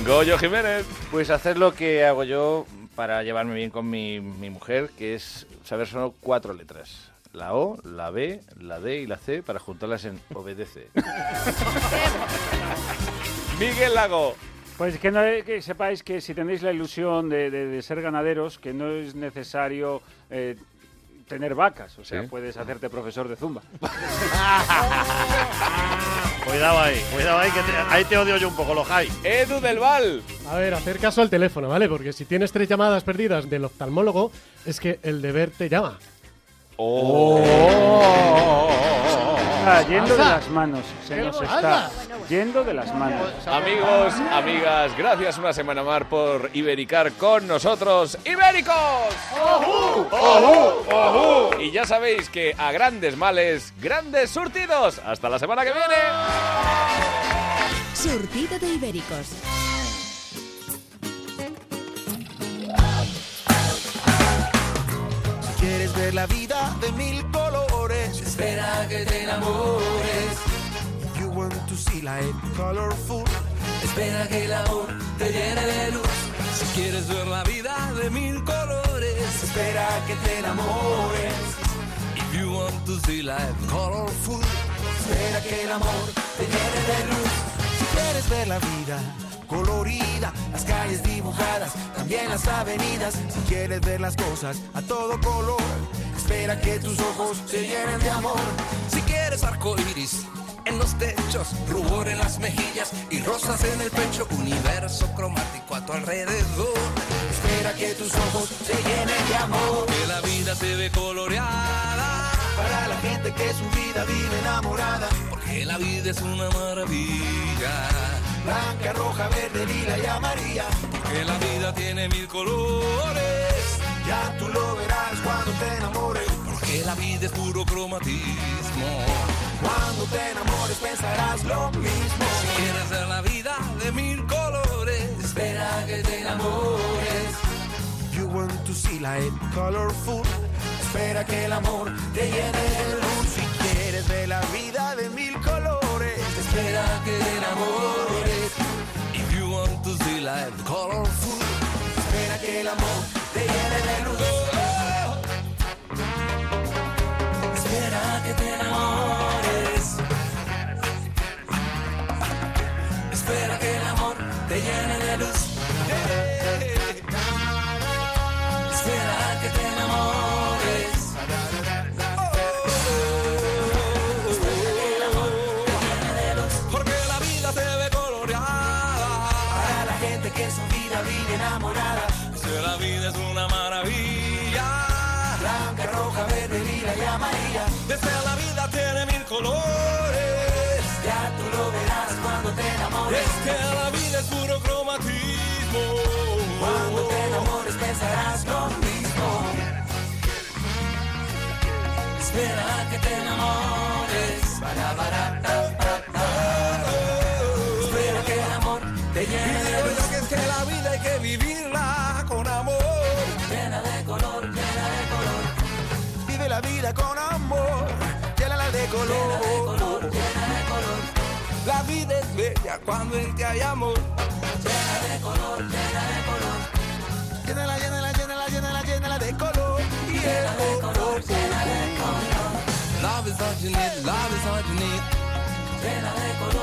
Speaker 1: Goyo Jiménez.
Speaker 3: Pues hacer lo que hago yo para llevarme bien con mi, mi mujer, que es saber solo cuatro letras. La O, la B, la D y la C para juntarlas en obedece.
Speaker 1: Miguel Lago.
Speaker 10: Pues que, no, que sepáis que si tenéis la ilusión de, de- de ser ganaderos, que no es necesario eh, tener vacas. O sea,
Speaker 8: Sí.
Speaker 10: puedes hacerte profesor de zumba.
Speaker 1: Oh,
Speaker 6: Cuidado ahí, cuidado ahí, que te- ahí te odio yo un poco, los hay.
Speaker 8: Edu del Val.
Speaker 2: A ver, hacer caso al teléfono, ¿vale? Porque si tienes tres llamadas perdidas del oftalmólogo, es que el deber te llama.
Speaker 1: oh,
Speaker 10: Está Ah, yendo de
Speaker 2: pasa?
Speaker 10: las manos, se
Speaker 2: ¿Qué
Speaker 10: nos
Speaker 2: pasa?
Speaker 10: está yendo de las manos.
Speaker 8: Amigos, amigas, gracias una semana más por ibericar con nosotros. ¡Ibéricos! Y ya sabéis que a grandes males, grandes surtidos. Hasta la semana que viene.
Speaker 17: Surtido de Ibéricos.
Speaker 12: Si quieres ver la vida de mil colores, espera que te enamores. If you want to see life colorful, espera que el amor te llene de luz. Si quieres ver la vida de mil colores, espera que te enamores. If you want to see life colorful, espera que el amor te llene de luz. Si quieres ver la vida colorida, las calles dibujadas, también las avenidas. Si quieres ver las cosas a todo color, espera que tus ojos se llenen de amor. Si quieres arcoíris en los techos, rubor en las mejillas y rosas en el pecho, universo cromático a tu alrededor. Espera que tus ojos se llenen de amor. Que la vida se ve coloreada para la gente que su vida vive enamorada. Porque la vida es una maravilla. Blanca, roja, verde, lila y amarilla. Porque la vida tiene mil colores. Ya tú lo verás cuando te enamores. Porque la vida es puro cromatismo. Cuando te enamores pensarás lo mismo. Si quieres ver la vida de mil colores, espera que te enamores. You want to see life colorful. Espera que el amor te llene de luz. Si quieres ver la vida de mil colores, espera que te enamores. If you want to see life colorful, espera que el amor te llene de luz. Oh. Espera que te enamores. Espera que el amor te llene de luz. Hey. Espera que te enamores. Oh. Espera que el amor te llene de luz. Porque la vida se ve coloreada para la gente que su vida vive enamorada. Que la vida es una maravilla. Blanca, roja, verde, lila y amarilla. Desde la vida tiene mil colores. Ya tú lo verás cuando te enamores. Es que la vida es puro cromatismo. Cuando te enamores pensarás lo mismo. Espera que te enamores. Para, para, ta, ta, ta. Espera que el amor te llene de luz. que es que la vida hay que vivirla con amor. Llena de color, llena de color. Vive la vida con amor. Llénala de color. Llena de color, llena de color. La vida es bella cuando en ti hay amor. Llena de color, llena de color. Llénala, llénala, llénala, llénala, llénala de color. Llena de color, llena de color. Love is all you need, love is all you need. Llena de color.